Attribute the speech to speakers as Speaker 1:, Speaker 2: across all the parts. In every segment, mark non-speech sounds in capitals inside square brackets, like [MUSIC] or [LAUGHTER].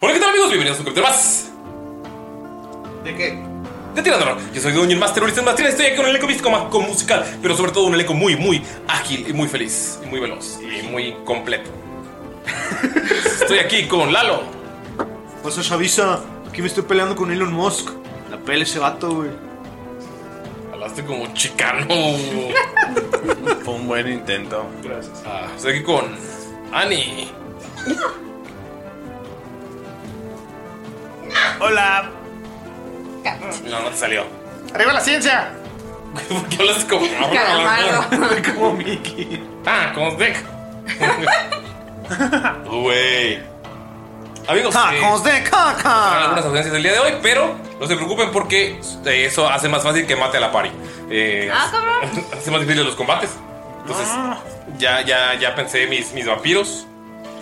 Speaker 1: Hola, ¿qué tal amigos? Bienvenidos a un capítulo más
Speaker 2: ¿De qué?
Speaker 1: de Tirando Horror. Yo soy Dungeon Master Ulises Master estoy aquí con un elenco místico más con musical, pero sobre todo un elenco muy, muy ágil y muy feliz, y muy veloz, y muy
Speaker 3: [LAUGHS]
Speaker 1: completo. estoy aquí con Lalo,
Speaker 2: Pasa Chavisa, aquí me estoy peleando con Elon Musk. La pele ese vato, güey.
Speaker 1: hablaste como
Speaker 2: [LAUGHS]
Speaker 1: chicano.
Speaker 3: Oh. Fue un buen intento.
Speaker 2: Gracias.
Speaker 1: Ah, estoy aquí con Ani,
Speaker 3: Hola.
Speaker 1: no, no te salió. [LAUGHS]
Speaker 2: ¡Arriba la ciencia!
Speaker 1: ¿Por qué hablas como... [LAUGHS]
Speaker 2: Como Mickey.
Speaker 1: Ah, como Deck. Güey. Amigos,
Speaker 3: Ah,
Speaker 1: eh,
Speaker 2: ¡Tacos de
Speaker 4: Ah.
Speaker 1: habrá algunas
Speaker 2: caca!
Speaker 1: ausencias el día de hoy, pero no se preocupen porque eh, eso hace más fácil que mate a la pari. Eh,
Speaker 4: Ah, cabrón.
Speaker 1: hace más difícil los combates. Entonces,
Speaker 2: Ah.
Speaker 1: ya, ya, ya pensé mis, mis vampiros.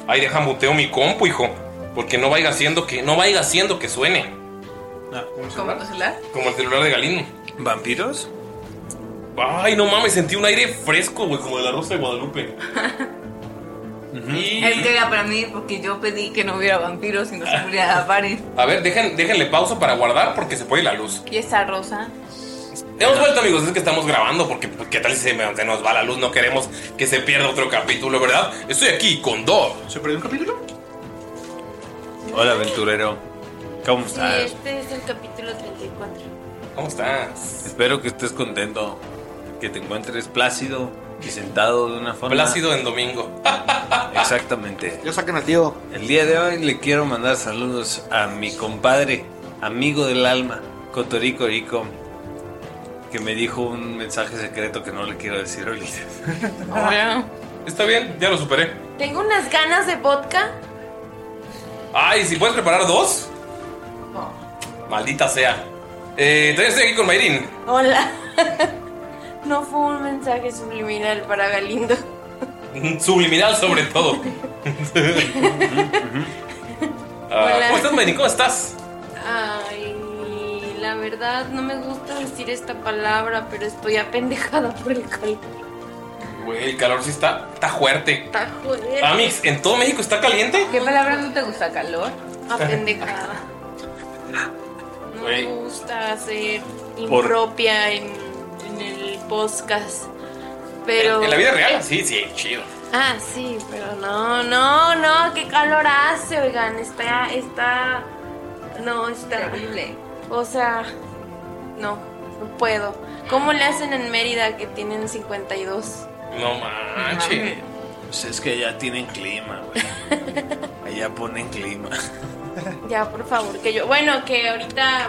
Speaker 1: Ahí deja muteo mi compu, hijo. Porque no vaya haciendo que, no vaya haciendo que suene.
Speaker 4: ¿Cómo tu celular?
Speaker 1: Como el celular de Galino.
Speaker 3: ¿Vampiros?
Speaker 1: Ay, no mames, sentí un aire fresco, güey, como de la rosa de
Speaker 4: [LAUGHS]
Speaker 1: Guadalupe. Y-
Speaker 4: Es que era para mí porque yo pedí que no hubiera vampiros y no se
Speaker 5: [LAUGHS]
Speaker 4: muriera Paris.
Speaker 1: A ver, dejen, déjenle pausa para guardar porque se puede la luz.
Speaker 4: Y esa rosa.
Speaker 1: Hemos vuelto amigos, es que estamos grabando porque pues, qué tal si se, me- se nos va la luz, no queremos que se pierda otro capítulo, ¿verdad? Estoy aquí con Dor.
Speaker 2: ¿Se perdió un capítulo?
Speaker 3: Hola, aventurero. ¿Cómo
Speaker 5: Sí,
Speaker 3: estás?
Speaker 5: este es el capítulo 34.
Speaker 1: ¿Cómo estás?
Speaker 3: Espero que estés contento. Que te encuentres plácido y sentado de una forma.
Speaker 1: Plácido en domingo.
Speaker 3: Exactamente.
Speaker 2: Ya saquen al tío.
Speaker 3: El día de hoy le quiero mandar saludos a mi compadre, amigo del alma, Cotorico Rico, que me dijo un mensaje secreto que no le quiero decir ahorita.
Speaker 1: Está bien, ya lo superé.
Speaker 5: Tengo unas ganas de vodka.
Speaker 1: Ay, si puedes preparar dos. Maldita sea. Eh, también estoy aquí con Mayrin.
Speaker 5: Hola. [LAUGHS] No fue un mensaje subliminal para Galindo.
Speaker 1: [LAUGHS] Subliminal sobre todo. Ah,
Speaker 5: Hola.
Speaker 1: ¿Cómo estás, Manny? ¿Cómo estás?
Speaker 5: Ay, la verdad no me gusta decir esta palabra, pero estoy apendejada por el calor.
Speaker 1: Güey, el calor sí está, está fuerte.
Speaker 5: Está joder.
Speaker 1: Amix, Ah, ¿en todo México está caliente?
Speaker 4: ¿Qué palabra no te gusta? ¿Calor?
Speaker 5: Ah, Apendejada. No me
Speaker 1: Güey.
Speaker 5: gusta ser
Speaker 1: Por-
Speaker 5: impropia en, en el podcast. Pero.
Speaker 1: ¿En la vida real? Sí, sí, chido.
Speaker 5: Ah, sí, pero no, no, no, qué calor hace, oigan, está, está, no, está horrible. O sea, no, no puedo. ¿Cómo le hacen en Mérida que tienen 52?
Speaker 3: No manches. Pues es que allá tienen clima, güey. Allá ponen clima.
Speaker 5: Ya, por favor, que yo, bueno, que ahorita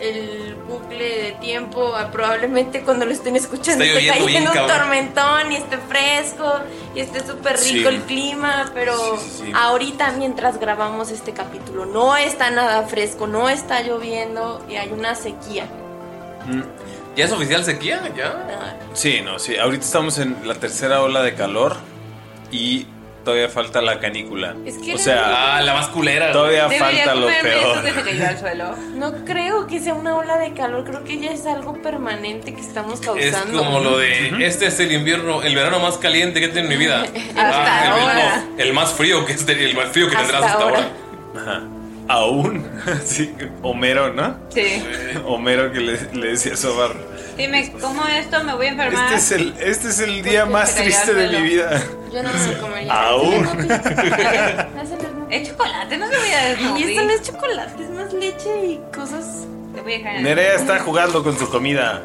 Speaker 5: el bucle de tiempo, ah, probablemente cuando lo estén escuchando
Speaker 3: Está
Speaker 5: esté
Speaker 3: lloviendo bien,
Speaker 5: cayendo un
Speaker 3: cabrón.
Speaker 5: tormentón y esté fresco y esté súper
Speaker 3: Sí.
Speaker 5: rico el clima, pero
Speaker 3: Sí, sí, sí.
Speaker 5: ahorita mientras grabamos este capítulo no está nada fresco, no está lloviendo y hay una sequía.
Speaker 1: ¿Ya es oficial sequía? ¿Ya?
Speaker 3: Sí, no, sí. Ahorita estamos en la tercera ola de calor y todavía falta la canícula.
Speaker 5: Es que
Speaker 3: o
Speaker 5: la-
Speaker 3: sea,
Speaker 1: Ah, la más culera.
Speaker 3: Todavía
Speaker 4: Debería
Speaker 3: falta lo
Speaker 4: comerme eso
Speaker 3: peor.
Speaker 4: que se cayó al suelo.
Speaker 5: No creo que sea una ola de calor, creo que ya es algo permanente que estamos
Speaker 1: Es
Speaker 5: causando.
Speaker 1: como lo de, este es el invierno, el verano más caliente que he tenido en mi vida.
Speaker 5: [LAUGHS]
Speaker 1: Ah,
Speaker 5: Hasta
Speaker 1: el,
Speaker 5: ahora.
Speaker 1: no, el más frío que, es de- el más frío que tendrás
Speaker 5: Hasta
Speaker 1: hasta ahora.
Speaker 5: ahora.
Speaker 3: Ajá. [LAUGHS] Aún. [LAUGHS] Sí, Homero, ¿no?
Speaker 4: Sí.
Speaker 3: Homero que le, le decía a Sobar.
Speaker 4: Dime, ¿cómo esto me voy a enfermar?
Speaker 3: Este es el, este es el día más
Speaker 4: se cayó al
Speaker 3: triste de mi
Speaker 4: suelo.
Speaker 5: [LAUGHS]
Speaker 3: vida.
Speaker 5: Yo no me lo comería.
Speaker 3: Aún.
Speaker 4: Es chocolate, no se voy
Speaker 5: [LAUGHS]
Speaker 4: a
Speaker 5: Y
Speaker 4: desnudar.
Speaker 5: esto no es chocolate, es más leche y cosas.
Speaker 4: Te voy a dejar en el-
Speaker 3: Nerea está jugando con su comida.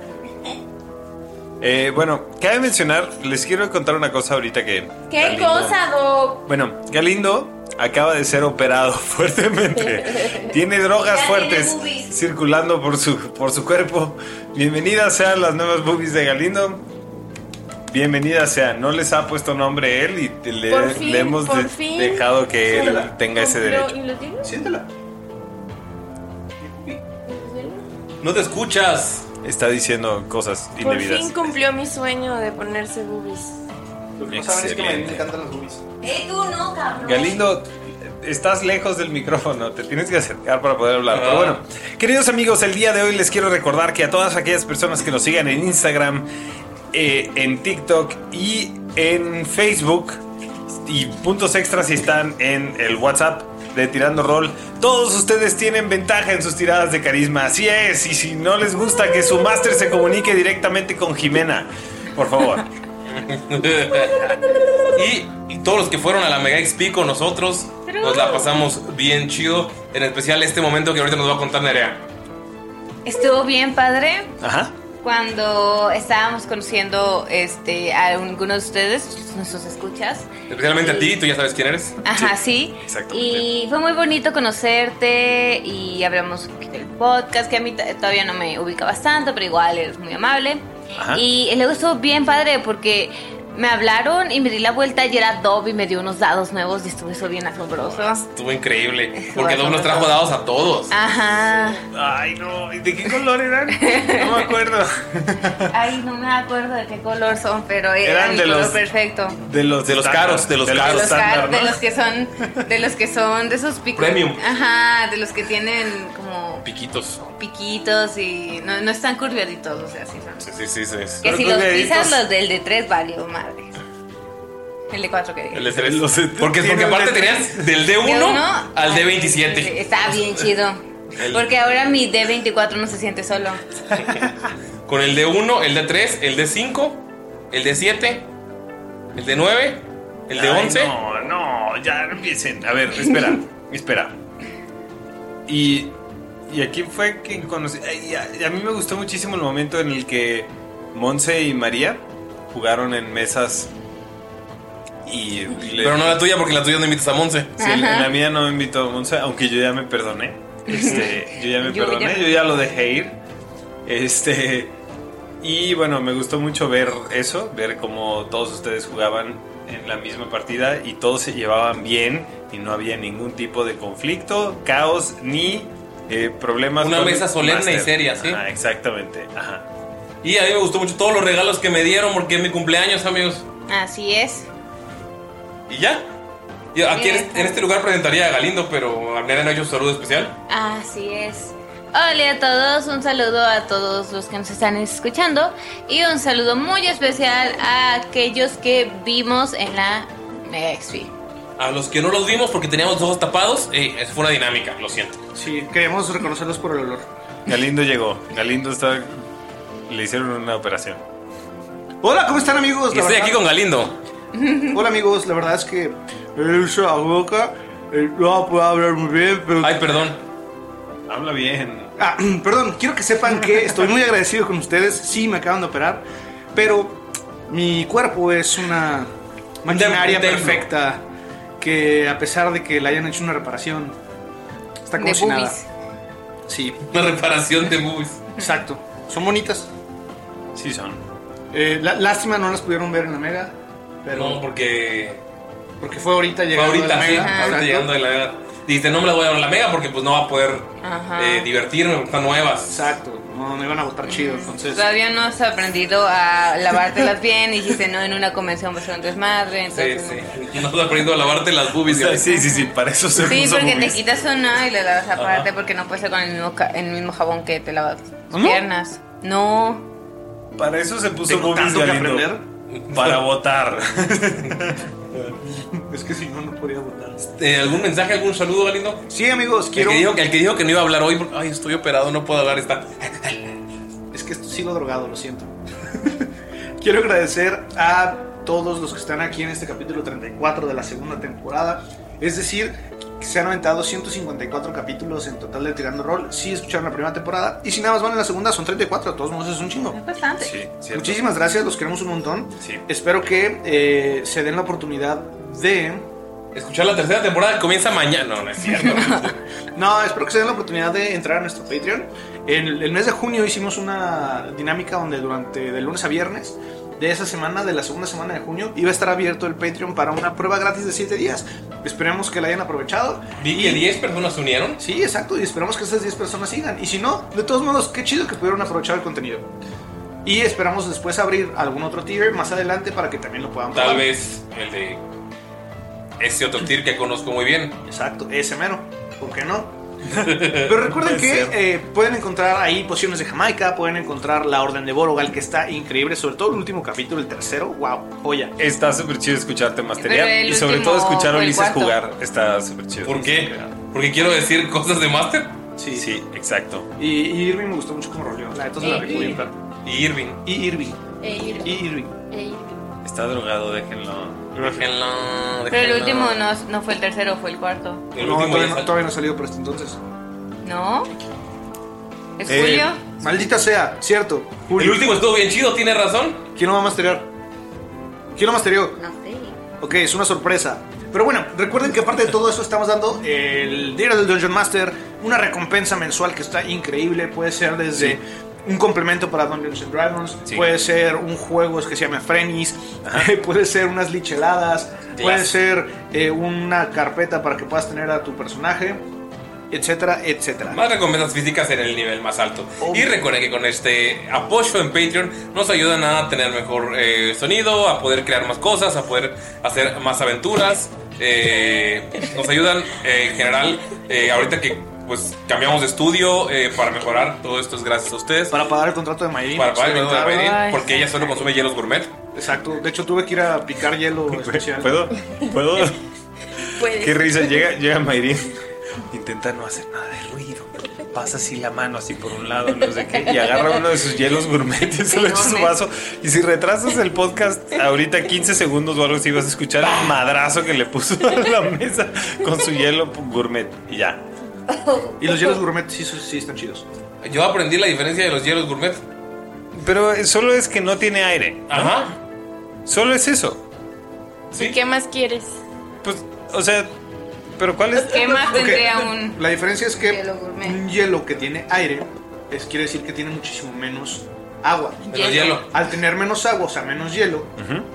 Speaker 3: Eh, bueno, cabe mencionar, les quiero contar una cosa ahorita que...
Speaker 5: ¿Qué
Speaker 3: Galindo-
Speaker 5: cosa, Doc?
Speaker 3: Bueno, Galindo acaba de ser
Speaker 5: [LAUGHS]
Speaker 3: operado [LAUGHS] fuertemente. Tiene drogas
Speaker 4: Ya
Speaker 3: fuertes
Speaker 4: tiene boobies.
Speaker 3: circulando por su, por su cuerpo. Bienvenidas sean las nuevas boobies de Galindo. Bienvenidas sean. No les ha puesto nombre él y te- le,
Speaker 5: Por fin,
Speaker 3: le hemos
Speaker 5: por
Speaker 3: de-
Speaker 5: fin.
Speaker 3: dejado que él tenga ese
Speaker 5: Pero,
Speaker 3: derecho.
Speaker 5: ¿Y los dientes?
Speaker 2: Siéntela.
Speaker 1: No te escuchas.
Speaker 3: Está diciendo cosas
Speaker 5: Por
Speaker 3: indebidas.
Speaker 5: fin cumplió mi sueño de ponerse boobies.
Speaker 2: Lo que no saben es que a mí me
Speaker 3: Excelente.
Speaker 2: encantan las boobies.
Speaker 4: ¡Eh, tú no, cabrón!
Speaker 3: Galindo, estás lejos del micrófono, te tienes que acercar para poder hablar. Pero bueno, queridos amigos, el día de hoy les quiero recordar que a todas aquellas personas que nos sigan en Instagram, eh, en TikTok y en Facebook, y puntos extras si están en el WhatsApp de Tirando Roll, todos ustedes tienen ventaja en sus tiradas de carisma, así es, y si no les gusta que su máster se comunique directamente con Jimena, por favor.
Speaker 1: [LAUGHS] y, y todos los que fueron a la Mega XP con nosotros, nos la pasamos bien chido. En especial este momento que ahorita nos va a contar Nerea.
Speaker 4: Estuvo bien padre
Speaker 3: Ajá.
Speaker 4: cuando estábamos conociendo este, a algunos de ustedes, nuestros escuchas.
Speaker 1: Especialmente a ti, tú ya sabes quién eres.
Speaker 4: Ajá, sí.
Speaker 3: exactamente.
Speaker 4: Y fue muy bonito conocerte y hablamos un poquito del podcast, que a mí t- todavía no me ubicabas tanto, pero igual eres muy amable.
Speaker 3: Ajá.
Speaker 4: Y luego estuvo bien padre porque me hablaron y me di la vuelta y era Dobby, me dio unos dados nuevos y estuvo eso bien asombroso.
Speaker 1: Estuvo
Speaker 5: [LAUGHS]
Speaker 1: increíble.
Speaker 4: Estuvo
Speaker 1: Porque Dom nos trajo dados a todos.
Speaker 4: Ajá.
Speaker 3: Ay, no, ¿de qué color eran? No me acuerdo.
Speaker 4: Ay, no me acuerdo de qué color son, pero era
Speaker 3: Eran
Speaker 4: mi
Speaker 3: de
Speaker 4: color
Speaker 3: los-
Speaker 4: perfecto.
Speaker 3: De los,
Speaker 1: De los
Speaker 3: estándar,
Speaker 1: caros, de los
Speaker 4: De
Speaker 1: caros.
Speaker 4: los,
Speaker 3: estándar,
Speaker 4: car- de
Speaker 3: ¿no?
Speaker 4: los que son, de los que son, de esos piquitos.
Speaker 1: Premium.
Speaker 4: Ajá, de los que tienen como
Speaker 1: Piquitos.
Speaker 4: piquitos y no, no están curviaditos, o sea, sí son.
Speaker 1: Sí, sí, sí. sí, sí.
Speaker 4: Que
Speaker 3: Pero
Speaker 4: si los
Speaker 3: curviaditos.
Speaker 4: pisas, los del de tres valió madre. El de cuatro que
Speaker 1: El de tres.
Speaker 3: Los de-
Speaker 1: porque, porque
Speaker 3: tiene un
Speaker 1: aparte
Speaker 3: de tres.
Speaker 1: tenías del
Speaker 4: De
Speaker 1: D1
Speaker 4: uno
Speaker 1: al
Speaker 4: al-
Speaker 1: D27.
Speaker 4: Está bien chido.
Speaker 1: El-
Speaker 4: Porque ahora mi D24 no se siente solo.
Speaker 1: Con el D1, el D3, el D5, el D7, el D9, el
Speaker 3: Ay,
Speaker 1: D11.
Speaker 3: No, no, ya empiecen. A ver, espera, espera. Y, y aquí fue que conocí. ay, a, a mí me gustó muchísimo el momento en el que Monse y María jugaron en mesas. Y le-
Speaker 1: Pero no la tuya, porque la tuya no invitas a Monse.
Speaker 3: Sí, en
Speaker 4: Ajá.
Speaker 3: la mía no me invitó Monse, aunque yo ya me perdoné. Este, yo ya me
Speaker 4: Yo ya
Speaker 3: perdoné,
Speaker 4: me-
Speaker 3: yo ya lo dejé ir. Este, y bueno, me gustó mucho ver eso, ver cómo todos ustedes jugaban en la misma partida y todos se llevaban bien y no había ningún tipo de conflicto, caos ni eh, problemas.
Speaker 1: Una
Speaker 3: con el
Speaker 1: mesa solemne
Speaker 3: máster.
Speaker 1: y seria, ¿sí?
Speaker 3: Ajá, exactamente. Ajá.
Speaker 1: Y a mí me gustó mucho todos los regalos que me dieron porque es mi cumpleaños, amigos.
Speaker 4: Así es.
Speaker 1: Y ya. Y Y aquí en este, en este lugar presentaría a Galindo, pero a Nena no hay un saludo especial.
Speaker 4: Así es. Hola a todos, un saludo a todos los que nos están escuchando y un saludo muy especial a aquellos que vimos en la Mega XP.
Speaker 1: A los que no los vimos porque teníamos los ojos tapados, eh, esa fue una dinámica, lo siento.
Speaker 2: Sí, queremos reconocerlos por el olor.
Speaker 3: Galindo llegó. Galindo está. Le hicieron una operación.
Speaker 2: Hola, ¿cómo están amigos?
Speaker 1: Y estoy aquí con Galindo.
Speaker 2: [LAUGHS] Hola amigos, la verdad es que él usa la boca, él no puede hablar muy bien, pero...
Speaker 1: Ay, perdón.
Speaker 3: Habla bien.
Speaker 2: Ah, [CLEARS THROAT] perdón, quiero que sepan que estoy muy agradecido con ustedes, sí, me acaban de operar, pero mi cuerpo es una maquinaria
Speaker 1: Un templo.
Speaker 2: perfecta que a pesar de que le hayan hecho una reparación, está como
Speaker 4: De
Speaker 2: si nada.
Speaker 4: boobies.
Speaker 2: Sí,
Speaker 1: Una reparación de movies.
Speaker 2: exacto, son bonitas.
Speaker 3: Sí, son.
Speaker 2: Eh, lá- lástima no las pudieron ver en la mega, pero...
Speaker 1: No, porque
Speaker 2: Porque fue ahorita
Speaker 1: fue
Speaker 2: llegando a
Speaker 1: ahorita,
Speaker 2: la
Speaker 1: sí,
Speaker 2: mega.
Speaker 1: ahorita
Speaker 2: exacto.
Speaker 1: llegando de la edad. Dijiste, no me la voy a dar a la mega porque pues no va a poder
Speaker 4: Ajá.
Speaker 1: eh, divertirme, porque están nuevas.
Speaker 2: Exacto, no, no iban a votar chido, entonces...
Speaker 4: Todavía no has aprendido a
Speaker 1: [LAUGHS]
Speaker 4: lavártelas bien, dijiste no en una convención va a ser un desmadre,
Speaker 1: Sí,
Speaker 4: entonces... no.
Speaker 1: sí. No has aprendido a lavarte las boobies.
Speaker 3: O sea,
Speaker 1: güey.
Speaker 3: [LAUGHS] sí, sí, sí, para eso se
Speaker 4: Sí,
Speaker 3: puso
Speaker 4: porque te
Speaker 3: movies.
Speaker 4: quitas una y la lavas aparte porque no puede ser con el mismo, ca- el mismo jabón que te lavas tus piernas. No.
Speaker 3: Para eso se puso
Speaker 2: Tengo
Speaker 3: movies,
Speaker 2: tanto que
Speaker 3: Galindo.
Speaker 2: aprender.
Speaker 3: Para votar.
Speaker 2: [LAUGHS] Es que si no, no podía votar.
Speaker 1: Eh, ¿Algún mensaje, algún saludo, Galindo?
Speaker 2: Sí, amigos,
Speaker 1: El
Speaker 2: quiero.
Speaker 1: que, dijo, el que dijo que no iba a hablar hoy, porque, ay, estoy operado, no puedo hablar, está.
Speaker 2: Es que sigo drogado, lo siento. [LAUGHS] quiero agradecer a todos los que están aquí en este capítulo 34 de la segunda temporada. Es decir, que se han aventado 154 capítulos en total de Tirando Roll. Si escucharon la primera temporada. Y si nada más van en la segunda, son 34. De todos modos, es un chingo.
Speaker 4: Es bastante.
Speaker 3: Sí, cierto.
Speaker 2: Muchísimas gracias, los queremos un montón.
Speaker 3: Sí.
Speaker 2: Espero que eh, se den la oportunidad de
Speaker 1: Escuchar la tercera temporada que comienza mañana. No, no es cierto.
Speaker 2: [LAUGHS] No, espero que se den la oportunidad de entrar a nuestro Patreon. En el, mes de junio hicimos una dinámica donde durante de lunes a viernes de esa semana, de la segunda semana de junio, iba a estar abierto el Patreon para una prueba gratis de 7 días. Esperemos que la hayan aprovechado.
Speaker 1: Vi que 10 personas se unieron.
Speaker 2: Sí, exacto, y esperamos que esas 10 personas sigan. Y si no, de todos modos, qué chido que pudieron aprovechar el contenido. Y esperamos después abrir algún otro tier más adelante para que también lo puedan
Speaker 1: Tal
Speaker 2: probar.
Speaker 1: vez el de ese otro tier que conozco muy bien.
Speaker 2: Exacto, ese mero. ¿Por qué
Speaker 1: [LAUGHS]
Speaker 2: no? Pero recuerden
Speaker 3: Puede ser.
Speaker 2: que eh, pueden encontrar ahí pociones de Jamaica, pueden encontrar la Orden de Borogal, que está increíble, sobre todo el último capítulo, el tercero. ¡Wow! Joya. Eh,
Speaker 3: Está súper chido escucharte
Speaker 4: Pero
Speaker 3: masterear.
Speaker 4: el
Speaker 3: Y sobre
Speaker 4: último
Speaker 3: todo escuchar a
Speaker 4: fue el
Speaker 3: Ulises
Speaker 4: cuarto.
Speaker 3: jugar. Está súper chido.
Speaker 1: ¿Por qué? Porque quiero decir cosas de Master
Speaker 3: Sí, sí, exacto.
Speaker 2: Y, y Irving me gustó mucho como rollo. La neta se la
Speaker 5: Eh,
Speaker 2: recomiendo.
Speaker 1: y Irving.
Speaker 2: Y Irving. Y
Speaker 6: [LAUGHS]
Speaker 2: Irving.
Speaker 3: Está drogado, déjenlo.
Speaker 1: Déjenlo,
Speaker 4: Pero el
Speaker 1: déjenlo.
Speaker 4: último no, no fue el tercero, fue el cuarto.
Speaker 1: El
Speaker 2: no,
Speaker 1: último
Speaker 2: todavía
Speaker 1: ya
Speaker 2: no,
Speaker 1: sal-
Speaker 2: todavía no ha salido por este entonces.
Speaker 4: ¿No? ¿Es
Speaker 3: Eh,
Speaker 4: Julio?
Speaker 2: Maldita sea, cierto.
Speaker 1: El
Speaker 2: Julio.
Speaker 1: último estuvo bien chido, tiene razón.
Speaker 2: ¿Quién lo va a masterear? ¿Quién lo masterió?
Speaker 6: No sé.
Speaker 2: Ok, es una sorpresa. Pero bueno, recuerden que aparte de todo eso estamos dando el dinero del Dungeon Master, una recompensa mensual que está increíble, puede ser desde un complemento para Dungeons and Dragons,
Speaker 3: Sí.
Speaker 2: puede ser un juego que se llama Frenis, [LAUGHS] puede ser unas licheladas, puede ser eh, una carpeta para que puedas tener a tu personaje, etcétera, etcétera.
Speaker 1: Más recompensas físicas en el nivel más alto. Y recuerden que con este apoyo en Patreon nos ayudan a tener mejor eh, sonido, a poder crear más cosas, a poder hacer más aventuras. Eh, nos ayudan eh, en general, eh, ahorita que pues cambiamos de estudio eh, para mejorar, todo esto es gracias a ustedes.
Speaker 2: Para pagar el contrato de Mayrin.
Speaker 1: Para pagar el contrato de
Speaker 2: experimentar.
Speaker 1: Mayrin, porque ella solo consume hielos gourmet.
Speaker 2: Exacto. De hecho, tuve que ir a picar hielo especial.
Speaker 3: ¿Puedo?
Speaker 4: [LAUGHS]
Speaker 3: ¿Puedo?
Speaker 2: Pues,
Speaker 5: Puedes.
Speaker 3: Qué risa. Llega, llega Mayrin. [LAUGHS] Intenta no hacer nada de ruido. Pasa así la mano, así por un lado, no sé qué. Y agarra uno de sus hielos gourmet [LAUGHS] y se lo echa a su vaso. Y si retrasas el podcast ahorita 15 segundos o algo así, vas a escuchar el madrazo que le puso a la mesa con su hielo gourmet. Y ya.
Speaker 2: Y los hielos gourmet sí, sí están chidos.
Speaker 1: Yo aprendí la diferencia de los hielos gourmet.
Speaker 3: Pero eh, solo es que no tiene aire.
Speaker 1: Ajá.
Speaker 3: Solo es eso.
Speaker 5: ¿Y qué más quieres?
Speaker 3: Pues, o sea, pero ¿cuál es?
Speaker 4: ¿Qué más
Speaker 2: Ok,
Speaker 4: tendría un...?
Speaker 2: La diferencia es que
Speaker 4: hielo gourmet?
Speaker 2: un hielo que tiene aire es, quiere decir que tiene muchísimo menos agua.
Speaker 1: Pero hielo.
Speaker 2: Al tener menos agua, o sea, menos hielo,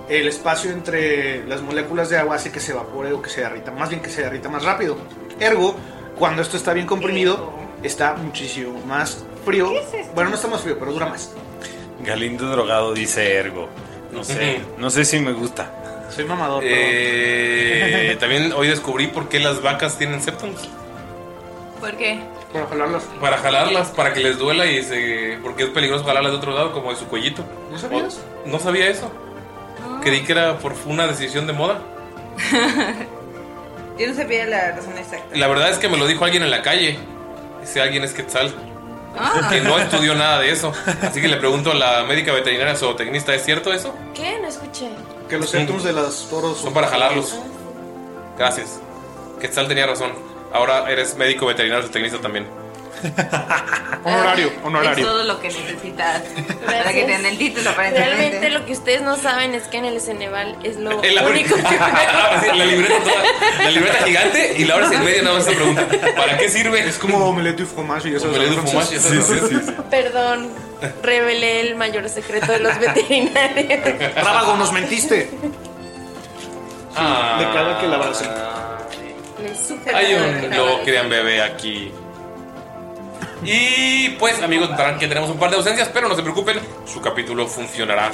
Speaker 2: el espacio entre las moléculas de agua hace que se evapore o que se derrita, más bien que se derrita más rápido. Ergo, cuando esto está bien comprimido, está muchísimo más frío. Bueno, no está más frío, pero dura más.
Speaker 3: Galindo drogado dice ergo. No sé, no sé si me gusta.
Speaker 2: Soy mamador.
Speaker 1: [LAUGHS] Eh, también hoy descubrí por qué las vacas tienen septums.
Speaker 4: ¿Por qué?
Speaker 2: Para jalarlas.
Speaker 1: Para jalarlas, para que les duela y se. Porque es peligroso jalarlas de otro lado, como de su cuellito.
Speaker 2: ¿No sabías?
Speaker 1: No sabía eso. Creí que era por una decisión de moda.
Speaker 6: Yo no sabía la razón exacta.
Speaker 1: La verdad es que me lo dijo alguien en la calle. Ese alguien es Quetzal. [LAUGHS]
Speaker 6: Ah.
Speaker 1: Que no estudió nada de eso. Así que le pregunto a la médica veterinaria zootecnista: ¿es cierto eso?
Speaker 5: ¿Qué? No escuché.
Speaker 2: Que los septums de los toros
Speaker 1: son para jalarlos. Gracias. Quetzal tenía razón. Ahora eres médico veterinario zootecnista también. honorario,
Speaker 6: Es
Speaker 1: honorario.
Speaker 6: todo lo que necesitas [LAUGHS] para que te den el título,
Speaker 5: Realmente
Speaker 6: aparentemente.
Speaker 5: lo que ustedes no saben es que en el Ceneval es lo
Speaker 1: En la, [LAUGHS]
Speaker 5: único que
Speaker 1: Ahora sí, la libreta toda- la libreta gigante y la hora en medio nada más se pregunta ¿para qué sirve? Es
Speaker 2: como omelette du fromage y ya sabes.
Speaker 1: Omelette du fromage, ya sabes. Sí, sí,
Speaker 5: Perdón, revelé el mayor secreto de los veterinarios.
Speaker 2: Rábago, nos mentiste.
Speaker 1: Ah.
Speaker 2: Le caga que la abracen.
Speaker 5: Ah, Les super
Speaker 1: Hay un lobo crean bebé aquí. Y pues amigos notarán que tenemos un par de ausencias, pero no se preocupen, su capítulo funcionará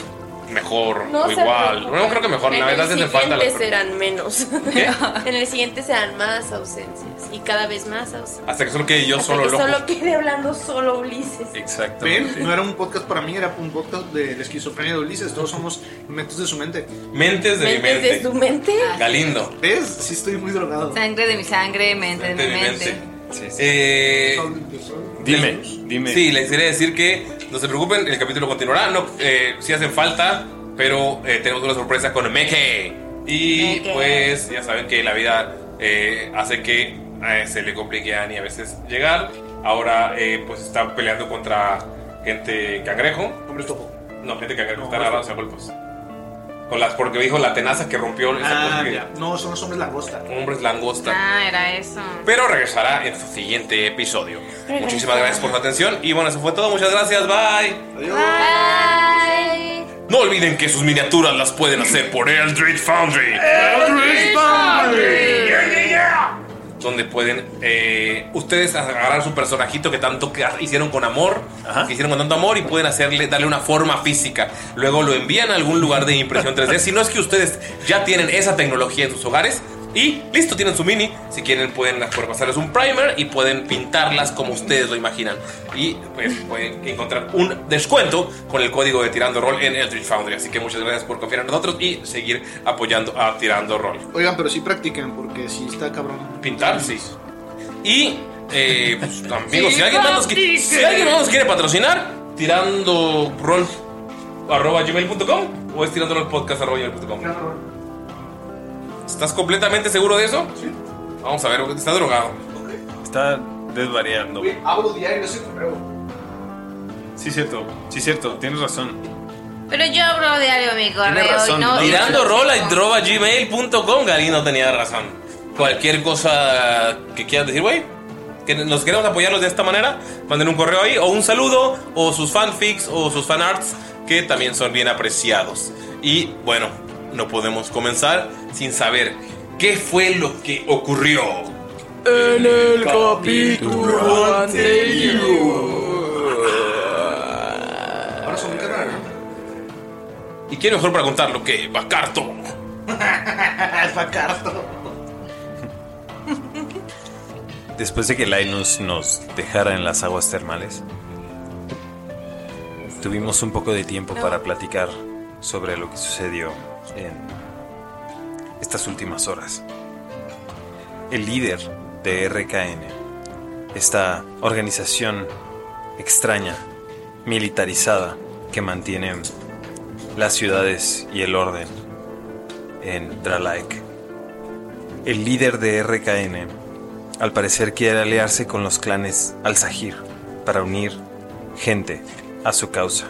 Speaker 1: mejor o
Speaker 5: No se
Speaker 1: igual.
Speaker 5: preocupen.
Speaker 1: No creo que mejor,
Speaker 5: en
Speaker 1: la verdad
Speaker 5: el
Speaker 1: hace falta la
Speaker 5: siguiente serán menos. [LAUGHS] En el siguiente serán más ausencias y cada vez más ausencias.
Speaker 1: Hasta que solo quede yo
Speaker 5: Hasta
Speaker 1: solo
Speaker 5: que
Speaker 1: loco.
Speaker 5: solo quede hablando solo Ulises.
Speaker 1: Exacto.
Speaker 2: Ven, no era un podcast para mí, era un podcast de la esquizofrenia de Ulises. Todos somos mentes de su mente.
Speaker 1: Mentes de Ah. mi mente.
Speaker 5: ¿Desde tu mente?
Speaker 1: Galindo.
Speaker 2: ¿Ves? Sí, estoy muy drogado.
Speaker 6: Sangre de mi sangre, mente de mi mente.
Speaker 1: Eh,
Speaker 3: Dime,
Speaker 1: les-
Speaker 3: dime.
Speaker 1: Sí, les quería decir que no se preocupen, el capítulo continuará. No, eh, sí hacen falta, pero eh, tenemos una sorpresa con Meke. Y
Speaker 6: Meke.
Speaker 1: pues ya saben que la vida eh, hace que eh, se le complique a Annie a veces llegar. Ahora eh, pues está peleando contra gente cangrejo.
Speaker 2: Hombre, topo.
Speaker 1: No, gente cangrejo,
Speaker 2: No,
Speaker 1: están
Speaker 2: no,
Speaker 1: agarrándose a golpes. pues. Con las, porque dijo la tenaza que rompió esa
Speaker 2: Ah,
Speaker 1: cosa que-
Speaker 2: ya. No, son los hombres langosta.
Speaker 1: hombres langosta.
Speaker 6: Ah, era eso.
Speaker 1: Pero regresará en su siguiente episodio.
Speaker 5: Regresa.
Speaker 1: Muchísimas gracias por su atención. Y bueno, eso fue todo. Muchas gracias. Bye.
Speaker 5: Bye.
Speaker 1: No olviden que sus miniaturas las pueden hacer por Eldritch Foundry. Donde pueden eh, ustedes agarrar su personajito que tanto que hicieron con amor, que hicieron con tanto amor y pueden hacerle, darle una forma física. Luego lo envían a algún lugar de impresión 3D. si no es que ustedes ya tienen esa tecnología en sus hogares. Y listo, tienen su mini. Si quieren, pueden pasarles un primer y pueden pintarlas como ustedes lo imaginan. Y pues pueden encontrar un descuento con el código de Tirando Roll en Eldritch Foundry. Así que muchas gracias por confiar en nosotros y seguir apoyando a Tirando Roll.
Speaker 2: Oigan, pero sí practiquen porque sí está cabrón.
Speaker 1: Pintar, sí. Y, eh, pues, amigos,
Speaker 6: Sí,
Speaker 1: si, alguien no nos, qui-
Speaker 6: dice.
Speaker 1: si alguien no nos quiere patrocinar, tirando rol arroba gmail.com o es tirando rol podcast arroba gmail.com. ¿Estás completamente seguro de eso? Sí. Vamos a ver, está drogado.
Speaker 3: Está desvariando.
Speaker 2: Abro diario, ese [LAUGHS] correo.
Speaker 3: Sí, cierto. Sí, cierto. Tienes razón.
Speaker 4: Pero yo abro diario mi correo
Speaker 3: razón,
Speaker 4: y no.
Speaker 3: ¿no?
Speaker 1: Tirando rol arroba gmail.com, Galino tenía razón. Cualquier cosa que quieras decir, güey. Que nos queremos apoyarlos de esta manera, manden un correo ahí, o un saludo, o sus fanfics, o sus fanarts, que también son bien apreciados. Y bueno, no podemos comenzar sin saber qué fue lo que ocurrió. En el capítulo
Speaker 2: Ahora son mi carrera.
Speaker 1: ¿Y quién mejor para contarlo que Bacarto?
Speaker 2: Alfa Carto.
Speaker 3: Después de que Linus nos dejara en las aguas termales, tuvimos un poco de tiempo para platicar sobre lo que sucedió en estas últimas horas. El líder de RKN, esta organización extraña, militarizada, que mantiene las ciudades y el orden en Dralaek. El líder de RKN al parecer quiere aliarse con los clanes Al-Sahir para unir gente a su causa.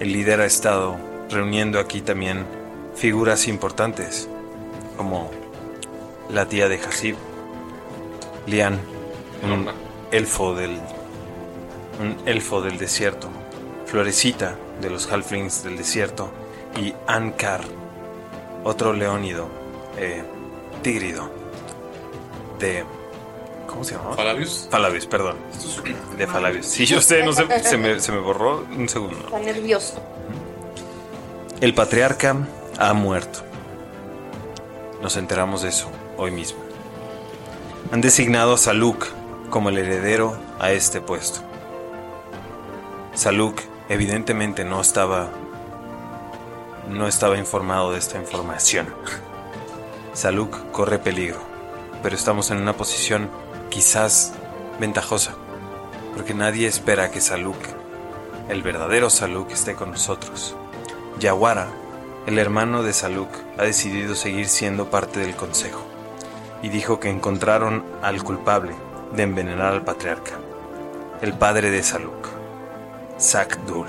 Speaker 3: El líder ha estado reuniendo aquí también figuras importantes como la tía de Hasib, Lian, un elfo del un elfo del desierto, Florecita de los Halflings del desierto y Ankar, otro leónido, eh, tigrido de ¿cómo se llamaba?
Speaker 1: Falabius.
Speaker 3: Falabius, perdón. De Falabius. Sí, yo sé, no sé, se me, se me borró un segundo.
Speaker 5: Está nervioso.
Speaker 3: El patriarca ha muerto. Nos enteramos de eso hoy mismo. Han designado a Saluk como el heredero a este puesto. Saluk evidentemente no estaba no estaba informado de esta información. Saluk corre peligro, pero estamos en una posición quizás ventajosa, porque nadie espera que Saluk, el verdadero Saluk, esté con nosotros. Yawara, el hermano de Saluk, ha decidido seguir siendo parte del consejo y dijo que encontraron al culpable de envenenar al patriarca, el padre de Saluk, Sakdul.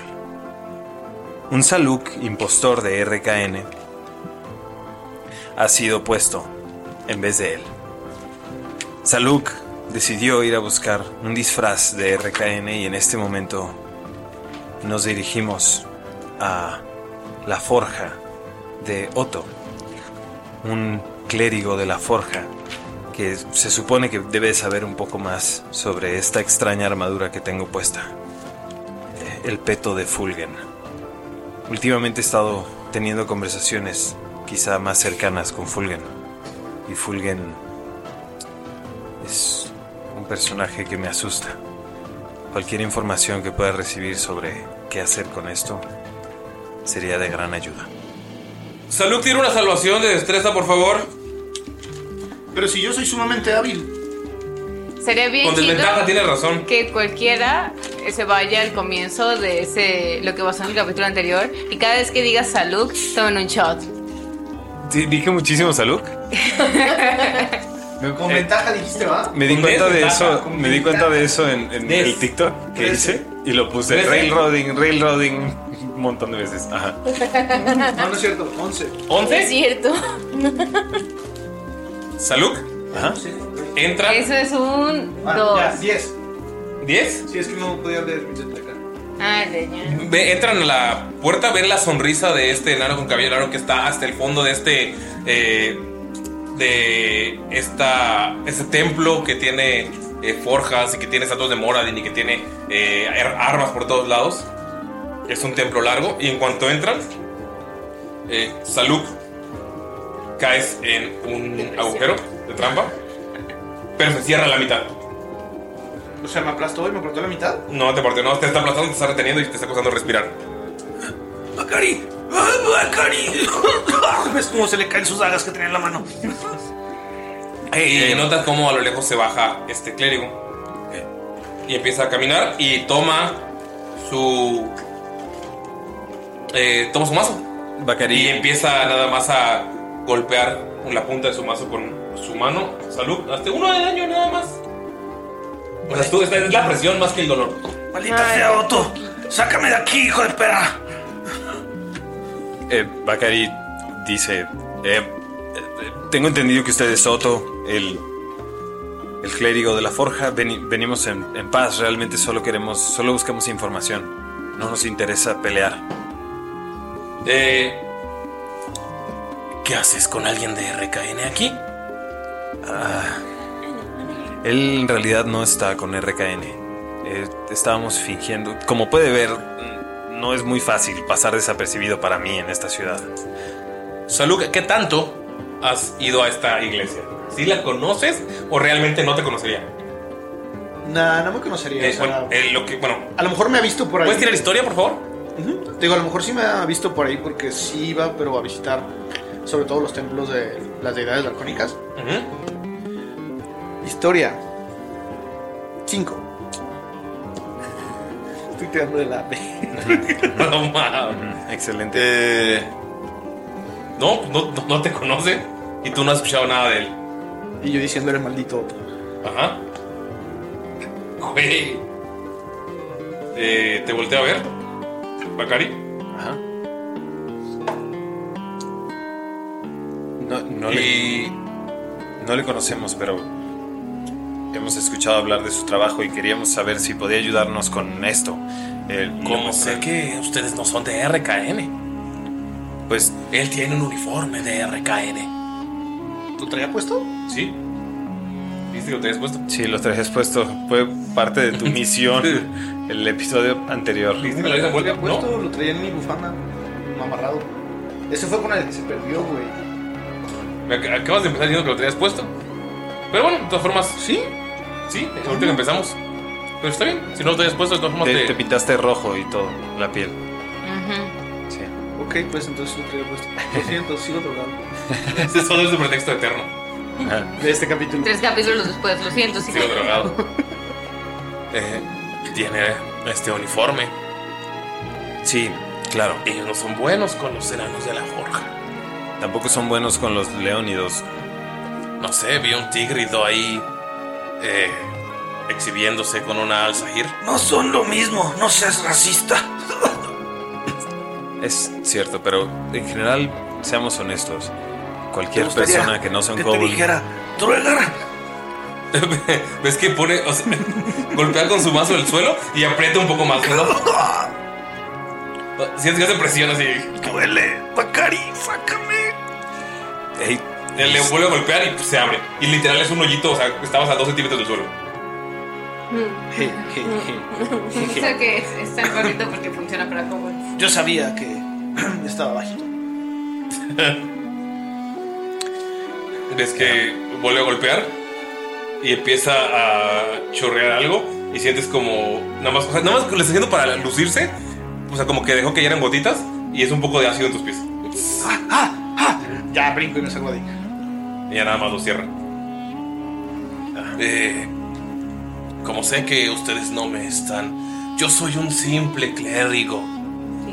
Speaker 3: Un Saluk, impostor de RKN, ha sido puesto en vez de él. Saluk decidió ir a buscar un disfraz de RKN y en este momento nos dirigimos a la forja de Otto, un clérigo de la forja que se supone que debe saber un poco más sobre esta extraña armadura que tengo puesta, eh, el peto de Fulgen. Últimamente he estado teniendo conversaciones quizá más cercanas con Fulgen y Fulgen es un personaje que me asusta. Cualquier información que pueda recibir sobre qué hacer con esto sería de gran ayuda.
Speaker 1: Salud, tira una salvación de destreza, por favor.
Speaker 2: Pero si yo soy sumamente hábil.
Speaker 4: Sería bien
Speaker 1: Con desventaja,
Speaker 4: chido
Speaker 1: tiene razón.
Speaker 4: que cualquiera eh, se vaya al comienzo de ese lo que pasó en el capítulo anterior y cada vez que diga salud tomen un shot.
Speaker 3: Dije muchísimo Saluk.
Speaker 2: Con ventaja dijiste, ¿va?
Speaker 3: Eh, Me di
Speaker 1: Con
Speaker 3: cuenta de
Speaker 1: desventaja,
Speaker 3: eso,
Speaker 2: con
Speaker 3: me di cuenta de eso en, en
Speaker 1: Des-
Speaker 3: el TikTok que
Speaker 2: Trece.
Speaker 3: hice y lo puse
Speaker 1: Trece.
Speaker 3: railroading, railroading un montón de veces. Ajá.
Speaker 2: No, no es cierto, 11.
Speaker 5: Es
Speaker 1: ¿11?
Speaker 5: cierto.
Speaker 1: Salud,
Speaker 3: Ajá.
Speaker 1: entra.
Speaker 4: Eso es un
Speaker 2: Ah,
Speaker 4: dos.
Speaker 2: ya, 10.
Speaker 1: ¿10?
Speaker 2: Si es que no podía leer mi jet lag.
Speaker 4: Ah, leña.
Speaker 1: Ve- entran a la puerta, ven la sonrisa de este enano con cabello largo que está hasta el fondo de este. eh, de esta, este templo que tiene eh, forjas y que tiene estatuas de Moradin y que tiene eh, ar- armas por todos lados. Es un templo largo. Y en cuanto entran, eh, Saluk caes en un agujero de trampa, pero se cierra a la mitad.
Speaker 2: O sea, me aplastó y me cortó la mitad.
Speaker 1: No te partió, no, te está aplastando, te está reteniendo y te está costando respirar.
Speaker 2: ¡Bacari! [COUGHS] ¡Bacari! Ah, ¿Ves cómo se le caen sus dagas que tenía en la mano?
Speaker 1: Y notas cómo a lo lejos se baja este clérigo. Y empieza a caminar y toma su. eh, toma su mazo. Y
Speaker 3: Bacari,
Speaker 1: empieza nada más a golpear con la punta de su mazo con su mano. Salud, hazte uno de daño nada más. O sea, tú, esta es la presión más que el dolor.
Speaker 2: Maldita sea Otto. Sácame de aquí, hijo de perra.
Speaker 3: eh, Bacari dice, eh, eh, eh, tengo entendido que usted es Soto, el, el clérigo de la forja, Veni- venimos en, en paz, realmente solo queremos, solo buscamos información, no nos interesa pelear.
Speaker 1: Eh, ¿Qué haces con alguien de RKN aquí?
Speaker 3: Ah, Él en realidad no está con RKN. Eh, estábamos fingiendo. Como puede ver, mm, no es muy fácil pasar desapercibido para mí en esta ciudad.
Speaker 1: Salud, ¿qué tanto has ido a esta iglesia? ¿Sí la conoces o realmente no te conocería?
Speaker 2: Nah, no me conocería.
Speaker 1: Eh,
Speaker 2: o sea,
Speaker 1: bueno, eh, lo que, bueno,
Speaker 2: a lo mejor me ha visto por ahí.
Speaker 1: ¿puedes tirar historia, por favor?
Speaker 2: Ujú. Digo, a lo mejor sí me ha visto por ahí porque sí iba, pero a visitar sobre todo los templos de las deidades dracónicas.
Speaker 5: [LAUGHS]
Speaker 1: Ujú.
Speaker 2: Historia 5. Estoy tirando de la B.
Speaker 1: [LAUGHS] No mames.
Speaker 3: Excelente.
Speaker 1: Eh, No, no, no- no te conoce y tú no has escuchado nada de él.
Speaker 2: Y yo diciéndole maldito Otto.
Speaker 1: Ajá. Güey. Eh, te volteo a ver. Bacari.
Speaker 3: Ajá. No, no le,
Speaker 1: Y
Speaker 3: no le conocemos, pero hemos escuchado hablar de su trabajo y queríamos saber si podía ayudarnos con esto. Eh,
Speaker 1: como sé que ustedes no son de RKN,
Speaker 3: Pues
Speaker 1: él tiene un uniforme de RKN.
Speaker 2: ¿Lo traía puesto?
Speaker 1: ¿Sí? ¿Viste que lo tenías puesto?
Speaker 3: sí, lo trajes puesto. Fue parte
Speaker 1: [LAUGHS]
Speaker 3: de tu misión el episodio anterior.
Speaker 1: ¿Viste que lo habías
Speaker 2: ¿Lo traía
Speaker 1: envuelto?
Speaker 2: puesto?
Speaker 1: No.
Speaker 2: ¿Lo traía en mi bufanda? Amarrado. Eso fue con el que se perdió, güey.
Speaker 1: Me ac- acabas de empezar diciendo que lo tenías puesto. Pero bueno, de todas formas. Sí. Sí, ahorita que empezamos. Pero está bien. Si no lo tenías puesto, de todas formas
Speaker 3: Te,
Speaker 1: te.
Speaker 3: te pintaste rojo y todo, la piel. Sí.
Speaker 2: Ok, pues entonces lo traía puesto. Lo siento,
Speaker 1: [LAUGHS]
Speaker 2: sigo drogado.
Speaker 1: Este solo es el pretexto eterno.
Speaker 2: De este capítulo.
Speaker 6: Tres capítulos después, lo siento, sí.
Speaker 1: [LAUGHS] Sigo drogado. Eh, tiene este uniforme.
Speaker 3: Sí, claro.
Speaker 1: Ellos no son buenos con los enanos de la forja.
Speaker 3: Tampoco son buenos con los leónidos.
Speaker 1: No sé, vi un tigrido ahí. eh, exhibiéndose con una alzahir.
Speaker 7: No son lo mismo, no seas racista.
Speaker 3: Es cierto, pero en general, seamos honestos.
Speaker 7: ¿Te
Speaker 3: Cualquier
Speaker 7: gustaría
Speaker 3: persona que no sea un
Speaker 7: que te
Speaker 3: kobold-
Speaker 7: dijera, "Truegar"?
Speaker 1: [LAUGHS] ¿Ves que pone, o sea, golpea con su mazo el suelo y aprieta un poco más,
Speaker 2: [LAUGHS]
Speaker 1: ¿verdad? Sientes que hace presión así.
Speaker 7: duele, Bacari, sácame.
Speaker 3: Ey,
Speaker 1: Le le vuelve a golpear y pues, se abre. Y literal es un hoyito, o sea, estabas a dos centímetros del suelo.
Speaker 4: [LAUGHS]
Speaker 6: Eso que es, es tan correcto porque funciona para kobolds.
Speaker 2: Yo sabía que [CLEARS THROAT] estaba bajito.
Speaker 1: Ves que vuelve a golpear y empieza a chorrear algo y sientes como nada más, o sea, nada más le está haciendo para lucirse, o sea, como que dejó que eran gotitas y es un poco de ácido en tus pies.
Speaker 7: Ah,
Speaker 2: Ya brinco y me salgo de ahí.
Speaker 1: Y ya nada más lo cierra.
Speaker 3: Ah.
Speaker 1: Eh, como sé que ustedes no me están, yo soy un simple clérigo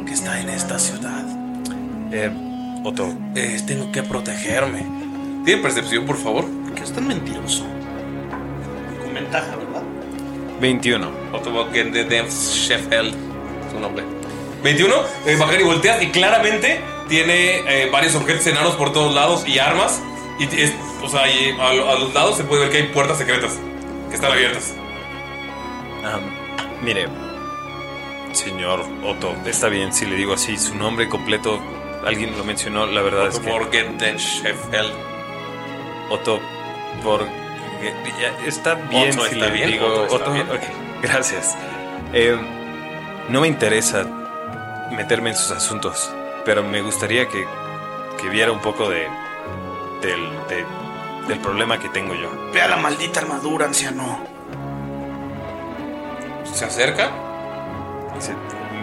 Speaker 1: que está en esta ciudad.
Speaker 3: eh, Otto,
Speaker 1: Eh, tengo que protegerme. ¿Tiene percepción, por favor?
Speaker 2: ¿Por qué es tan mentiroso? Con ventaja, ¿verdad?
Speaker 3: 21.
Speaker 1: Autoboken de Dev Sheffield. Su nombre. 21. Eh, Bacari voltea y claramente tiene eh, varios objetos enanos por todos lados y armas. Y t- es- o sea, y a, lo- a los lados se puede ver que hay puertas secretas que están abiertas.
Speaker 3: Ah, mire, señor Otto, está bien si le digo así su nombre completo. Alguien lo mencionó, la verdad es que
Speaker 1: Autoboken de Sheffield.
Speaker 3: Otto por ya, está bien
Speaker 1: Otto
Speaker 3: si
Speaker 1: está
Speaker 3: le
Speaker 1: bien,
Speaker 3: digo
Speaker 1: Otto está bien.
Speaker 3: ok, gracias. Eh, no me interesa meterme en sus asuntos, pero me gustaría que, que viera un poco de del, de- del problema que tengo yo.
Speaker 7: Vea la maldita armadura, anciano.
Speaker 1: Se acerca,
Speaker 3: Dice,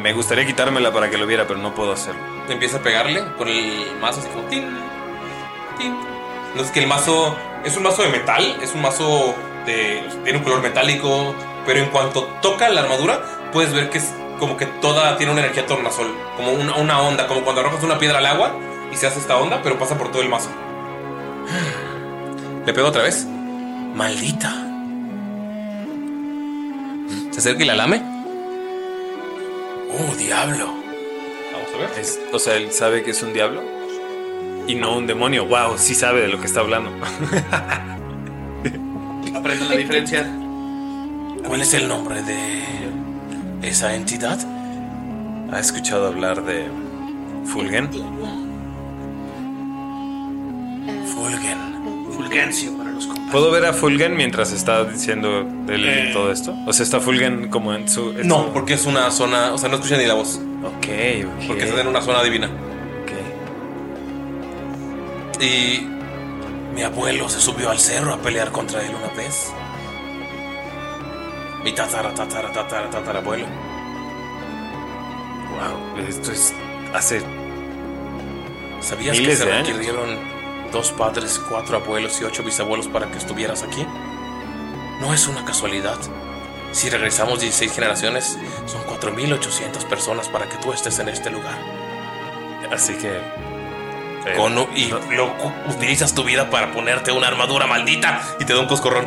Speaker 3: Me gustaría quitármela para que lo viera, pero no puedo hacerlo.
Speaker 1: empieza a pegarle con el mazo así como tin, tin. No es que el mazo es un mazo de metal, es un mazo de tiene un color metálico, pero en cuanto toca la armadura puedes ver que es como que toda tiene una energía tornasol, como una, una onda, como cuando arrojas una piedra al agua y se hace esta onda, pero pasa por todo el mazo. Le pego otra vez. Maldita. Se acerca y la lame. Oh, diablo. [LAUGHS] Vamos a ver.
Speaker 3: Es- o sea, él sabe que es un diablo y no un demonio. Wow, sí sabe de lo que
Speaker 2: [LAUGHS]
Speaker 3: está hablando.
Speaker 2: Aprenden la diferencia.
Speaker 1: ¿Cuál es el nombre de esa entidad?
Speaker 3: ¿Ha escuchado hablar de Fulgen?
Speaker 1: Fulgen.
Speaker 2: Fulgencio para los compas.
Speaker 3: ¿Puedo ver a Fulgen mientras está diciendo él
Speaker 1: Eh.
Speaker 3: todo esto? O sea, está Fulgen como en su. en
Speaker 1: No,
Speaker 3: su-
Speaker 1: porque es una zona, Ah, o sea, no escucha ni la voz,
Speaker 3: Ok, ok.
Speaker 1: porque está en una zona divina.
Speaker 3: ok.
Speaker 1: Y mi abuelo se subió al cerro a pelear contra él una vez. Mi tatara, tatara, tatara, tatara abuelo.
Speaker 3: Wow, esto es. Hace.
Speaker 1: ¿Sabías
Speaker 3: Miles
Speaker 1: que se
Speaker 3: de años.
Speaker 1: requirieron dos padres, cuatro abuelos y ocho bisabuelos para que estuvieras aquí? No es una casualidad. Si regresamos 16 generaciones, son 4.800 personas para que tú estés en este lugar.
Speaker 3: Así que. eh,
Speaker 1: Con- y
Speaker 3: no-
Speaker 1: lo, cu- utilizas tu vida para ponerte una armadura maldita y te da un coscorrón.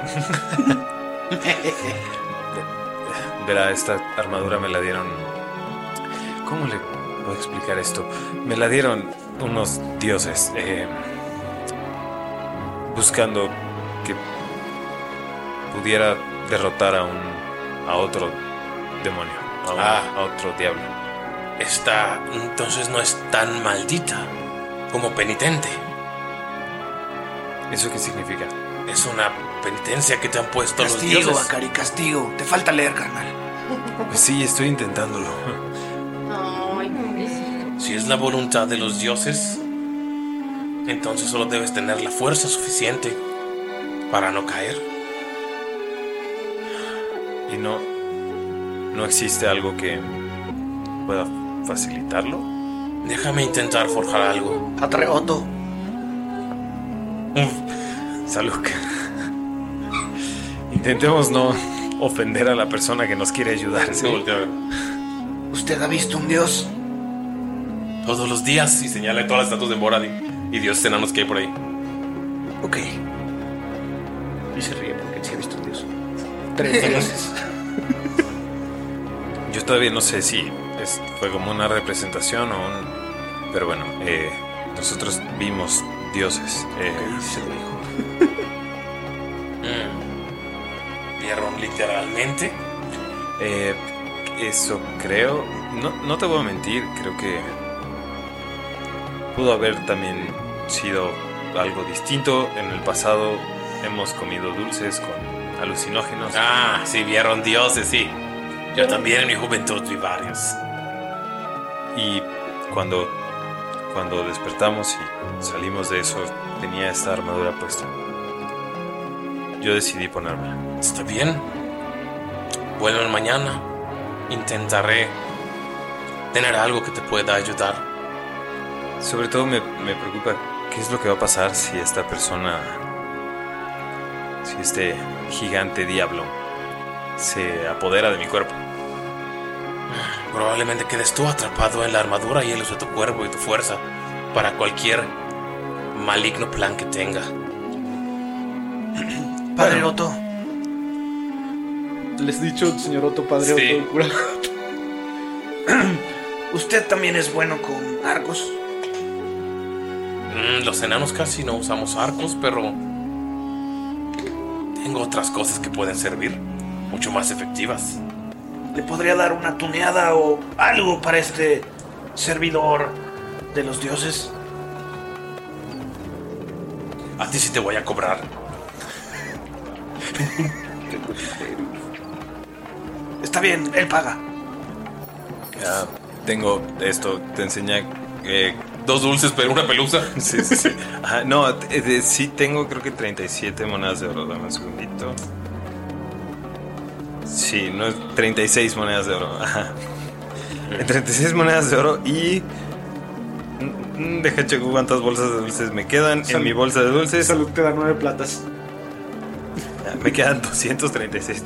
Speaker 3: Verá, esta armadura me la dieron. ¿Cómo le puedo explicar esto? Me la dieron unos dioses. eh, buscando que pudiera derrotar a un. a otro demonio. A, un-
Speaker 1: [LAUGHS] Ah.
Speaker 3: a otro diablo.
Speaker 1: Está, entonces no es tan maldita como penitente.
Speaker 3: ¿Eso qué significa?
Speaker 1: Es una penitencia que te han puesto los
Speaker 7: Castigo,
Speaker 1: dioses.
Speaker 7: Bacari, castigo. Te falta leer, carnal.
Speaker 3: Pues sí, estoy intentándolo.
Speaker 5: Ay, pobrecito.
Speaker 1: Si es la voluntad de los dioses, entonces solo debes tener la fuerza suficiente para no caer.
Speaker 3: ¿Y no, no existe algo que pueda facilitarlo?
Speaker 1: Déjame intentar forjar algo.
Speaker 7: Atreoto.
Speaker 3: Salud. Intentemos no ofender a la persona que nos quiere ayudar. ¿sí?
Speaker 7: ¿Usted ha visto un dios?
Speaker 1: Todos los días y señala todas las estatuas de Borad y, y dioses enanos que hay por ahí.
Speaker 7: Ok. Y se ríe porque sí ha visto un dios. Tres dioses.
Speaker 3: Yo todavía no sé si es- fue como una representación o un... Pero bueno, eh, nosotros vimos dioses. eh,
Speaker 1: [LAUGHS] Mm. ¿Vieron literalmente?
Speaker 3: eh, eso creo... No, no te voy a mentir, creo que pudo haber también sido algo distinto. En el pasado hemos comido dulces con alucinógenos.
Speaker 1: Ah, sí, vieron dioses, sí. Yo también en mi juventud vi varios.
Speaker 3: Y cuando, cuando despertamos y salimos de eso, tenía esta armadura puesta. Yo decidí ponérmela.
Speaker 1: Está bien. Vuelven mañana. Intentaré tener algo que te pueda ayudar.
Speaker 3: Sobre todo me, me preocupa qué es lo que va a pasar si esta persona, si este gigante diablo se apodera de mi cuerpo.
Speaker 1: Probablemente quedes tú atrapado en la armadura y él usa tu cuerpo y tu fuerza para cualquier maligno plan que tenga.
Speaker 7: Padre Otto.
Speaker 2: Les he dicho, señor Otto, padre
Speaker 1: Sí.
Speaker 2: Otto, cura.
Speaker 7: [CLEARS THROAT] ¿Usted también es bueno con arcos?
Speaker 1: Mm, los enanos casi no usamos arcos, pero tengo otras cosas que pueden servir, mucho más efectivas.
Speaker 7: ¿Le podría dar una tuneada o algo para este servidor de los dioses?
Speaker 1: A ti sí te voy a cobrar.
Speaker 7: Está bien, él paga.
Speaker 3: Ah, tengo esto, te enseña... eh,
Speaker 1: Dos dulces, pero una pelusa. [LAUGHS]
Speaker 3: sí, sí, sí. Ajá, no, eh, de- sí tengo creo que 37 monedas de oro. Dame un segundito. Sí, no es 36 monedas de oro. Ajá. Eh, 36 monedas de oro y... mm, mm, Deja checo cuántas bolsas de dulces me quedan. En
Speaker 2: Salud.
Speaker 3: mi bolsa de dulces
Speaker 2: Salud te da nueve platas.
Speaker 3: ah, me quedan 236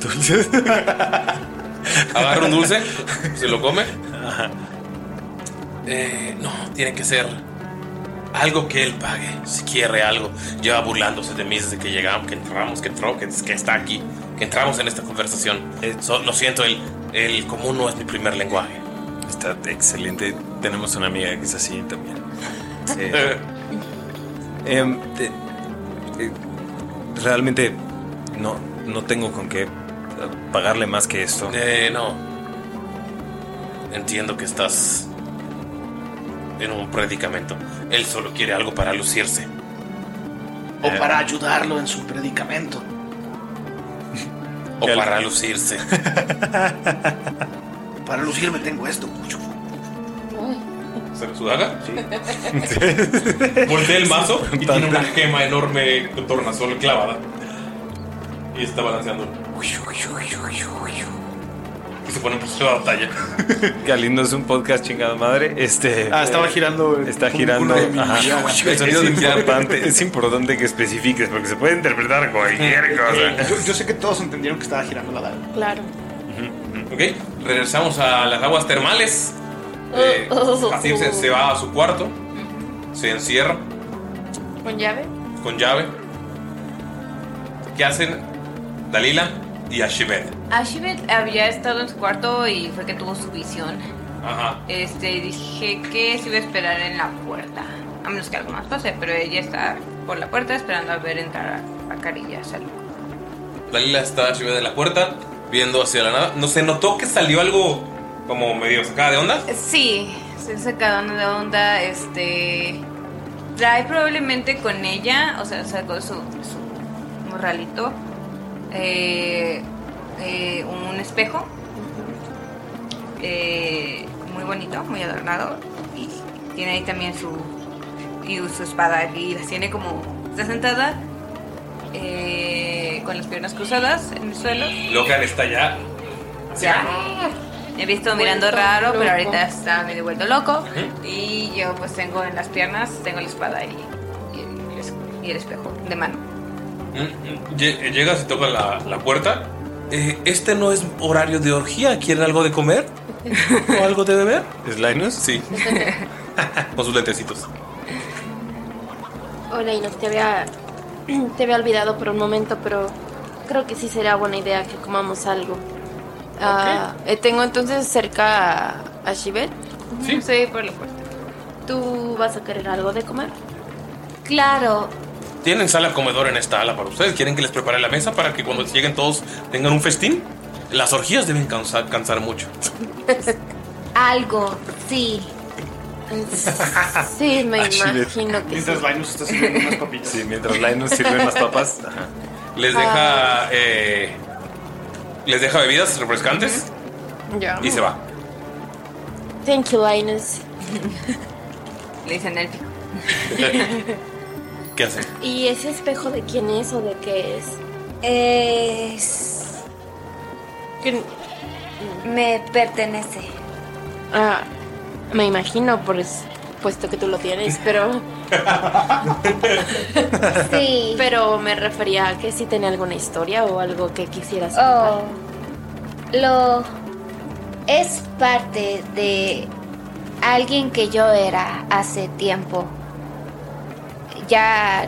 Speaker 1: [LAUGHS]
Speaker 3: dulces.
Speaker 1: Agarra un
Speaker 3: [LAUGHS]
Speaker 1: dulce, se lo come. Eh, no, tiene que ser algo que él pague, si quiere algo. Lleva burlándose de mí desde que llegamos, que entramos, que entró, que, que está aquí, que entramos en esta conversación. Eh, so- lo siento, el, el común no es mi primer lenguaje.
Speaker 3: Está excelente. Tenemos una amiga que es así también. Eh,
Speaker 1: Eh,
Speaker 3: Em, te- eh, realmente no, no tengo con qué eh, pagarle más que esto.
Speaker 1: eh, no. Entiendo que estás en un predicamento. Él solo quiere algo para lucirse. Eh,
Speaker 7: O para ayudarlo en su predicamento.
Speaker 1: O
Speaker 3: Él-
Speaker 1: para lucirse.
Speaker 7: Para lucirme tengo esto. mucho.
Speaker 1: ¿Se su daga? Sí. [LAUGHS] Voltea el mazo y tiene una gema enorme de tornasol clavada. Y está balanceando. Y se pone en posición de
Speaker 3: [LAUGHS]
Speaker 1: batalla.
Speaker 3: Galindo es un podcast chingada madre. Este
Speaker 2: Ah, estaba girando. eh,
Speaker 3: está
Speaker 2: un
Speaker 3: girando.
Speaker 2: culo de mi-
Speaker 3: Ajá.
Speaker 1: güey.
Speaker 3: [LAUGHS] El sonido
Speaker 1: Es
Speaker 3: es
Speaker 1: importante.
Speaker 3: importante. Es importante que especifiques porque se puede interpretar
Speaker 2: [LAUGHS]
Speaker 3: cualquier cosa.
Speaker 7: Eh,
Speaker 2: Yo, yo sé que todos entendieron que estaba girando la daga.
Speaker 5: Claro.
Speaker 1: Ok, regresamos a las aguas termales. Eh, Hasib se, se va a su cuarto. Se encierra [LAUGHS]
Speaker 5: ¿Con llave?
Speaker 1: con llave. ¿Qué hacen Dalila y Ashibet?
Speaker 4: Ashibet había estado en su cuarto y fue que tuvo su visión.
Speaker 1: Ajá.
Speaker 4: Este, dije que se iba a esperar en la puerta. A menos que algo más pase, pero ella está por la puerta esperando a ver entrar a, a Carilla. Salud.
Speaker 1: Dalila está arriba de la puerta, viendo hacia la nada. No se notó que salió algo como medio sacada de onda.
Speaker 4: Sí, se ha sacado una de onda, este... Trae probablemente con ella, o sea, sacó su, su morralito, eh, eh, un espejo, eh, muy bonito, muy adornado, y tiene ahí también su, y su espada aquí, y las tiene como, está sentada eh, con las piernas cruzadas en el suelo.
Speaker 1: Logan está allá.
Speaker 4: Ya. Me he visto mirando raro, pero ahorita está medio vuelto loco.
Speaker 1: Ujú.
Speaker 4: Y yo pues tengo en las piernas, tengo la espada y, y el, es- y el espejo de mano.
Speaker 1: Mm, mm, lle- Llegas y tocas la, la puerta. Eh, este no es horario de orgía. ¿Quieren algo de comer? ¿O algo de beber?
Speaker 3: ¿Es Linus?
Speaker 1: Sí. [LAUGHS] Con sus lentecitos.
Speaker 5: Hola, Ino, te había, [CLEARS THROAT] te había olvidado por un momento, pero creo que sí será buena idea que comamos algo. Ah, eh, tengo entonces cerca a, a Shivet.
Speaker 1: Sí.
Speaker 4: por la puerta.
Speaker 5: ¿Tú vas a querer algo de comer? Claro.
Speaker 1: Tienen sala comedor en esta ala para ustedes. ¿Quieren que les prepare la mesa para que cuando lleguen todos tengan un festín? Las orgías deben cansar, cansar
Speaker 3: [LAUGHS]
Speaker 1: mucho.
Speaker 6: [LAUGHS] Algo, sí.
Speaker 5: Sí, me
Speaker 3: Ah, Shivet.
Speaker 5: imagino que sí.
Speaker 2: Linus está sirviendo unas papitas.
Speaker 3: Sí, mientras Linus sirve unas papas. Ajá.
Speaker 1: Les deja. eh, les deja bebidas refrescantes
Speaker 5: Ya.
Speaker 1: y se va.
Speaker 5: Thank you, Linus.
Speaker 4: Le dicen élfico.
Speaker 1: ¿Qué hacen?
Speaker 5: ¿Y ese espejo de quién es o de qué es?
Speaker 6: Eh, Es.
Speaker 5: ¿Quién-
Speaker 6: Me pertenece.
Speaker 5: Ah, me imagino, por es- puesto que tú lo tienes, pero,
Speaker 6: [LAUGHS] Sí.
Speaker 5: pero me refería a que si tenía alguna historia o algo que quisieras
Speaker 6: Oh.
Speaker 5: contar.
Speaker 6: Lo. Es parte de alguien que yo era hace tiempo. Ya.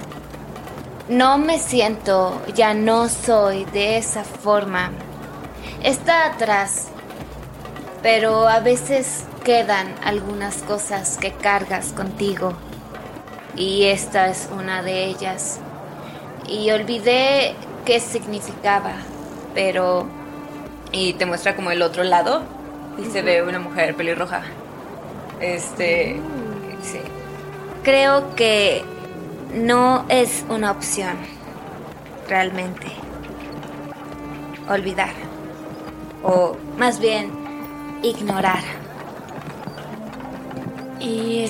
Speaker 6: No me siento, ya no soy de esa forma. Está atrás. Pero a veces quedan algunas cosas que cargas contigo. Y esta es una de ellas.
Speaker 4: Y olvidé qué significaba, pero... Y te muestra como el otro lado y se ve una mujer pelirroja. Este... Sí.
Speaker 6: Creo que no es una opción, realmente, olvidar. O más bien, ignorar.
Speaker 5: ¿Y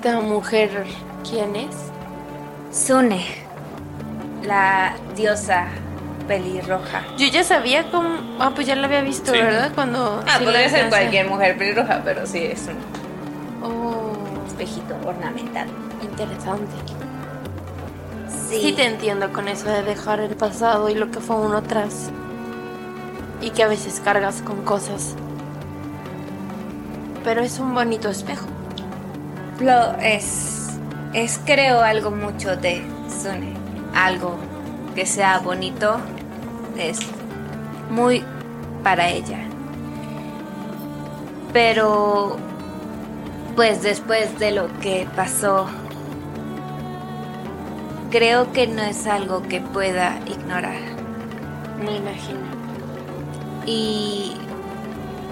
Speaker 5: esta mujer quién es?
Speaker 6: Sune, la diosa pelirroja.
Speaker 5: Yo ya sabía cómo... Ah, pues ya la había visto,
Speaker 1: Sí.
Speaker 5: ¿verdad? Cuando...
Speaker 4: Ah,
Speaker 5: sí la
Speaker 4: podría ser
Speaker 5: alcanza.
Speaker 4: cualquier mujer pelirroja, pero sí es un
Speaker 5: Oh,
Speaker 6: Espejito ornamental.
Speaker 5: interesante.
Speaker 6: Sí,
Speaker 5: Sí. te entiendo con eso de dejar el pasado y lo que fue uno atrás. Y que a veces cargas con cosas. Pero es un bonito espejo.
Speaker 6: lo es. Es creo algo mucho de Sune. Algo que sea bonito es muy para ella. Pero pues después de lo que pasó, creo que no es algo que pueda ignorar.
Speaker 5: Me imagino.
Speaker 6: Y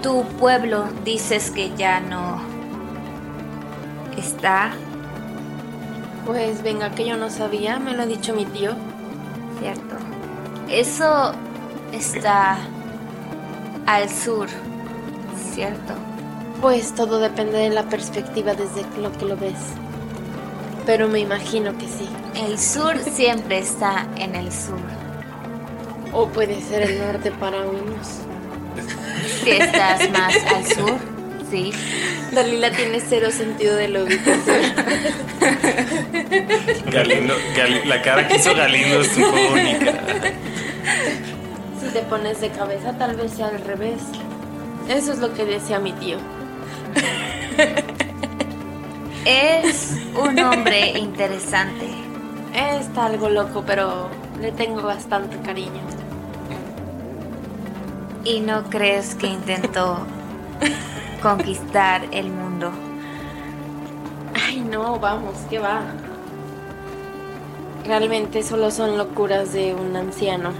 Speaker 6: tu pueblo dices que ya no está,
Speaker 5: Pues venga, que yo no sabía, me lo ha dicho mi tío.
Speaker 6: ¿cierto? Eso está al sur, ¿cierto?
Speaker 5: Pues todo depende de la perspectiva desde lo que lo ves. Pero me imagino que sí.
Speaker 6: El sur siempre está en el sur.
Speaker 5: O puede ser el norte para unos.
Speaker 6: Si estás más al sur, sí.
Speaker 5: Dalila tiene cero sentido de lo
Speaker 3: Galindo, Gali- la cara que hizo Galindo estuvo única.
Speaker 5: Si te pones de cabeza, tal vez sea al revés. Eso es lo que decía mi [LAUGHS] tío.
Speaker 6: Es un hombre interesante.
Speaker 5: Está algo loco, pero le tengo bastante cariño.
Speaker 6: ¿Y no crees
Speaker 5: [LAUGHS]
Speaker 6: que intentó conquistar el mundo?
Speaker 5: Ay, no, vamos, ¿qué va? Realmente solo son locuras de un anciano.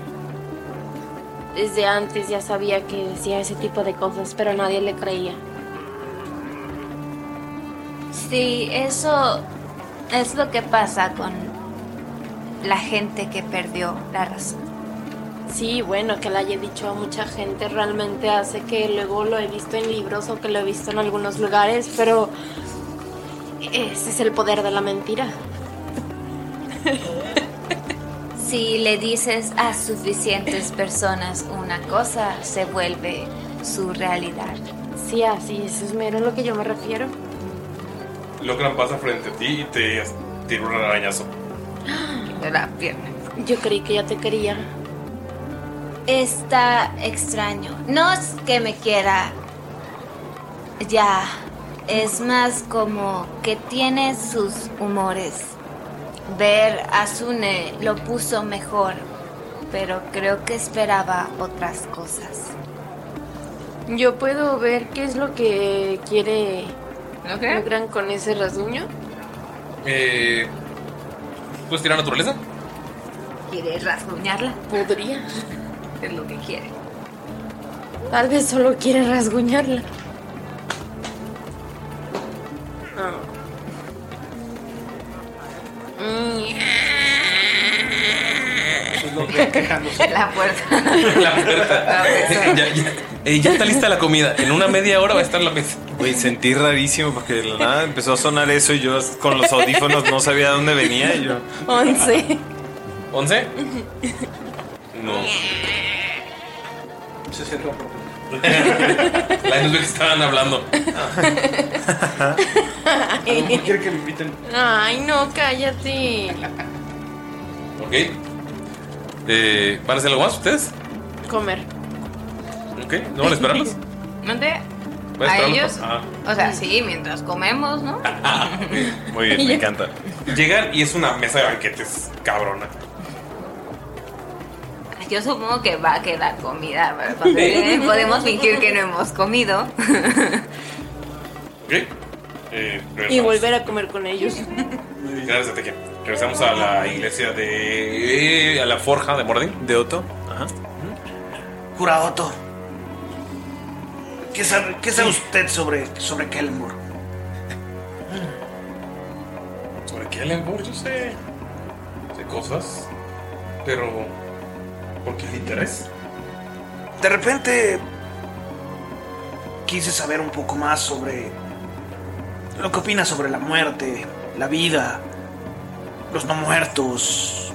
Speaker 5: Desde antes ya sabía que decía ese tipo de cosas, pero nadie le creía.
Speaker 6: Sí, eso es lo que pasa con la gente que perdió la razón.
Speaker 5: Sí, bueno, que la haya dicho a mucha gente realmente hace que luego lo he visto en libros o que lo he visto en algunos lugares, pero ese es el poder de la mentira.
Speaker 6: Si le dices a suficientes personas una cosa, se vuelve su realidad.
Speaker 5: Sí, así, eso es mero lo que yo me refiero.
Speaker 1: Locran pasa frente a ti y te tira un arañazo.
Speaker 4: De la pierna.
Speaker 5: Yo creí que ya te quería.
Speaker 6: Está extraño. No es que me quiera. Ya. Es más como que tiene sus humores. Ver a Sune lo puso mejor, pero creo que esperaba otras cosas.
Speaker 5: Yo puedo ver qué es lo que quiere
Speaker 4: ¿No creen?
Speaker 5: logran con ese rasguño.
Speaker 1: Eh, ¿Puedes tirar naturaleza?
Speaker 4: Quiere rasguñarla.
Speaker 5: Podría.
Speaker 4: Es lo que quiere.
Speaker 5: Tal vez solo quiere rasguñarla.
Speaker 4: Ah. [LAUGHS] La puerta.
Speaker 1: [LAUGHS] La
Speaker 4: Ah,
Speaker 1: puerta. [LAUGHS] ya, ya. Eh, ya está lista la comida. En una media hora va a estar la mesa.
Speaker 3: Güey, sentí rarísimo porque de la nada Ah, empezó a sonar eso y yo con los audífonos no sabía de dónde venía. Y yo,
Speaker 5: Once.
Speaker 1: ¿Once? No. [LAUGHS]
Speaker 2: Se acerca un poco.
Speaker 1: La gente ve que estaban
Speaker 4: [LAUGHS]
Speaker 1: hablando.
Speaker 2: A lo mejor quiere que lo inviten.
Speaker 5: Ay, no, cállate.
Speaker 1: Ok. Eh, ¿Van a hacer algo más ustedes?
Speaker 5: Comer.
Speaker 1: Ok. ¿No van a esperarlos?
Speaker 4: ¿Mande?
Speaker 1: ¿Van
Speaker 4: ¿A
Speaker 1: esperarlos?
Speaker 4: ellos?
Speaker 1: Ah,
Speaker 4: O sea, sí, mientras comemos,
Speaker 3: [LAUGHS]
Speaker 4: ¿no?
Speaker 3: Ah,
Speaker 4: [LAUGHS]
Speaker 3: muy bien, me encanta.
Speaker 1: Llegan y es una mesa de banquetes cabrona.
Speaker 4: Yo supongo que va a quedar comida. pero cuando lleguen podemos fingir que no hemos comido.
Speaker 1: Ok. Eh,
Speaker 5: Y
Speaker 1: regresamos.
Speaker 5: volver a comer con
Speaker 4: [LAUGHS]
Speaker 5: ellos.
Speaker 1: Gracias, Ezequiel. Regresamos a la iglesia de. eh, a la forja de Mordin.
Speaker 3: ¿De Otto? Ajá.
Speaker 7: Cura Otto. ¿Qué sabe, qué sabe usted sobre, sobre Kellenburg?
Speaker 1: Sobre Kellenborg, yo sé. sé cosas. Pero. ¿Por qué el interés?
Speaker 7: De repente quise saber un poco más sobre lo que opina sobre la muerte, la vida, los no muertos.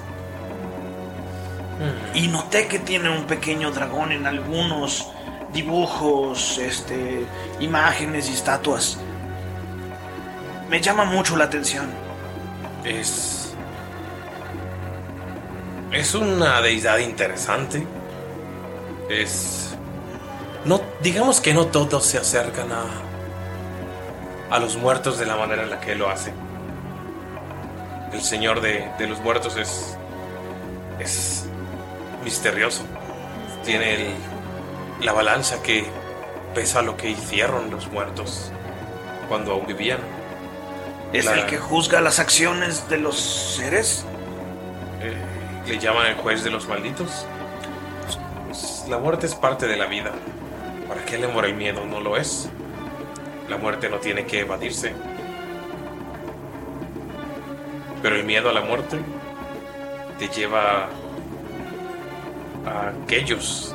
Speaker 3: Mm.
Speaker 7: Y noté que tiene un pequeño dragón en algunos dibujos, este, imágenes y estatuas. Me llama mucho la atención.
Speaker 1: Es. Es una deidad interesante. Es. No, digamos que no todos se acercan a. a los muertos de la manera en la que lo hace. El señor de, de los muertos es. es. misterioso. Tiene el- la balanza que pesa lo que hicieron los muertos cuando aún vivían.
Speaker 7: ¿Es
Speaker 1: La-
Speaker 7: el que juzga las acciones de los seres?
Speaker 1: Eh, le llaman el juez de los malditos. Pues, La muerte es parte de la vida. ¿Para qué le muere el miedo? No lo es. La muerte no tiene que evadirse. Pero el miedo a la muerte te lleva a aquellos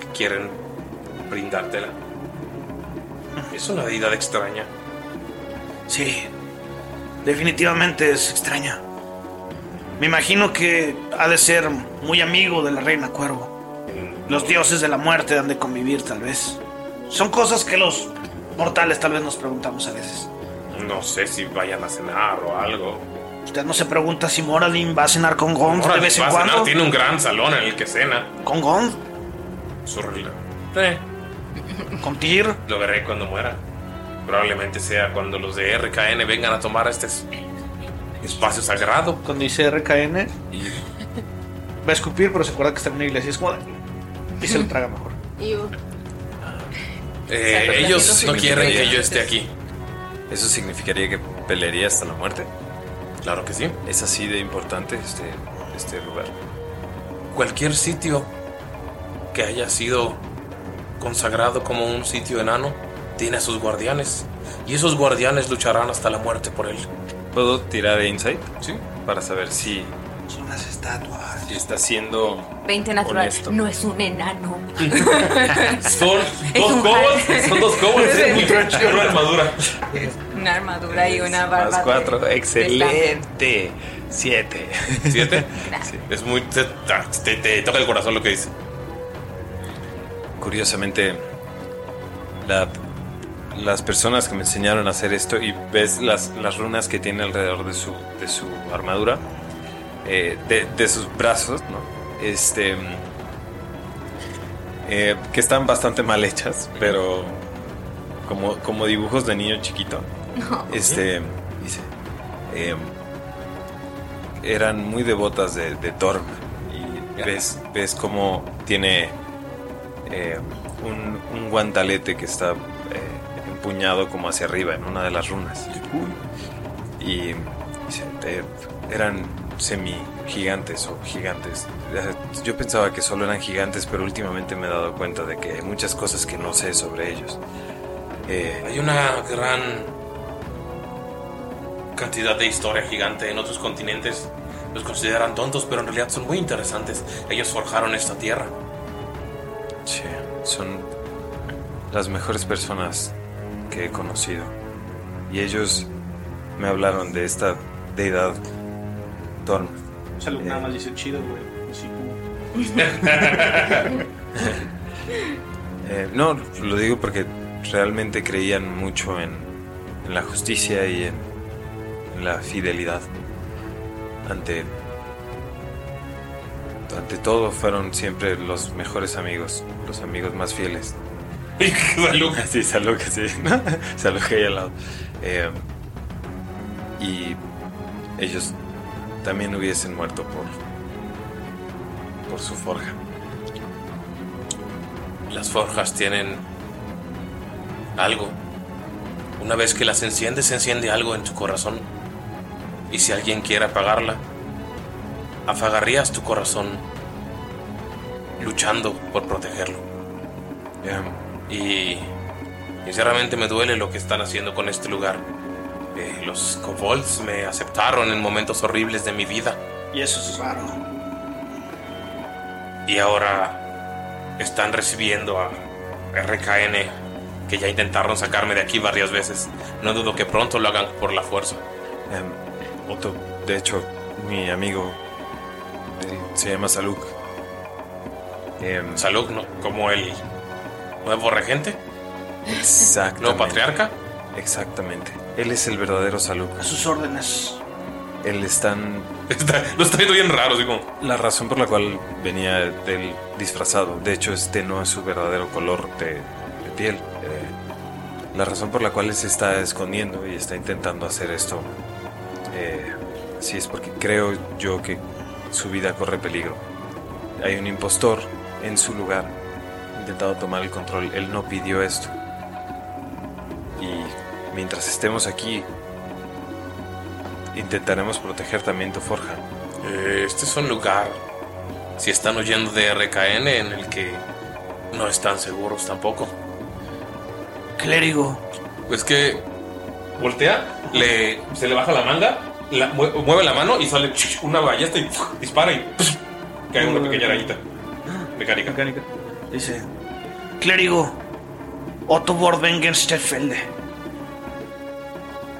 Speaker 1: que quieren brindártela. Es una deidad extraña.
Speaker 7: Sí, definitivamente es extraña. Me imagino que ha de ser muy amigo de la reina cuervo. Los dioses de la muerte han de convivir tal vez. Son cosas que los mortales tal vez nos preguntamos a veces.
Speaker 1: No sé si vayan a cenar o algo.
Speaker 7: Usted no se pregunta si Moradin va a cenar con Gond
Speaker 1: Ahora
Speaker 7: de vez
Speaker 1: va
Speaker 7: en
Speaker 1: a cenar,
Speaker 7: cuando.
Speaker 1: tiene un gran salón en el que cena.
Speaker 7: ¿Con Gond?
Speaker 1: Su rela-
Speaker 7: ¿Con Tyr?
Speaker 1: Lo veré cuando muera. Probablemente sea cuando los de RKN vengan a tomar este es- espacio sagrado.
Speaker 2: Cuando dice RKN, va a escupir, pero se acuerda que está en una iglesia. Es como. de-
Speaker 1: [LAUGHS]
Speaker 2: Y se lo traga mejor.
Speaker 5: Y
Speaker 1: Eh,
Speaker 4: O sea, los
Speaker 1: ellos
Speaker 4: latinos
Speaker 1: no
Speaker 4: sí
Speaker 1: quieren
Speaker 3: que
Speaker 1: que yo
Speaker 3: ya.
Speaker 1: esté aquí.
Speaker 3: Eso significaría que pelearía hasta la muerte.
Speaker 1: Claro que sí.
Speaker 3: Es así de importante este, este lugar.
Speaker 1: Cualquier sitio que haya sido consagrado como un sitio enano tiene a sus guardianes. Y esos guardianes lucharán hasta la muerte por él.
Speaker 3: ¿Puedo tirar de insight
Speaker 1: ¿Sí?
Speaker 3: para saber si
Speaker 7: Son las estatuas.
Speaker 3: Y está siendo
Speaker 4: 20 natural.
Speaker 3: Honesto.
Speaker 4: No es un enano.
Speaker 1: [LAUGHS] Son
Speaker 4: Es
Speaker 1: dos
Speaker 4: un
Speaker 1: kobolds.
Speaker 4: hal.
Speaker 1: Son dos [LAUGHS]
Speaker 3: [LAUGHS]
Speaker 1: ¿eh? kobolds.
Speaker 4: Es
Speaker 1: y una armadura.
Speaker 3: Este,
Speaker 4: Una armadura y una barba.
Speaker 3: más cuatro.
Speaker 4: de-
Speaker 3: Excelente. Siete.
Speaker 1: ¿Siete? Es muy. Te, te- te toca el corazón lo que dice.
Speaker 3: Curiosamente, la- las personas que me enseñaron a hacer esto y ves las, las runas que tiene alrededor de su, de su armadura, eh, de, de sus brazos, ¿no? Este, mm, eh, que están bastante mal hechas, pero como, como dibujos de niño chiquito. Este, dice, eh, eran muy devotas de, de Thorm. Y ves, ves cómo tiene eh, un, un guantalete que está eh, empuñado como hacia arriba en una de las runas. Y dice, eh, eran semi gigantes o gigantes. Eh, Yo pensaba que solo eran gigantes, pero últimamente me he dado cuenta de que hay muchas cosas que no sé sobre ellos. Eh,
Speaker 1: Hay una gran cantidad de historia gigante en otros continentes. Los consideran tontos, pero en realidad son muy interesantes. Ellos forjaron esta tierra.
Speaker 3: Sí, son las mejores personas que he conocido. Y ellos me hablaron de esta deidad Thorn.
Speaker 2: Salud nada más dice chido, güey. Así como.
Speaker 3: Eh, no, lo digo porque realmente creían mucho en, en la justicia y en, en la fidelidad. Ante, ante todo fueron siempre los mejores amigos, los amigos más fieles.
Speaker 1: Salud.
Speaker 3: Sí, se aloca, [LAUGHS] sí. se aloca ahí al lado. Eh, y ellos también hubiesen muerto por, por su forja.
Speaker 1: Las forjas tienen algo. Una vez que las enciendes, se enciende algo en tu corazón. Y si alguien quiere apagarla, afagarías tu corazón luchando por protegerlo.
Speaker 3: Em,
Speaker 1: Y sinceramente me duele lo que están haciendo con este lugar. Eh, los kobolds me aceptaron en momentos horribles de mi vida
Speaker 2: [LAUGHS] Y eso es raro.
Speaker 1: y ahora están recibiendo a RKN que ya intentaron sacarme de aquí varias veces. No dudo que pronto lo hagan por la fuerza.
Speaker 3: em, otro, de hecho, mi amigo él se llama Saluk. Em,
Speaker 1: Salud, ¿no? Como el nuevo regente,
Speaker 3: exactamente.
Speaker 1: nuevo patriarca.
Speaker 3: Exactamente. Él es el verdadero Saluk.
Speaker 2: A sus órdenes.
Speaker 3: Él es tan
Speaker 1: Está- lo está viendo bien raro, así como.
Speaker 3: La razón por la cual venía del disfrazado, de hecho este no es su verdadero color de, de piel. Eh, la razón por la cual él se está escondiendo y está intentando hacer esto, eh, sí es porque creo yo que su vida corre peligro. Hay un impostor en su lugar, intentado tomar el control. Él no pidió esto. Y mientras estemos aquí, intentaremos proteger también tu forja.
Speaker 1: Eh, Este es un lugar, si están huyendo de RKN, en el que no están seguros tampoco.
Speaker 7: Clérigo.
Speaker 1: Es que voltea, le, se le baja la manga, la- mue- mueve la mano y sale una ballesta y dispara y cae una pequeña arañita mecánica. [LAUGHS]
Speaker 7: Dice: Clérigo. Otto Borbengen Steffelde.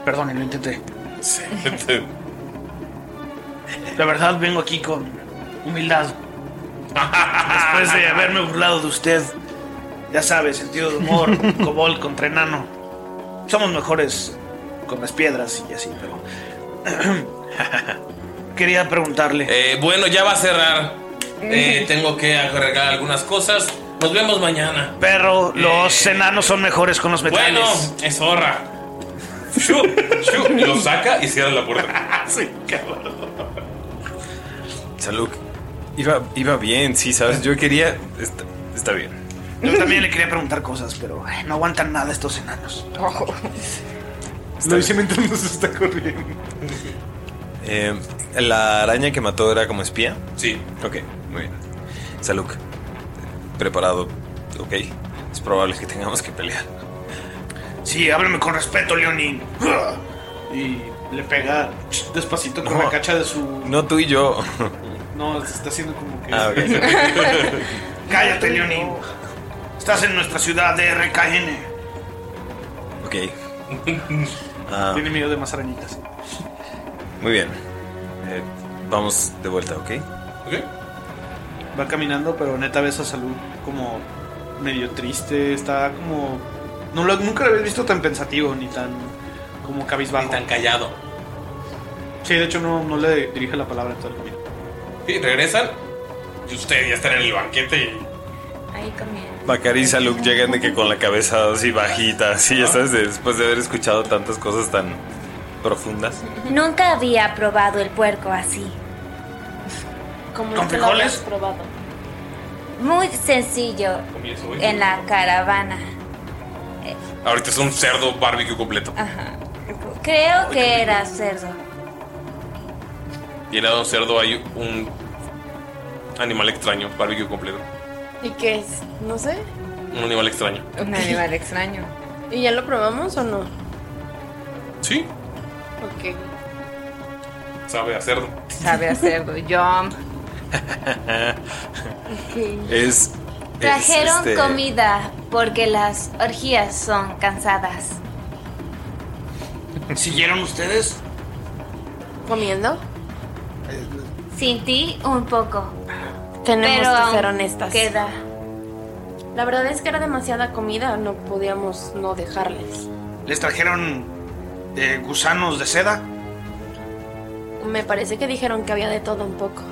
Speaker 7: Perdón, lo intenté. La verdad, vengo aquí con humildad. Después de haberme burlado de usted. Ya sabe, sentido de
Speaker 1: [LAUGHS]
Speaker 7: humor, cobol contra enano. Somos mejores con las piedras y así, pero. [CLEARS THROAT] Quería preguntarle.
Speaker 1: Eh, bueno, ya va a cerrar. Eh, tengo que agregar algunas cosas. Nos vemos mañana.
Speaker 7: Pero
Speaker 1: Eh.
Speaker 7: los enanos son mejores con los
Speaker 1: Bueno,
Speaker 7: metales.
Speaker 1: es hora. Shu, shu, lo saca y cierra la puerta. [LAUGHS] Sí, cabrón.
Speaker 3: Salud. Iba, iba bien, sí, ¿sabes? Yo quería... Está, está bien.
Speaker 7: Yo también le quería preguntar cosas, pero ay, no aguantan nada estos enanos.
Speaker 2: [LAUGHS] Lo dice mientras nos está corriendo.
Speaker 3: Eh, ¿La araña que mató era como espía?
Speaker 1: Sí,
Speaker 3: Ok, muy bien. Salud. Preparado. Ok. Es probable que tengamos que pelear.
Speaker 7: Sí, háblame con respeto, Leonin. Y
Speaker 2: Le pega despacito con la cacha de su.
Speaker 3: No tú y yo. [LAUGHS]
Speaker 2: No, se está haciendo como que.
Speaker 3: Ah, ok.
Speaker 2: [LAUGHS]
Speaker 7: Cállate, Leonin. Estás en nuestra ciudad de RKN.
Speaker 3: Ok. Ah,
Speaker 2: Tiene miedo de más arañitas.
Speaker 3: muy bien. Eh, vamos de vuelta, ¿ok?
Speaker 2: Va caminando, pero neta ves a Salud como medio triste. Está como. No, lo- nunca lo habéis visto tan pensativo ni tan. como cabizbajo.
Speaker 1: Tan callado.
Speaker 2: Sí, de hecho no, no le dirige la palabra en todo el camino.
Speaker 1: Sí, regresan. Y ustedes ya están en el banquete. y-
Speaker 5: Ahí comiendo.
Speaker 3: Macari y Saluk llegan de que con la cabeza así bajita, así, ya sabes, de- después de haber escuchado tantas cosas tan profundas.
Speaker 6: Nunca había probado el puerco así.
Speaker 5: Como
Speaker 3: ¿Con
Speaker 5: esto lo habías
Speaker 3: frijoles?
Speaker 5: probado.
Speaker 6: Muy sencillo en la caravana. Eh,
Speaker 1: Ahorita es un cerdo barbecue completo.
Speaker 6: Ajá. Creo que era cerdo.
Speaker 1: Y al lado de un cerdo hay un animal extraño, barbecue completo.
Speaker 5: ¿Y qué es? No sé.
Speaker 1: Un animal extraño.
Speaker 4: Un animal extraño.
Speaker 5: ¿Y ya lo probamos o no?
Speaker 1: Sí,
Speaker 5: Ok.
Speaker 1: sabe a [LAUGHS] cerdo.
Speaker 4: Sabe a cerdo. Yum.
Speaker 3: Es. es,
Speaker 6: [LAUGHS] Trajeron
Speaker 3: este,
Speaker 6: comida porque las orgías son cansadas.
Speaker 7: ¿Siguieron ustedes?
Speaker 5: ¿Comiendo?
Speaker 6: Sin ti, un poco.
Speaker 5: Tenemos
Speaker 6: Pero
Speaker 5: que ser
Speaker 6: aún
Speaker 5: honestas.
Speaker 6: Queda.
Speaker 5: La verdad es que era demasiada comida, no podíamos no dejarles.
Speaker 7: ¿Les trajeron eh, gusanos de seda?
Speaker 5: Me parece que dijeron que había de todo un poco.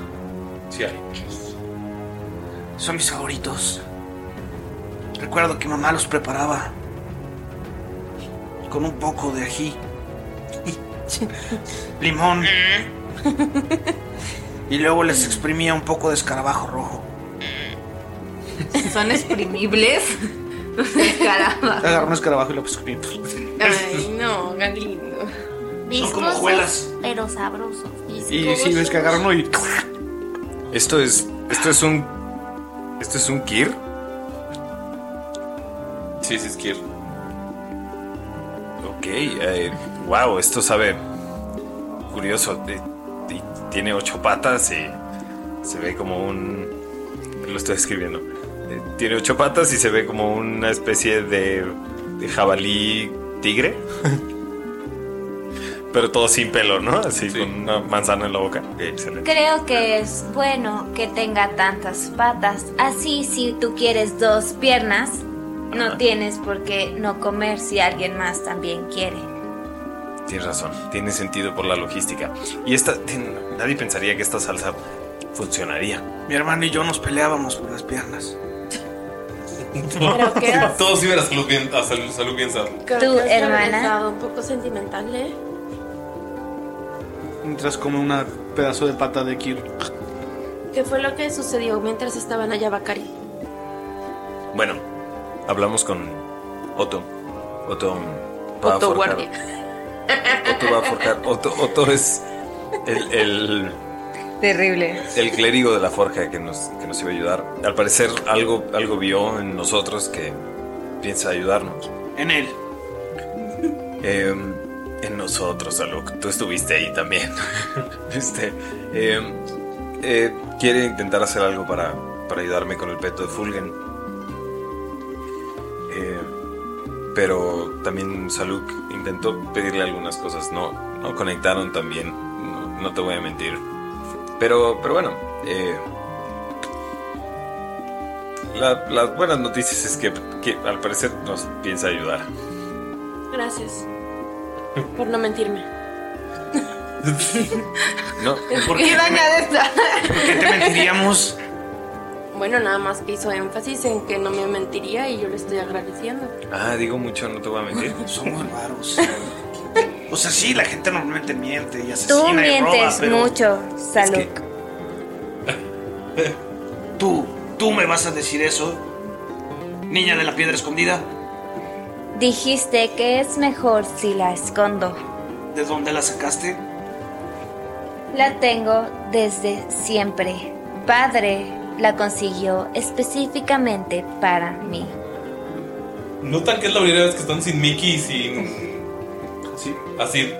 Speaker 1: Sí hay.
Speaker 7: Son mis favoritos. Recuerdo que mamá los preparaba con un poco de ají, limón
Speaker 2: Eh.
Speaker 7: y luego les exprimía un poco de escarabajo rojo.
Speaker 4: Son exprimibles. Caramba.
Speaker 2: Agarra un escarabajo y lo exprime.
Speaker 5: Ay, no, Galindo.
Speaker 6: Viscosos,
Speaker 7: hojuelas.
Speaker 6: Pero sabrosos.
Speaker 2: Y sí, ves que agarra uno y.
Speaker 3: Esto es. Esto es un. Esto es un Kir.
Speaker 1: Sí, sí, es que
Speaker 3: Ok, eh, wow, esto sabe curioso. eh, y tiene ocho patas y se ve como un. Lo estoy escribiendo. Eh, tiene ocho patas y se ve como una especie de, de jabalí tigre. Pero todo sin pelo, ¿no? Así con una manzana en la boca. Ok, excelente.
Speaker 6: Creo que es bueno que tenga tantas patas. Así, si tú quieres dos piernas, no tienes por qué no comer si alguien más también quiere.
Speaker 3: Tienes razón. Tiene sentido por la logística. Y esta. ten- nadie pensaría que esta salsa funcionaría.
Speaker 7: Mi hermano y yo nos peleábamos por las piernas.
Speaker 1: [LAUGHS]
Speaker 5: Creo que era-
Speaker 1: Todos iban a salud bien, a salud, salud bien cerdo.
Speaker 5: Creo
Speaker 6: ¿Tu
Speaker 5: que es
Speaker 6: hermana?
Speaker 5: aventado, Un poco sentimental, ¿eh?
Speaker 2: Mientras come una pedazo de pata de Kir.
Speaker 5: ¿Qué fue lo que sucedió mientras estaban allá, Bacari?
Speaker 3: Bueno, hablamos con Otto. Otto
Speaker 4: [LAUGHS]
Speaker 3: va
Speaker 5: Otto
Speaker 3: a forjar.
Speaker 5: Guardia.
Speaker 3: Otto va a forjar. Otto, Otto es el, el,
Speaker 4: Terrible.
Speaker 3: [LAUGHS] el clérigo de la forja que nos, que nos iba a ayudar. Al parecer algo, algo vio en nosotros que piensa ayudarnos.
Speaker 7: En él.
Speaker 3: Eh, en nosotros, Alok. Tú estuviste ahí también. [LAUGHS] Viste. Eh, eh, quiere intentar hacer algo para, para ayudarme con el peto de Fulgen. Eh, pero también Saluk intentó pedirle algunas cosas. No, no conectaron también. No, no te voy a mentir. Pero, pero bueno. eh, la- las buenas noticias es que, que al parecer nos piensa ayudar.
Speaker 5: Gracias. Por no mentirme.
Speaker 2: [LAUGHS]
Speaker 3: No,
Speaker 7: ¿Por
Speaker 4: ¿Qué
Speaker 7: qué,
Speaker 4: dañada está?
Speaker 7: ¿Por qué te mentiríamos?
Speaker 5: Bueno, nada más que hizo énfasis en que no me mentiría y yo le estoy agradeciendo.
Speaker 3: Ah, digo mucho, no te voy a mentir.
Speaker 7: Somos raros. O sea, sí, la gente normalmente miente y asesina
Speaker 6: Tú
Speaker 7: y roba,
Speaker 6: mientes
Speaker 7: pero
Speaker 6: mucho, Salud.
Speaker 3: que-
Speaker 7: Tú, tú me vas a decir eso, niña de la piedra escondida,
Speaker 6: Dijiste que es mejor si la escondo.
Speaker 7: ¿de dónde la sacaste?
Speaker 6: La tengo desde siempre. Padre la consiguió específicamente para mí.
Speaker 1: Notan que es la primera vez que están sin Mickey y sin.
Speaker 2: Sí.
Speaker 1: Así.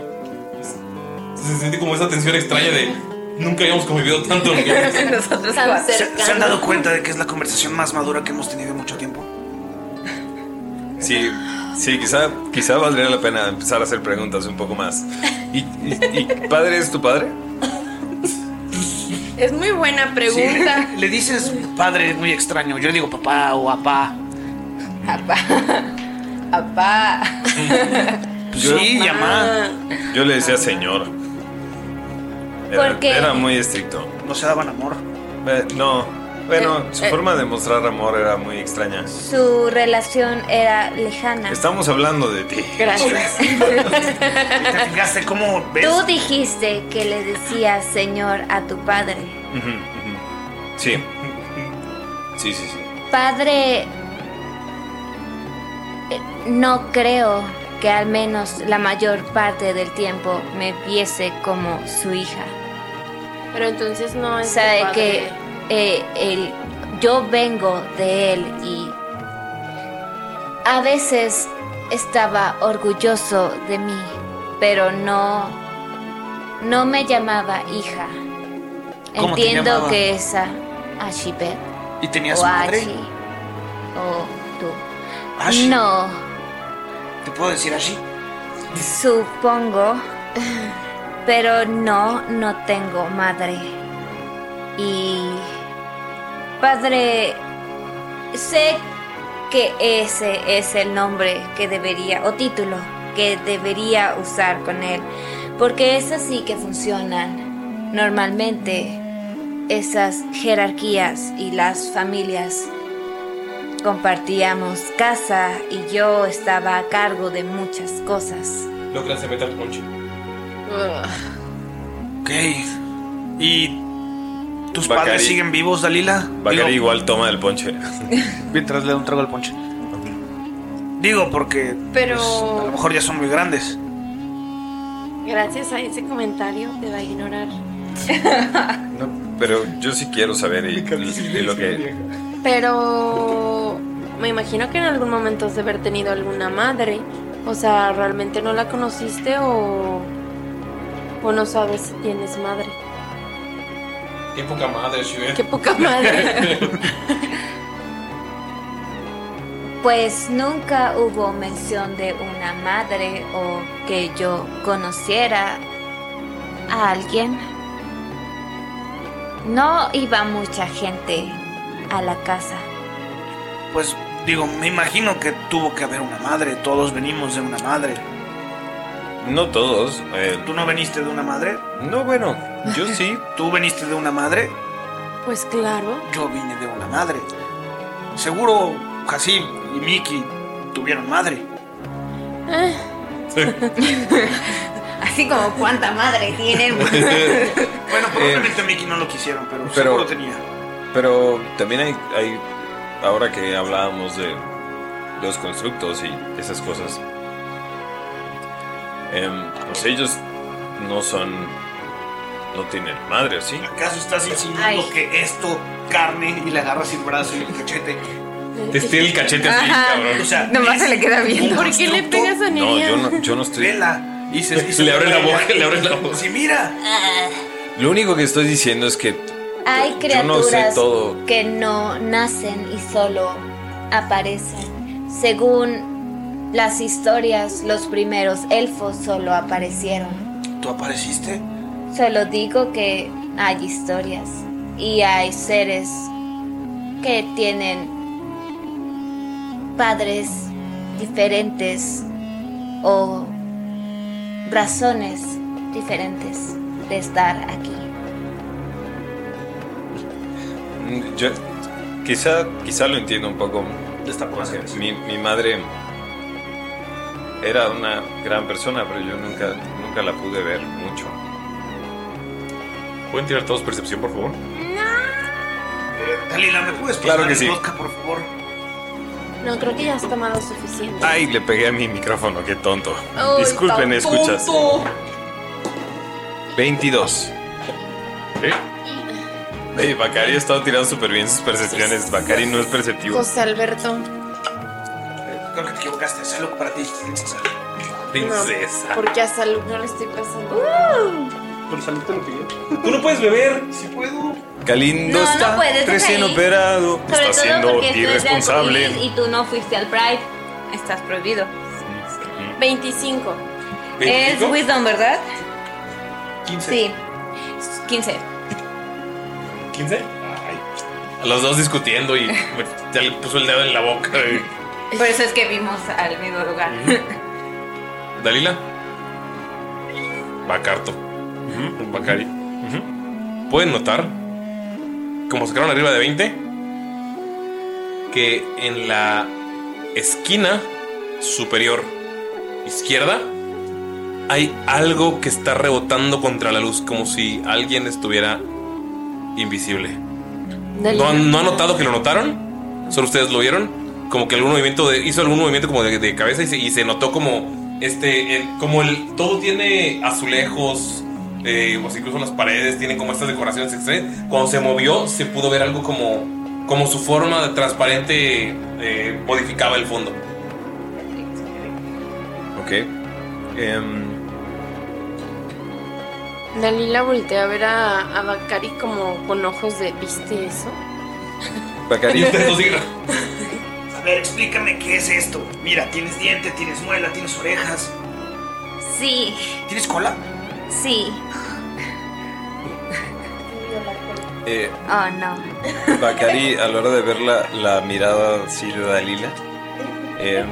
Speaker 1: Se siente como esa tensión extraña de nunca habíamos convivido tanto. ¿no?
Speaker 4: Nosotros
Speaker 5: Tan
Speaker 4: cuatro.
Speaker 2: ¿Se, se han dado cuenta de que es la conversación más madura que hemos tenido en mucho tiempo?
Speaker 3: [LAUGHS] Sí, sí, quizá, quizá valdría la pena empezar a hacer preguntas un poco más. ¿Y, y- y padre es tu padre?
Speaker 5: Es muy buena pregunta. [LAUGHS]
Speaker 2: Le dices padre muy extraño. Yo digo papá o papá.
Speaker 4: Apá. Apá.
Speaker 2: Sí, llamá.
Speaker 3: Pues
Speaker 4: Ah.
Speaker 3: Yo le decía señor. Era,
Speaker 6: ¿Por qué?
Speaker 3: era muy estricto.
Speaker 2: No se daban amor.
Speaker 3: Eh, no,
Speaker 6: Eh,
Speaker 3: bueno, su forma de mostrar amor era muy extraña.
Speaker 6: Su relación era lejana.
Speaker 3: Estamos hablando de ti.
Speaker 6: [LAUGHS] Gracias.
Speaker 2: ¿Te fijaste cómo ves?
Speaker 6: Tú dijiste que le decías señor a tu padre.
Speaker 3: Ujú, ujú.
Speaker 2: [LAUGHS]
Speaker 3: Sí. Sí, sí, sí.
Speaker 6: Padre, eh, no creo que al menos la mayor parte del tiempo me viese como su hija.
Speaker 5: Pero entonces no es.
Speaker 6: Sabe
Speaker 5: tu padre.
Speaker 6: que eh, él- yo vengo de él y a veces estaba orgulloso de mí, pero no, no me llamaba hija.
Speaker 2: ¿Cómo te
Speaker 6: Entiendo
Speaker 2: llamaba?
Speaker 6: que es a Ashibet
Speaker 2: ¿Y tenías
Speaker 6: o
Speaker 2: madre?
Speaker 6: Ashi o tú.
Speaker 2: Ashi.
Speaker 6: No,
Speaker 2: ¿Te puedo decir así?
Speaker 6: supongo, pero no, no tengo madre. Y padre, sé que ese es el nombre que debería, o título que debería usar con él, porque es así que funcionan normalmente esas jerarquías y las familias. Compartíamos casa y yo estaba a cargo de muchas cosas.
Speaker 1: Logran se mete al ponche.
Speaker 2: Ok. ¿Y tus padres
Speaker 3: Bacari.
Speaker 2: siguen vivos, Dalila?
Speaker 3: Bacari
Speaker 2: Digo,
Speaker 3: igual toma
Speaker 2: [LAUGHS]
Speaker 3: el ponche.
Speaker 2: Mientras le da un trago al ponche. Digo porque
Speaker 5: Pero-
Speaker 2: pues, a lo mejor ya son muy grandes.
Speaker 5: Gracias a ese comentario te va a ignorar.
Speaker 3: No, pero yo sí quiero saber y, y lo que...
Speaker 5: [LAUGHS] Pero me imagino que en algún momento has de haber tenido alguna madre. O sea, ¿realmente no la conociste o, o no sabes si tienes madre?
Speaker 1: Qué poca madre, ¿eh? Shiver.
Speaker 5: Qué poca madre.
Speaker 6: Pues nunca hubo mención de una madre o que yo conociera a alguien. No iba mucha gente a la casa.
Speaker 2: Pues digo, me imagino que tuvo que haber una madre. Todos venimos de una madre.
Speaker 3: No todos. eh,
Speaker 2: ¿Tú no veniste de una madre?
Speaker 3: no, bueno,
Speaker 2: [LAUGHS]
Speaker 3: yo sí.
Speaker 2: ¿Tú veniste de una madre?
Speaker 5: pues claro.
Speaker 2: Yo vine de una madre. Seguro Hasib y Miki tuvieron madre. [LAUGHS]
Speaker 4: Así como cuánta madre tiene. pues.
Speaker 3: [LAUGHS]
Speaker 2: Bueno,
Speaker 3: Eh,
Speaker 2: probablemente Miki Este no lo quisieron, pero,
Speaker 3: pero-
Speaker 2: Pues seguro tenía.
Speaker 3: Pero también hay, hay- ahora que hablábamos de los constructos y esas cosas, em, pues ellos no son, no tienen madre, ¿o ¿sí?
Speaker 2: ¿Acaso estás insinuando
Speaker 6: Ay.
Speaker 2: que esto carne y le agarras el brazo y el cachete?
Speaker 1: Te estira el cachete así,
Speaker 4: Ajá.
Speaker 1: cabrón.
Speaker 2: O sea,
Speaker 4: Nomás se le queda viendo.
Speaker 2: ¿Por
Speaker 5: ¿Qué le pegas a
Speaker 3: No,
Speaker 5: Nerea?
Speaker 3: yo no, yo no estoy...
Speaker 2: Vela. Y se,
Speaker 3: [LAUGHS]
Speaker 2: y se-
Speaker 1: Le abre la boca, le abre la boca.
Speaker 2: Sí, mira.
Speaker 3: Lo único que estoy diciendo es que
Speaker 6: Hay
Speaker 3: yo no sé
Speaker 6: criaturas
Speaker 3: todo.
Speaker 6: que no nacen y solo aparecen. Según las historias, los primeros elfos solo aparecieron.
Speaker 2: ¿Tú apareciste?
Speaker 6: Solo digo que hay historias y hay seres que tienen padres diferentes o razones diferentes de estar aquí.
Speaker 3: Mm, Yo quizá, quizá lo entiendo un poco. Porque mi, mi madre era una gran persona, pero yo nunca, nunca la pude ver mucho.
Speaker 1: ¿Pueden tirar todos percepción, por favor?
Speaker 2: Dalila, ¿me puedes pasar
Speaker 3: Claro que
Speaker 2: el
Speaker 3: sí.
Speaker 2: vodka, por favor?
Speaker 5: No, creo que ya has tomado suficiente.
Speaker 3: Ay, le pegué a mi micrófono, qué tonto.
Speaker 5: Ay,
Speaker 3: Disculpen,
Speaker 5: tan
Speaker 3: escuchas.
Speaker 5: tonto.
Speaker 3: 22.
Speaker 1: ¿Eh?
Speaker 3: Ey, Bacari ha estado tirando súper bien sus percepciones. Bacari no es
Speaker 4: Pues,
Speaker 3: perceptivo.
Speaker 5: José Alberto.
Speaker 2: Creo que te equivocaste. Salud para ti.
Speaker 1: princesa.
Speaker 5: Porque hasta salud no le estoy pasando.
Speaker 2: Por salud te lo pidió.
Speaker 1: [LAUGHS] Tú no puedes beber.
Speaker 2: Sí puedo.
Speaker 3: Galindo
Speaker 4: No, no
Speaker 3: está
Speaker 4: puedes,
Speaker 3: recién
Speaker 4: Rafael.
Speaker 3: operado. Está siendo
Speaker 4: esto es de
Speaker 3: irresponsable.
Speaker 4: arcoíris y tú no fuiste al Pride. Estás prohibido.
Speaker 5: 25.
Speaker 4: Es
Speaker 1: ¿25?
Speaker 4: Wisdom, ¿verdad?
Speaker 2: 15.
Speaker 4: Sí. 15.
Speaker 1: ¿15? Ay. Los dos discutiendo y ya le puso el dedo en la boca.
Speaker 4: Por eso es que vimos al mismo lugar.
Speaker 1: Dalila. Bacarto. Bacari. Pueden notar, como sacaron arriba de 20, que en la esquina superior izquierda hay algo que está rebotando contra la luz, como si alguien estuviera invisible. No han, no han notado que lo notaron, solo ustedes lo vieron. Como que algún movimiento de- hizo algún movimiento como de, de cabeza y se, y se notó como este, el- como el todo tiene azulejos, eh, o sea, incluso las paredes tienen como estas decoraciones extrañas. Cuando se movió se pudo ver algo como, como su forma de transparente eh, modificaba el fondo.
Speaker 3: Ok. Em,
Speaker 5: Dalila voltea a ver a, a Bakari como con ojos de ¿viste eso?
Speaker 1: [LAUGHS]
Speaker 3: Bacari.
Speaker 1: Intento seguir.
Speaker 7: A ver, explícame qué es esto. Mira, tienes diente, tienes muela, tienes orejas.
Speaker 4: Sí,
Speaker 7: ¿Tienes cola?
Speaker 4: sí.
Speaker 3: eh,
Speaker 4: Oh, no.
Speaker 3: Bacari, a la hora de ver la, la mirada así de Dalila, em,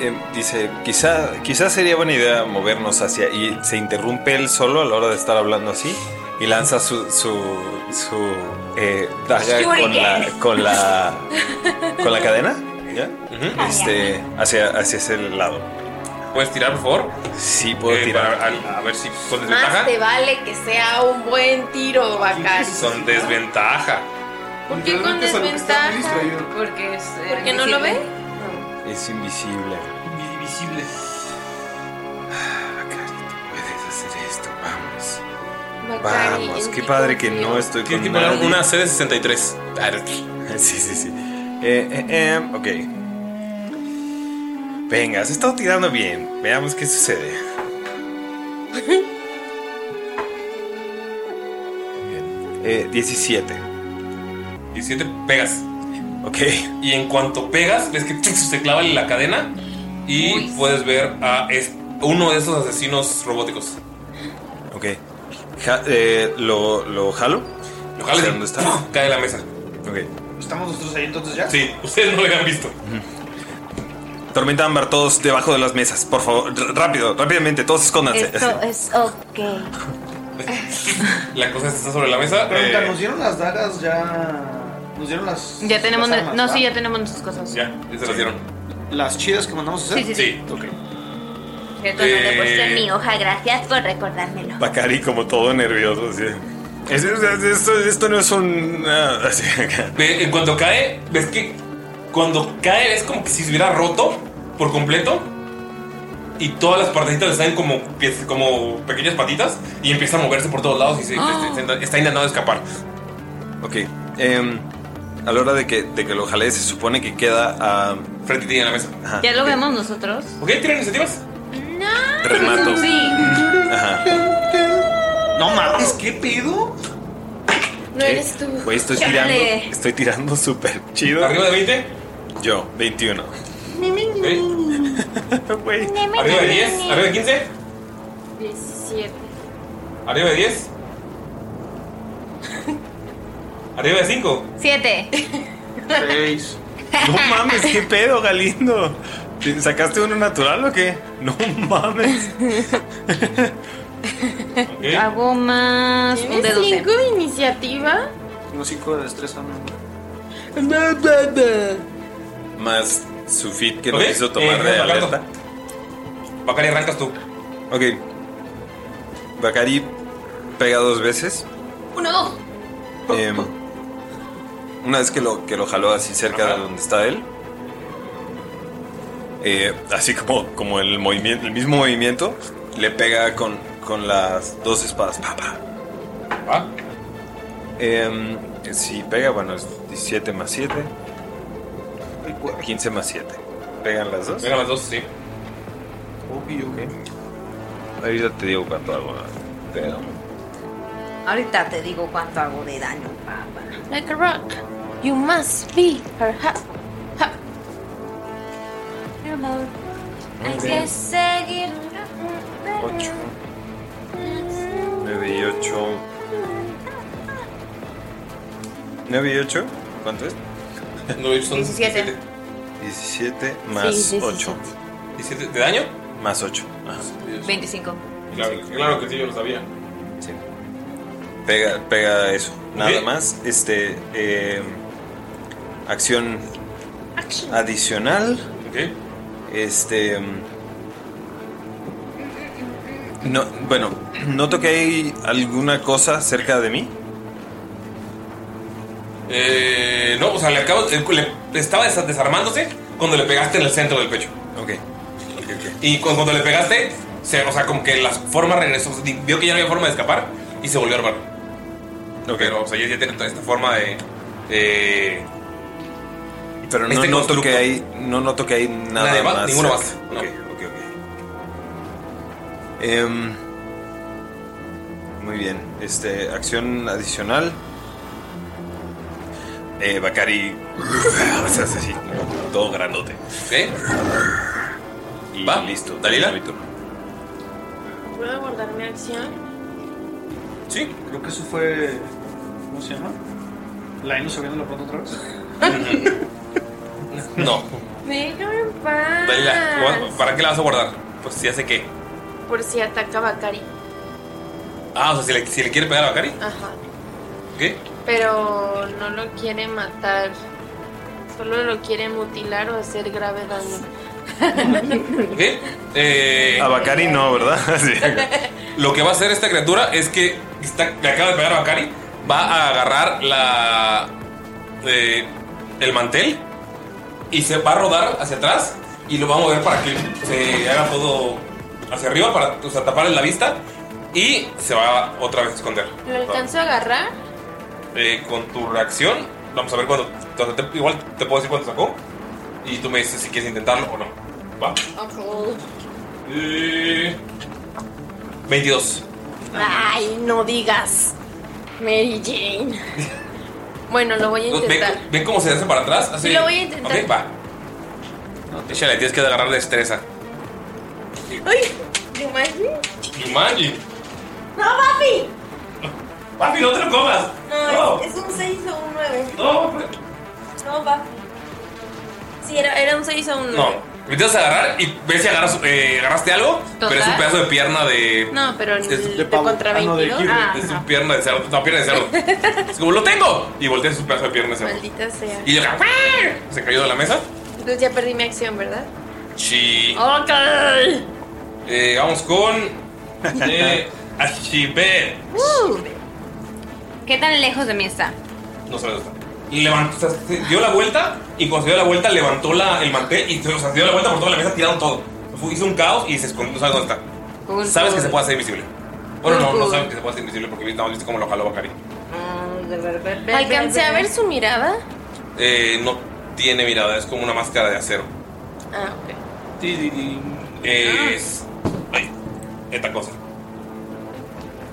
Speaker 3: em, dice, quizá, quizá sería buena idea movernos hacia... Y se interrumpe él solo a la hora de estar hablando así y lanza su, su, su eh, daga con la, con la, con la cadena, ¿ya?
Speaker 1: Ujú.
Speaker 3: Este, hacia, hacia ese lado.
Speaker 1: ¿Puedes tirar, por favor?
Speaker 3: Sí, puedo
Speaker 1: Eh,
Speaker 3: tirar.
Speaker 1: para- a, a ver si con
Speaker 5: Más
Speaker 1: desventaja.
Speaker 5: te vale que sea un buen tiro, Bakari.
Speaker 1: Son desventaja.
Speaker 5: ¿Por qué con
Speaker 2: Literalmente es algo que está muy
Speaker 5: desventaja?
Speaker 2: distraído.
Speaker 4: Porque es. eh,
Speaker 5: ¿Por qué no lo ve?
Speaker 4: invisible.
Speaker 3: Es invisible.
Speaker 2: Invisible.
Speaker 3: Bacari, Ah, tú puedes hacer esto, vamos.
Speaker 5: Bakari,
Speaker 3: Vamos,
Speaker 5: en
Speaker 3: qué
Speaker 5: ti
Speaker 3: padre que
Speaker 5: confío.
Speaker 3: no estoy con
Speaker 1: Tienes que poner
Speaker 3: nadie.
Speaker 1: una CD63. Ah,
Speaker 3: [LAUGHS] Sí, sí, sí. Eh, eh, eh, ok. Venga, has estado tirando bien. Veamos qué sucede. Bien. Eh, 17.
Speaker 1: 17 pegas.
Speaker 3: Ok.
Speaker 1: Y en cuanto pegas, ves que ¡tic! se clava en la cadena y
Speaker 4: Uy.
Speaker 1: puedes ver a es- uno de esos asesinos robóticos.
Speaker 3: Ok. Ja- eh, lo, lo jalo.
Speaker 1: Lo jalas
Speaker 3: ¿De
Speaker 1: y
Speaker 3: dónde está?
Speaker 1: ¡pum! cae a la mesa.
Speaker 3: Ok.
Speaker 2: ¿Estamos nosotros ahí entonces ya?
Speaker 1: Sí, ustedes no lo habían visto.
Speaker 3: Tormenta ámbar, todos debajo de las mesas. Por favor, r- rápido, rápidamente, todos escóndanse.
Speaker 6: Esto es ok.
Speaker 1: La cosa está sobre la mesa.
Speaker 2: Pero ahorita
Speaker 1: eh,
Speaker 2: nos dieron las dagas ya. Nos dieron las.
Speaker 4: Ya tenemos.
Speaker 2: las armas,
Speaker 4: no, sí, ya
Speaker 2: ¿verdad?
Speaker 4: tenemos nuestras cosas.
Speaker 1: ya, ya se las dieron.
Speaker 2: Las chidas que mandamos a hacer.
Speaker 4: Sí, sí,
Speaker 1: Sí.
Speaker 2: Ok.
Speaker 4: Cierto, no le
Speaker 1: Eh,
Speaker 4: puse en mi hoja. Gracias por recordármelo.
Speaker 3: [LAUGHS] Bacari como todo nervioso, así. Es- es- es- esto, esto no es un... ah, [LAUGHS] así acá.
Speaker 1: Ve- En cuanto cae, ves que cuando cae es como que si se hubiera roto por completo y todas las partecitas le salen como, pie- como pequeñas patitas y empieza a moverse por todos lados y se, este, se- se- está intentando escapar.
Speaker 3: Ok. em, a la hora de que, de que lo jalé, se supone que queda a...
Speaker 1: Frente a ti en la mesa.
Speaker 4: ¿Ya lo vemos nosotros?
Speaker 1: ¿Ok? ¿Tienen iniciativas?
Speaker 3: remato.
Speaker 4: Sí.
Speaker 3: Ajá.
Speaker 2: No mames, ¿qué pedo?
Speaker 5: No eres tú.
Speaker 3: Güey, estoy tirando,
Speaker 4: Chale.
Speaker 3: estoy tirando súper chido.
Speaker 1: Arriba de 20,
Speaker 3: Yo, 21.
Speaker 1: ¿ok?
Speaker 3: Güey.
Speaker 1: arriba de 10, arriba de 15,
Speaker 5: 17.
Speaker 1: arriba de
Speaker 3: [LAUGHS]
Speaker 1: 10, arriba de 5.
Speaker 4: Siete.
Speaker 2: Seis.
Speaker 3: No mames, qué pedo, Galindo. ¿Te- ¿Sacaste uno natural o qué? No mames.
Speaker 1: ¿ok?
Speaker 4: Hago más un
Speaker 5: ¿Tienes
Speaker 4: de 12.
Speaker 5: 5 de iniciativa?
Speaker 2: Unos cinco de destreza, ¿no?
Speaker 3: Más su fit que
Speaker 1: Ok,
Speaker 3: nos hizo tomar
Speaker 1: eh,
Speaker 3: de
Speaker 1: vamos
Speaker 3: alerta.
Speaker 1: hablando. Bacari, arrancas tú.
Speaker 3: Ok. Bacari pega dos veces.
Speaker 4: Uno, dos.
Speaker 3: Em, una vez que lo, que lo jaló así cerca
Speaker 1: Ajá.
Speaker 3: de donde está él. eh, así como, como el movimiento, el mismo movimiento, le pega con, con las dos espadas. Pa, pa. ¿Ah?
Speaker 1: ¿Va?
Speaker 3: Em, si pega, bueno, es 17 más 7,
Speaker 2: El cuerpo.
Speaker 3: 15 más 7. Pegan las dos.
Speaker 1: Venga, las dos, sí.
Speaker 2: Y yo, ¿qué?
Speaker 3: Ahorita te digo cuánto hago. Pero...
Speaker 4: Ahorita te digo cuánto hago de daño, papá.
Speaker 5: Like a rock. You must be her ha- ha-
Speaker 6: Your mouth.
Speaker 5: Hay
Speaker 3: Ok.
Speaker 5: que seguir.
Speaker 3: 8, 9 y 8. 9 y 8, ¿cuánto es?
Speaker 1: 9 son
Speaker 4: 17.
Speaker 3: 17 más
Speaker 4: Sí,
Speaker 3: 8.
Speaker 1: 17 ¿De daño?
Speaker 3: Más 8.
Speaker 4: 25.
Speaker 1: Claro, claro que sí, yo lo sabía.
Speaker 3: Pega, pega eso. Nada
Speaker 1: Ok.
Speaker 3: más. Este. eh, acción adicional. Este. mm, No, bueno, noto que hay alguna cosa cerca de mí.
Speaker 1: Eh, no, o sea, le acabo. eh, le- estaba desa- desarmándose cuando le pegaste en el centro del pecho.
Speaker 3: Ok.
Speaker 1: Y cu- cuando, le pegaste, se- o sea, como que la forma regresó. o sea, di- vio que ya no había forma de escapar y se volvió a armar. Pero, o sea, ya, ya tiene toda esta forma de. de-
Speaker 3: Pero no
Speaker 1: Este
Speaker 3: noto que
Speaker 1: constructo.
Speaker 3: hay. No noto que hay nada
Speaker 1: Nadie más,
Speaker 3: más.
Speaker 1: ninguno
Speaker 3: cerca.
Speaker 1: más.
Speaker 3: Ok, ok, ok. Em, muy bien. Este. Acción adicional. Eh, Bakari. [LAUGHS] se hace así. Todo grandote.
Speaker 1: ¿Qué?
Speaker 3: Y
Speaker 1: Va,
Speaker 3: listo.
Speaker 1: Dalila.
Speaker 3: mi turno.
Speaker 5: ¿Puedo guardar mi acción?
Speaker 1: Sí,
Speaker 2: creo que eso fue. ¿Cómo se llama? La Inus abriendo la puerta otra vez.
Speaker 1: No.
Speaker 5: Déjame en paz.
Speaker 1: Dalila, gua- ¿para qué la vas a guardar? Pues si hace qué.
Speaker 5: Por si ataca Bakari.
Speaker 1: Ah, o sea, si le, si le quiere pegar a Bakari,
Speaker 5: Ajá.
Speaker 1: ¿qué?
Speaker 5: Pero no lo quiere matar. Solo lo quiere mutilar o hacer grave daño.
Speaker 1: ¿Qué? Eh,
Speaker 3: A Bakari no, ¿verdad? [LAUGHS] Sí.
Speaker 1: Lo que va a hacer esta criatura es que está- le acaba de pegar a Bakari. Va a agarrar la. eh, el mantel y se va a rodar hacia atrás y lo va a mover para que se haga todo hacia arriba, para o sea, taparle la vista y se va otra vez a esconder.
Speaker 5: ¿Lo alcanzo a agarrar?
Speaker 1: Eh, con tu reacción, vamos a ver cuándo. cuando te- igual te puedo decir cuánto sacó y tú me dices si quieres intentarlo o no. Va. Eh, 22.
Speaker 5: Ay, no digas. Mary Jane. Bueno, lo voy a
Speaker 1: ¿Ven,
Speaker 5: intentar.
Speaker 1: ven cómo se hace para atrás?
Speaker 5: Sí, lo voy a intentar.
Speaker 1: Ok, va. Échale, tienes que agarrar destreza.
Speaker 5: ¡Ay! ¿Te imaginas?
Speaker 1: Yumanji.
Speaker 5: ¡No, papi!
Speaker 1: Papi, no te lo comas.
Speaker 5: No, es, es un 6 o un 9.
Speaker 1: No, pues.
Speaker 5: No, papi. Sí, era, era un 6 o un 9.
Speaker 1: No. Empiezas a agarrar y ves si agarras, eh, agarraste algo, pero es un
Speaker 5: Total.
Speaker 1: pedazo de pierna de.
Speaker 5: No, pero el
Speaker 1: Es
Speaker 5: de contra 22. Ah,
Speaker 1: Es un pierna de cerdo. No, pierna de cerdo.
Speaker 5: [LAUGHS]
Speaker 1: es como, ¡lo tengo! Y volteas un pedazo de pierna de cerdo.
Speaker 5: maldita sea.
Speaker 1: Y "Ah, llega. Se cayó de la mesa.
Speaker 5: Entonces ya perdí mi acción, ¿verdad?
Speaker 1: Sí.
Speaker 5: Ok.
Speaker 1: Eh, vamos con.
Speaker 5: [LAUGHS]
Speaker 1: Eh, Ashibet.
Speaker 4: ¿Qué tan lejos de mí está?
Speaker 1: No sabe dónde está. Y levantó, o sea, se dio la vuelta y cuando se dio la vuelta levantó la, el mantel y o sea, se dio la vuelta por toda la mesa, tiraron todo. Fue- hizo un caos y se escondió, no sabes dónde está. Sabes que se puede hacer invisible. Bueno, no, no sabes que se puede hacer invisible porque nada más viste cómo lo jaló Bacari.
Speaker 5: ¿Alcancé a ver su mirada?
Speaker 1: Eh, no tiene mirada, es como una máscara de acero.
Speaker 5: Ah, ok.
Speaker 1: Es. Ay, esta cosa.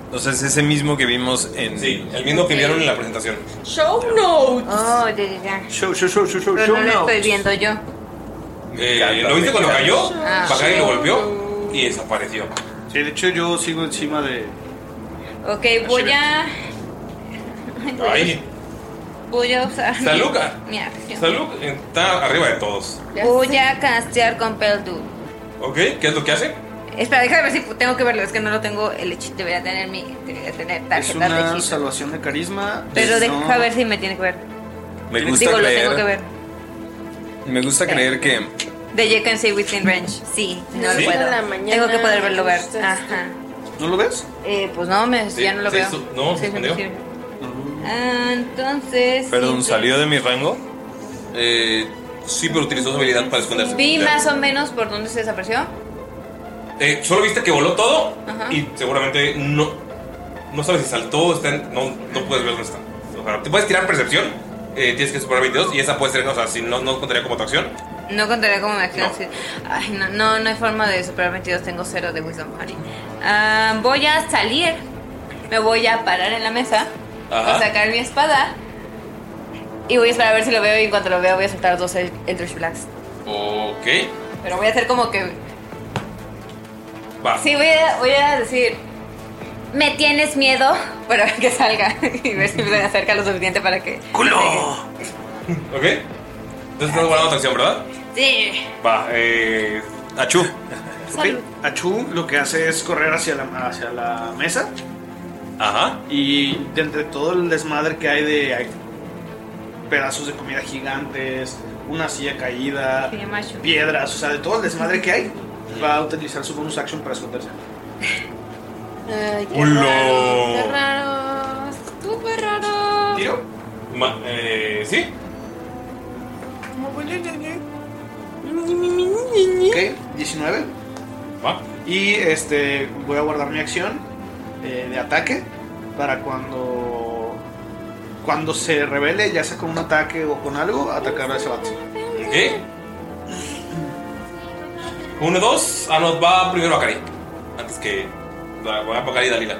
Speaker 3: Entonces ese mismo que vimos en.
Speaker 1: Sí, el mismo que vieron en la presentación.
Speaker 5: Show notes.
Speaker 4: Oh, ya, ya, ya.
Speaker 2: Show, show, show, show, show,
Speaker 4: Pero
Speaker 2: show.
Speaker 4: no lo
Speaker 2: now.
Speaker 4: estoy viendo yo.
Speaker 1: Eh, ¿Lo viste cuando cayó?
Speaker 4: Ah.
Speaker 1: Bacari lo golpeó y desapareció.
Speaker 2: Sí, de hecho yo sigo encima de.
Speaker 4: Ok, voy a.
Speaker 1: Ahí.
Speaker 4: Voy a usar. mi-
Speaker 1: Saluca.
Speaker 4: Mi acción.
Speaker 1: Salud está arriba de todos.
Speaker 4: Voy a castear con Peldu.
Speaker 1: ¿Ok? ¿Qué es lo que hace?
Speaker 4: Espera, déjame ver si pu- tengo que verlo. Es que no lo tengo el hechizo. Debería tener mi. Debería tener
Speaker 2: Es
Speaker 4: tarjeta de
Speaker 2: una
Speaker 4: hechizo.
Speaker 2: salvación de carisma.
Speaker 4: Pero
Speaker 2: de no-
Speaker 4: deja ver si me tiene que ver.
Speaker 3: Me gusta
Speaker 4: Digo, lo
Speaker 3: creer.
Speaker 4: tengo que ver.
Speaker 3: Me gusta creer que.
Speaker 4: The you can see within range. Sí, no
Speaker 5: ¿Sí?
Speaker 4: lo puedo.
Speaker 5: A la mañana
Speaker 4: tengo que poder verlo ver.
Speaker 5: me gusta
Speaker 4: Ajá.
Speaker 2: ¿No lo ves?
Speaker 4: Eh, pues no, me,
Speaker 1: Sí,
Speaker 4: ya no lo
Speaker 1: se
Speaker 4: veo.
Speaker 1: hizo- no, se
Speaker 4: Sí, es
Speaker 1: escondió.
Speaker 4: imposible. Ah, entonces.
Speaker 3: Perdón,
Speaker 4: sí,
Speaker 3: ¿salió de mi rango?
Speaker 1: Eh, sí, pero utilizó su habilidad para esconderse.
Speaker 4: Vi
Speaker 1: Ya.
Speaker 4: más o menos por dónde se desapareció.
Speaker 1: Eh, solo viste que voló todo
Speaker 4: Ajá.
Speaker 1: y seguramente no, no sabes si saltó, está en- no, no puedes ver dónde está. O sea, te puedes tirar percepción, eh, tienes que superar 22 y esa puede ser, o sea, si no, no contaría como tu acción,
Speaker 4: No contaría como me acción. sí. Ay, no, no, no hay forma de superar 22. Tengo cero de Wisdom Honey. Ah, voy a salir. Me voy a parar en la mesa.
Speaker 1: Ajá.
Speaker 4: Voy a sacar mi espada. Y voy a esperar a ver si lo veo. Y en cuanto lo veo, voy a soltar dos El- Eldritch Blacks.
Speaker 1: Ok.
Speaker 4: Pero voy a hacer como que.
Speaker 1: Va.
Speaker 4: Sí, voy a, voy a decir. ¿Me tienes miedo? [LAUGHS] Para ver que salga. Y ver si me acerca lo suficiente para que.
Speaker 7: ¡Culo!
Speaker 1: [LAUGHS] Ok. Entonces estás guardando tu acción, ¿verdad?
Speaker 4: Sí.
Speaker 1: Va, eh. Achú.
Speaker 2: Ok, Achu lo que hace es correr hacia la, hacia la mesa.
Speaker 1: Ajá.
Speaker 2: Y de entre todo el desmadre que hay de hay pedazos de comida gigantes, una silla caída, piedras, o sea, de todo el desmadre que hay, va a utilizar su bonus action para esconderse.
Speaker 5: Ay, qué
Speaker 1: ¡Ulo!
Speaker 5: raro, qué raro. Súper raro.
Speaker 1: ¿Tiro? Ma- eh, sí.
Speaker 5: [LAUGHS]
Speaker 2: Ok, 19.
Speaker 1: Va.
Speaker 2: Y este voy a guardar mi acción eh, de ataque para cuando cuando se revele, ya sea con un ataque o con algo, atacar a ese vato.
Speaker 1: Ok. Uno, dos. Ah, no, va primero Akari. Antes que. Va va Akari y Dalila.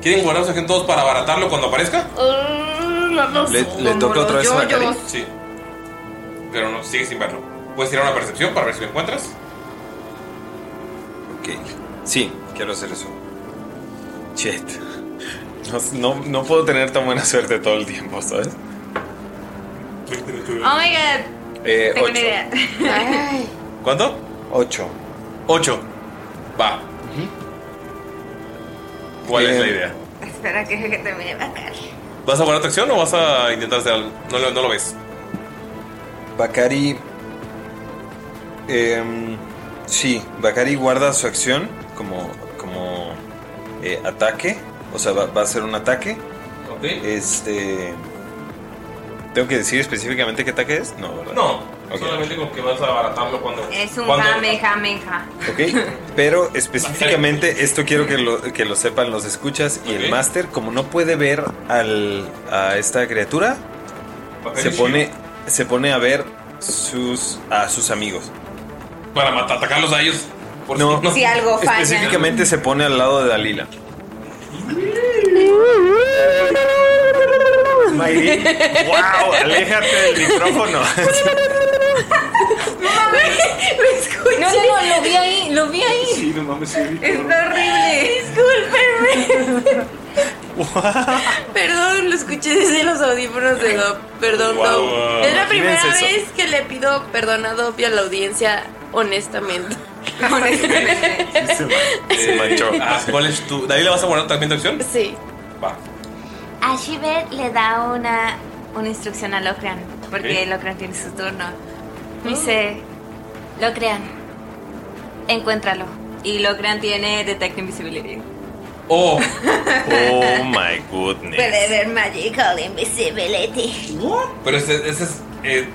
Speaker 1: ¿Quieren guardar su acción todos para abaratarlo cuando aparezca?
Speaker 4: Ah,
Speaker 3: ¿Le, le toca otra vez a Macari?
Speaker 1: Sí. Pero no, sigue sin verlo. Puedes tirar una percepción para ver si lo encuentras.
Speaker 3: Ok. Sí, quiero hacer eso. Shit. No, no, no puedo tener tan buena suerte todo el tiempo, ¿sabes?
Speaker 4: Oh my god.
Speaker 3: Eh,
Speaker 4: Tengo una idea.
Speaker 5: Ay,
Speaker 1: ¿Cuánto?
Speaker 3: 8.
Speaker 1: 8. Va. ¿Cuál es la
Speaker 3: Bien.
Speaker 1: idea?
Speaker 4: Espera que, que termine de atacar.
Speaker 1: ¿Vas a guardar tu acción o vas a intentar hacer algo? No, lo- no lo ves.
Speaker 3: Bakari. em, sí, Bakari guarda su acción como, como eh, ataque. O sea, va, va a ser un ataque.
Speaker 1: Ok.
Speaker 3: Este. ¿Tengo que decir específicamente qué ataque es? No, ¿verdad?
Speaker 1: No,
Speaker 3: Ok.
Speaker 1: solamente con que vas a abaratarlo cuando.
Speaker 4: Es un
Speaker 1: cuando-
Speaker 4: jame, jame, ja.
Speaker 3: Ok, pero específicamente esto quiero que lo, que lo sepan los escuchas y
Speaker 1: Ok.
Speaker 3: el máster, como no puede ver al, a esta criatura,
Speaker 1: Bakari
Speaker 3: se
Speaker 1: Shiro.
Speaker 3: pone, se pone a ver sus, a sus amigos.
Speaker 1: Para matar, atacarlos a
Speaker 3: [LAUGHS]
Speaker 1: ellos. Por
Speaker 3: No.
Speaker 1: si-
Speaker 4: Si algo falla.
Speaker 3: Específicamente se pone al lado de Dalila. Mayri, wow, aléjate del micrófono.
Speaker 4: No, no, no, lo vi ahí, lo vi ahí.
Speaker 2: Sí, no mames, sí,
Speaker 4: Está horrible. Discúlpenme.
Speaker 2: [LAUGHS]
Speaker 5: perdón, lo escuché desde los audífonos de Dob. Perdón,
Speaker 1: Wow,
Speaker 5: Dob.
Speaker 1: wow,
Speaker 5: es la
Speaker 3: imagínense
Speaker 5: primera
Speaker 3: eso.
Speaker 5: vez que le pido perdón a Dob y a la audiencia, honestamente.
Speaker 4: Honestamente.
Speaker 3: Se manchó.
Speaker 1: Ah, ¿Cuál es tu. ¿Dalila vas a guardar también tu acción?
Speaker 5: Sí.
Speaker 1: Va.
Speaker 4: A Shivet le da una, una instrucción a Locran, porque
Speaker 1: Ok.
Speaker 4: Locran tiene su turno. Dice, Locran, encuéntralo. Y Locran tiene Detect Invisibility.
Speaker 1: Oh,
Speaker 3: [LAUGHS] Oh my goodness.
Speaker 4: ver Magical Invisibility.
Speaker 1: pero ese, ese es. eh,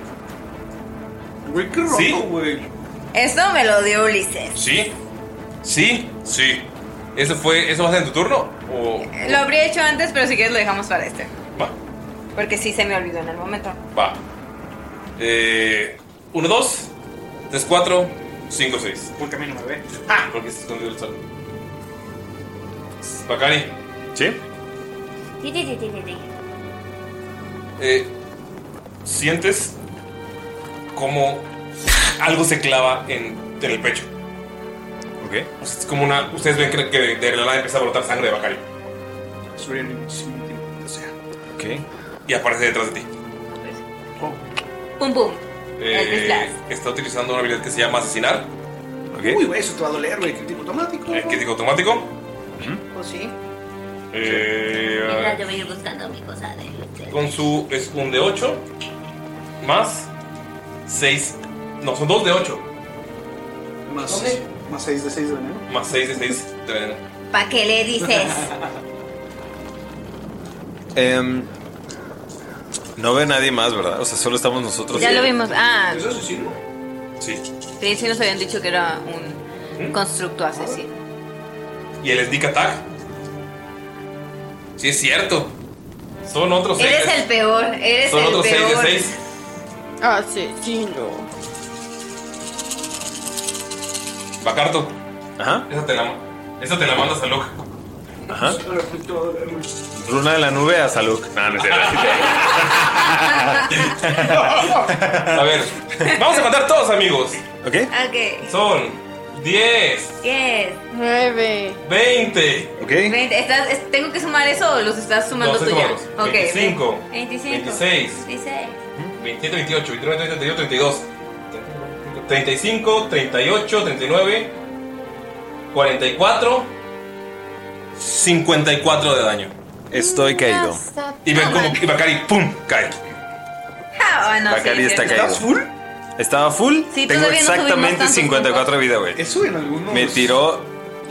Speaker 2: Güey, qué roto,
Speaker 1: Sí.
Speaker 2: güey.
Speaker 4: Eso me lo dio Ulises.
Speaker 1: sí. Sí. Sí. ¿Eso, fue, ¿Eso va a ser en tu turno? ¿O.?
Speaker 4: Lo habría hecho antes, pero si quieres lo dejamos para este.
Speaker 1: Va.
Speaker 4: Porque sí se me olvidó en el momento.
Speaker 1: Va. Eh, uno, dos. Tres, cuatro. Cinco, seis.
Speaker 2: Porque a mí no me ve.
Speaker 1: Ah, porque está escondido el sol. Bacari.
Speaker 3: ¿Sí?
Speaker 4: Ti, ti, ti, ti, ti, ti.
Speaker 1: Eh, Sientes como algo se clava en, en el pecho.
Speaker 3: Ok.
Speaker 1: O sea, Es como una. Ustedes ven que, que de, de la nada empieza a brotar sangre de Bacari.
Speaker 2: Es really intimidating, o sea.
Speaker 3: Ok.
Speaker 1: Y aparece detrás de ti.
Speaker 2: Oh,
Speaker 4: Pum, pum.
Speaker 1: Eh,
Speaker 4: Elvis
Speaker 1: está utilizando una habilidad que se llama asesinar.
Speaker 2: Uy,
Speaker 3: Ok.
Speaker 2: güey, eso te va a doler, güey. Crítico automático.
Speaker 1: eh, que digo automático.
Speaker 4: Pues sí.
Speaker 1: Eh,
Speaker 4: yo voy a ir buscando mi cosa de...
Speaker 1: con su. Es un de 8. Más. 6. No, son dos de 8.
Speaker 2: Más,
Speaker 1: ¿Dónde?
Speaker 2: más 6 de 6 de veneno.
Speaker 1: Más 6 de 6 de veneno.
Speaker 4: ¿Para qué le [LAUGHS] dices?
Speaker 3: Em, no ve nadie más, ¿verdad? O sea, solo estamos nosotros.
Speaker 4: ya lo vimos. Ah,
Speaker 2: ¿Es asesino?
Speaker 1: Sí.
Speaker 4: sí, sí nos habían dicho que era un constructo asesino.
Speaker 1: Y el Sneak Attack. Sí, es cierto. Son otros 6.
Speaker 4: Eres el peor, eres
Speaker 1: Son
Speaker 4: el
Speaker 1: otros 6 de
Speaker 4: peor.
Speaker 1: 6.
Speaker 5: Asesino.
Speaker 1: Bacarto.
Speaker 3: Ajá.
Speaker 1: Esa te la, esa te la mandas a Luke.
Speaker 3: Ajá. Runa de la nube a Saluk. No, no es cierto.
Speaker 1: [LAUGHS] A ver, vamos a contar todos, amigos.
Speaker 3: ¿Ok?
Speaker 4: Ok.
Speaker 1: Son 10,
Speaker 4: 10,
Speaker 5: 9,
Speaker 1: 20,
Speaker 3: ¿ok?
Speaker 4: 20. ¿Estás, es- ¿Tengo que sumar eso o los estás sumando
Speaker 1: No,
Speaker 4: tú
Speaker 1: estoy
Speaker 4: ya?
Speaker 1: sumando.
Speaker 4: Ok.
Speaker 1: 25,
Speaker 4: 25,
Speaker 1: 26.
Speaker 4: 26.
Speaker 1: 27, 28, 29, 30, 31, 32, 35, 38, 39, 44, 54 de daño.
Speaker 3: Estoy caído.
Speaker 1: Y ven como y Bakari, ¡pum! cae.
Speaker 4: Ah, bueno,
Speaker 3: Bacari
Speaker 4: sí,
Speaker 3: está
Speaker 4: cierto.
Speaker 3: caído. full? Estaba full.
Speaker 4: Sí,
Speaker 3: Tengo
Speaker 4: todavía no subimos
Speaker 3: exactamente
Speaker 4: tantos
Speaker 3: 54 de vida, güey.
Speaker 2: Eso en algunos.
Speaker 3: Me tiró.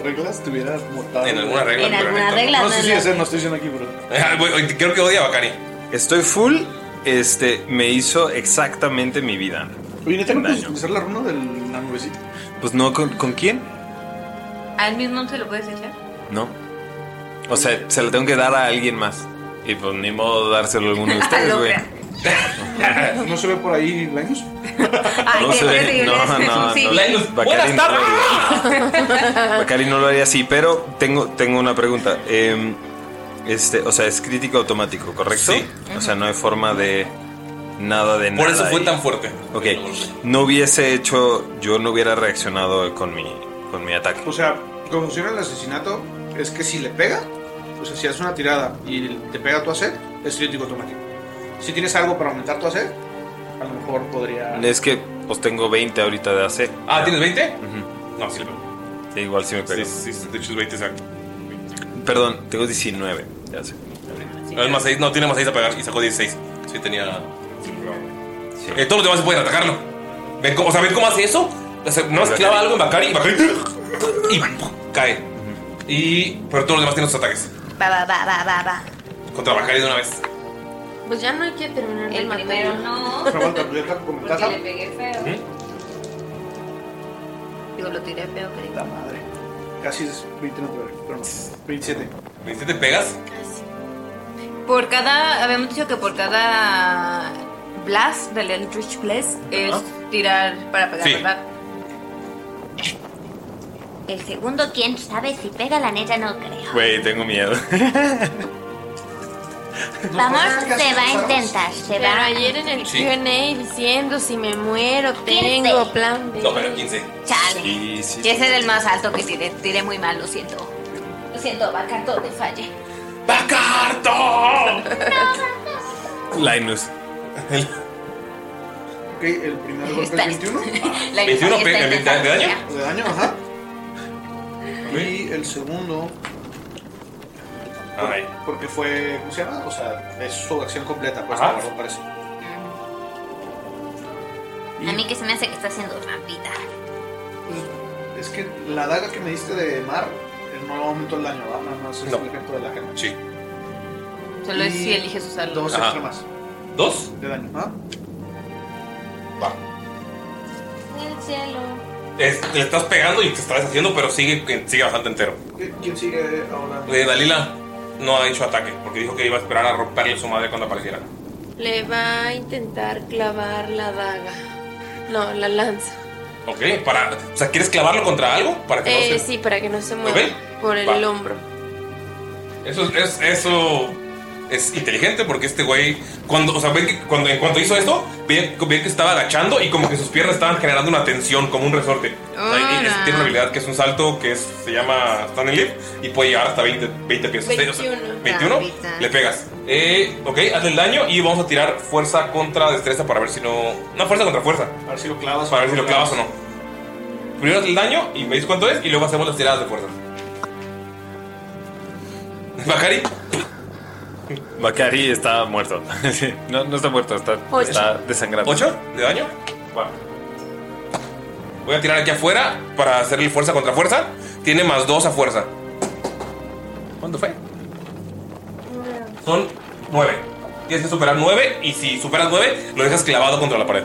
Speaker 2: Reglas te hubieras mortado.
Speaker 1: En alguna regla,
Speaker 4: En alguna
Speaker 1: probablemente.
Speaker 4: regla.
Speaker 2: No sé si
Speaker 4: la-
Speaker 2: ese no estoy diciendo aquí, bro.
Speaker 1: Eh, Voy- voy- Creo que odia a Bakari.
Speaker 3: Estoy full. Este me hizo exactamente mi vida.
Speaker 2: Oye, ¿no tengo que
Speaker 3: Daño.
Speaker 2: utilizar la runa de la nubecita? [LAUGHS]
Speaker 3: Pues no, ¿con, con quién?
Speaker 4: ¿Al mismo se lo puedes echar?
Speaker 3: No. O sea, se lo tengo que dar a alguien más. Y pues ni modo dárselo a
Speaker 4: [LAUGHS]
Speaker 3: alguno de ustedes, güey.
Speaker 4: Logra.
Speaker 2: ¿No se ve por ahí Linus?
Speaker 4: Ay,
Speaker 3: No
Speaker 4: qué
Speaker 3: se ve.
Speaker 4: horrible.
Speaker 3: No,
Speaker 4: [LAUGHS]
Speaker 3: no,
Speaker 4: Sí.
Speaker 3: no.
Speaker 1: Linus,
Speaker 3: Bacari
Speaker 1: buenas
Speaker 3: no lo
Speaker 1: tardes.
Speaker 3: haría. Bacari no lo haría así, pero tengo, tengo una pregunta. Eh, este, o sea, es crítico automático, ¿correcto?
Speaker 1: Sí.
Speaker 3: O sea, no hay forma de nada de nada.
Speaker 1: Por eso fue
Speaker 3: ahí.
Speaker 1: tan fuerte.
Speaker 3: Ok, no hubiese hecho, yo no hubiera reaccionado con mi, con mi ataque.
Speaker 2: O sea, como funciona el asesinato, es que si le pega, o sea, si haces una tirada y te pega tu AC, es crítico automático. Si tienes algo para aumentar tu AC, a lo mejor podría.
Speaker 3: Es que pues tengo 20 ahorita de AC.
Speaker 1: Ah, ¿tienes 20?
Speaker 3: Ujú.
Speaker 1: No, sí le pego.
Speaker 3: Sí, igual sí me pegó.
Speaker 1: Sí, sí, sí, de hecho es 20, exacto.
Speaker 3: Perdón, tengo 19 de AC.
Speaker 1: No, es más 6, no, tiene más 6 a pagar y sacó 16. Sí, tenía. sí, lo pegaba.
Speaker 3: Sí.
Speaker 1: Eh, todos los demás pueden atacarlo. ¿Ven cómo, o sea, ¿ven cómo hace eso? O sea, nada más clava algo en Bakari y Bakari. Y ¡pum! cae. Y. Pero todos los demás tienen sus ataques.
Speaker 4: Va, va, va, va, va, va.
Speaker 1: Contra Bakari de una vez.
Speaker 5: Pues ya no hay que terminar
Speaker 4: El primero no.
Speaker 2: Pero aguanta, pues, deja con
Speaker 4: Porque
Speaker 2: ventaja.
Speaker 4: le pegué feo. Digo, lo tiré feo,
Speaker 2: La
Speaker 4: pero.
Speaker 2: madre. Casi es 20 natural, pero no. 27.
Speaker 1: ¿27 te pegas?
Speaker 4: Por cada. Habíamos dicho que por cada. Blast del Eldritch Blast es tirar para pegar,
Speaker 1: Sí.
Speaker 4: ¿verdad? El segundo, quién sabe si pega la neta, no creo.
Speaker 3: Güey, tengo miedo.
Speaker 6: Vamos,
Speaker 2: pues, Casi
Speaker 6: se va a
Speaker 2: pasamos.
Speaker 6: intentar, se
Speaker 5: Pero
Speaker 6: va.
Speaker 5: ayer en el
Speaker 1: Sí.
Speaker 5: QA diciendo si me muero, tengo
Speaker 6: Quince.
Speaker 5: plan B.
Speaker 1: No, pero 15.
Speaker 4: Chale.
Speaker 3: Sí, sí,
Speaker 1: [LAUGHS]
Speaker 4: Y ese era el más alto que tiré. Tiré muy mal, lo siento. Lo siento, Bacardo, te fallé.
Speaker 1: ¡Bacarto!
Speaker 3: Linus.
Speaker 2: Ok, el primer golpe
Speaker 4: Está-
Speaker 2: es 21
Speaker 4: [LAUGHS] La
Speaker 1: 21
Speaker 4: ilusión
Speaker 1: pe-
Speaker 4: está
Speaker 1: de- de- de daño.
Speaker 4: ya.
Speaker 2: de daño, ajá. Y el segundo,
Speaker 1: Ay.
Speaker 2: porque fue. ¿Cómo se llama? O sea, es su acción completa, pues,
Speaker 1: Ajá.
Speaker 2: por parece.
Speaker 4: A mí que se me hace que está haciendo rampita.
Speaker 2: Pues, Es que la daga que me diste de mar eh, no aumentó el daño, ¿verdad? Nada más es
Speaker 1: No.
Speaker 2: el efecto de la gema.
Speaker 1: Sí.
Speaker 4: Solo es
Speaker 2: Y
Speaker 4: si eliges usarlo.
Speaker 2: Dos
Speaker 1: Ajá.
Speaker 2: extra más
Speaker 1: ¿Dos?
Speaker 2: de daño, ¿ah?
Speaker 1: Va. Es- le estás pegando y te estás haciendo, pero sigue, sigue bastante entero.
Speaker 2: ¿Qui- ¿Quién sigue ahora?
Speaker 1: Eh, Dalila no ha hecho ataque porque dijo que iba a esperar a romperle su madre cuando apareciera.
Speaker 5: Le va a intentar clavar la daga. No, la lanza.
Speaker 1: Ok, para. O sea, ¿quieres clavarlo contra algo? Para que no
Speaker 5: Eh,
Speaker 1: se-
Speaker 5: sí, para que no se mueva
Speaker 1: Ok.
Speaker 5: por el
Speaker 1: Va.
Speaker 5: hombro.
Speaker 1: Eso es, es- eso es inteligente porque este güey, cuando, o sea, ven que cuando, en cuanto hizo esto, ven, ven que estaba agachando y como que sus piernas estaban generando una tensión, como un resorte. O sea, y- y es-
Speaker 4: Ahora.
Speaker 1: tiene una habilidad que es un salto que es- se llama Stunning Leap y puede llegar hasta 20, 20 pies. O sea, o sea,
Speaker 5: 21.
Speaker 1: 21,
Speaker 4: Ahorita.
Speaker 1: le pegas. Eh, ok, hazle el daño y vamos a tirar fuerza contra destreza para ver si no. No, fuerza contra fuerza.
Speaker 2: A ver si lo clavas.
Speaker 1: Para ver si lo clavas o no. Primero haz el daño y me dices cuánto es y luego hacemos las tiradas de fuerza. [LAUGHS] Bacari,
Speaker 3: Bakari está muerto. [LAUGHS] Sí, no, no está muerto, está,
Speaker 5: Ocho.
Speaker 3: está desangrado.
Speaker 1: ¿8 de daño? Va. Voy a tirar aquí afuera para hacerle fuerza contra fuerza. Tiene más 2 a fuerza. ¿Cuánto fue? Son 9. Tienes que superar 9 y si superas 9 lo dejas clavado contra la pared.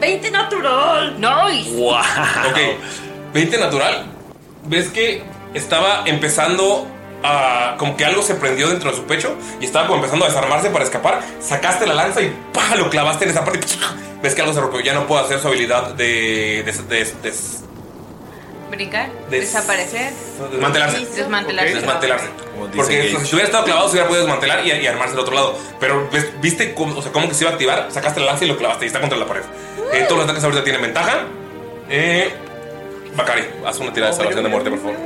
Speaker 4: 20 natural. Nice.
Speaker 3: ¡Wow!
Speaker 1: Ok, 20 natural. Ves que estaba empezando a- como que algo se prendió dentro de su pecho y estaba como empezando a desarmarse para escapar. Sacaste la lanza y ¡pah! lo clavaste en esa parte. y Ves que algo se rompió. Ya no puede hacer su habilidad de. de, de- de-
Speaker 4: Brincar,
Speaker 1: Des-
Speaker 4: desaparecer,
Speaker 1: desmantelarse.
Speaker 4: Desmantelarse.
Speaker 1: Ok. Desmantelarse.
Speaker 3: Como
Speaker 1: Porque
Speaker 3: disengage.
Speaker 1: si hubiera estado clavado, se hubiera podido desmantelar y, y armarse del otro lado. Pero ves- viste cómo, o sea, cómo que se iba a activar, sacaste la lanza y lo clavaste y está contra la pared. Eh, todos los ataques ahorita tienen ventaja. Eh, Bakari, haz una tirada de salvación de muerte, por favor.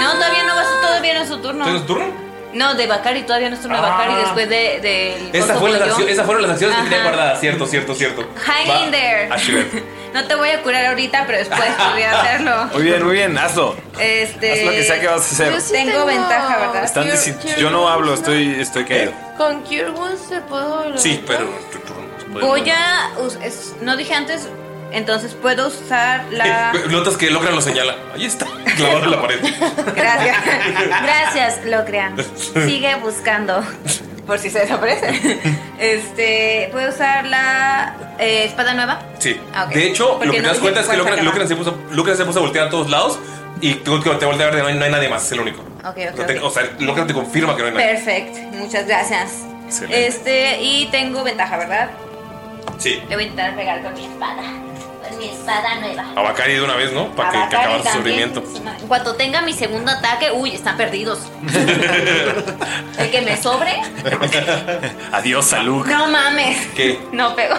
Speaker 4: No, todavía no va su, todavía no es su turno.
Speaker 1: ¿Tienes turno?
Speaker 4: No, de Bakari, todavía no es turno de
Speaker 1: Ah.
Speaker 4: Bakari después de, del
Speaker 1: Esas
Speaker 4: coso
Speaker 1: fueron, las
Speaker 4: que yo-
Speaker 1: acciones, esas fueron las acciones que tenía
Speaker 4: Ajá.
Speaker 1: guardadas, cierto, cierto, cierto.
Speaker 4: Hang
Speaker 1: Va,
Speaker 4: in there.
Speaker 1: Ashibet.
Speaker 4: No te voy a curar ahorita, pero
Speaker 1: [LAUGHS]
Speaker 4: después podría hacerlo.
Speaker 3: Muy bien, muy bien, hazlo.
Speaker 4: Este.
Speaker 3: Haz lo que sea que vas a hacer. Yo sí
Speaker 4: tengo,
Speaker 5: tengo-
Speaker 4: ventaja, ¿verdad?
Speaker 3: Están
Speaker 5: Cure-
Speaker 3: disi-
Speaker 5: Cure
Speaker 3: yo no
Speaker 5: Wounds,
Speaker 3: hablo,
Speaker 5: ¿no?
Speaker 3: estoy, estoy caído.
Speaker 4: Eh,
Speaker 5: Con Cure Wounds se puedo.
Speaker 1: Sí, pero.
Speaker 4: Voy a. us- es- no dije antes, entonces puedo usar
Speaker 1: [LAUGHS]
Speaker 4: la. [LAUGHS]
Speaker 1: Eh, Notas que Logran lo señala. Ahí está, clavado en la pared.
Speaker 3: [LAUGHS]
Speaker 4: Gracias. Gracias, lo crean. Sigue buscando. Por si se desaparece. Este. Puedo usar la eh, espada nueva.
Speaker 1: Sí.
Speaker 4: Ah, ok.
Speaker 1: De hecho,
Speaker 4: Porque
Speaker 1: lo que
Speaker 4: no
Speaker 1: te das
Speaker 4: dije
Speaker 1: cuenta es que
Speaker 4: cuál
Speaker 1: Lucran,
Speaker 4: sacaba.
Speaker 1: se puso, Lucran se puso a voltear a todos lados y tú que te voltea a ver, no hay, no hay nadie más, es el único.
Speaker 4: Ok,
Speaker 1: O
Speaker 4: ok.
Speaker 1: sea, te-
Speaker 4: ok.
Speaker 1: o sea, Lucran te confirma que no hay nadie.
Speaker 4: Perfecto, muchas gracias.
Speaker 1: Excelente.
Speaker 4: Este, y tengo ventaja, ¿verdad?
Speaker 1: Sí.
Speaker 4: Le voy a intentar pegar con mi espada. Con mi espada nueva.
Speaker 1: A Bakari de una vez, ¿no? Para que,
Speaker 4: Abacari
Speaker 1: que acabara su
Speaker 4: también.
Speaker 1: sufrimiento.
Speaker 4: [LAUGHS] En cuanto tenga mi segundo ataque, uy, están perdidos. El que me
Speaker 3: [LAUGHS]
Speaker 4: sobre,
Speaker 3: Adiós, salud.
Speaker 4: no mames.
Speaker 1: ¿Qué?
Speaker 4: No [LAUGHS] pegó.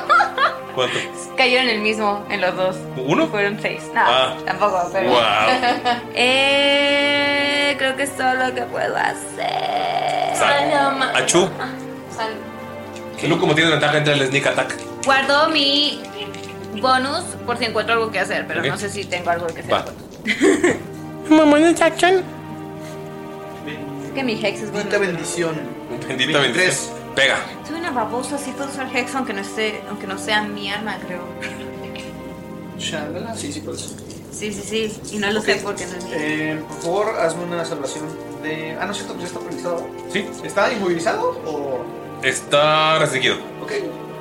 Speaker 1: ¿Cuánto?
Speaker 4: Cayó en el mismo, en los dos.
Speaker 1: ¿Uno?
Speaker 4: Fueron seis. No,
Speaker 1: Ah.
Speaker 4: tampoco, pero.
Speaker 1: Guau.
Speaker 4: [LAUGHS] eh, creo que es todo lo que puedo hacer.
Speaker 1: Sal.
Speaker 5: no ma-
Speaker 1: Achu,
Speaker 5: Sal-
Speaker 1: Lu como tienes ventaja entra el sneak attack.
Speaker 4: Guardo mi bonus por si encuentro algo que hacer, pero
Speaker 1: Ok.
Speaker 4: no sé si tengo algo que hacer.
Speaker 1: Va.
Speaker 4: Es que mi hex es bueno.
Speaker 2: Bendita bendición.
Speaker 1: Bendita
Speaker 2: 23.
Speaker 1: bendición. Pega.
Speaker 4: Soy una babosa, así puedo usar hex aunque no, esté, aunque no sea mi arma, creo.
Speaker 2: Shalala, Sí, sí, por eso.
Speaker 4: Sí, sí, sí. Y no lo sé porque no es mi.
Speaker 2: Eh, por favor, hazme una salvación de. Ah, no es cierto, pues ya está paralizado.
Speaker 1: Sí.
Speaker 2: ¿Está inmovilizado o.?
Speaker 1: Está restringido.
Speaker 2: Ok.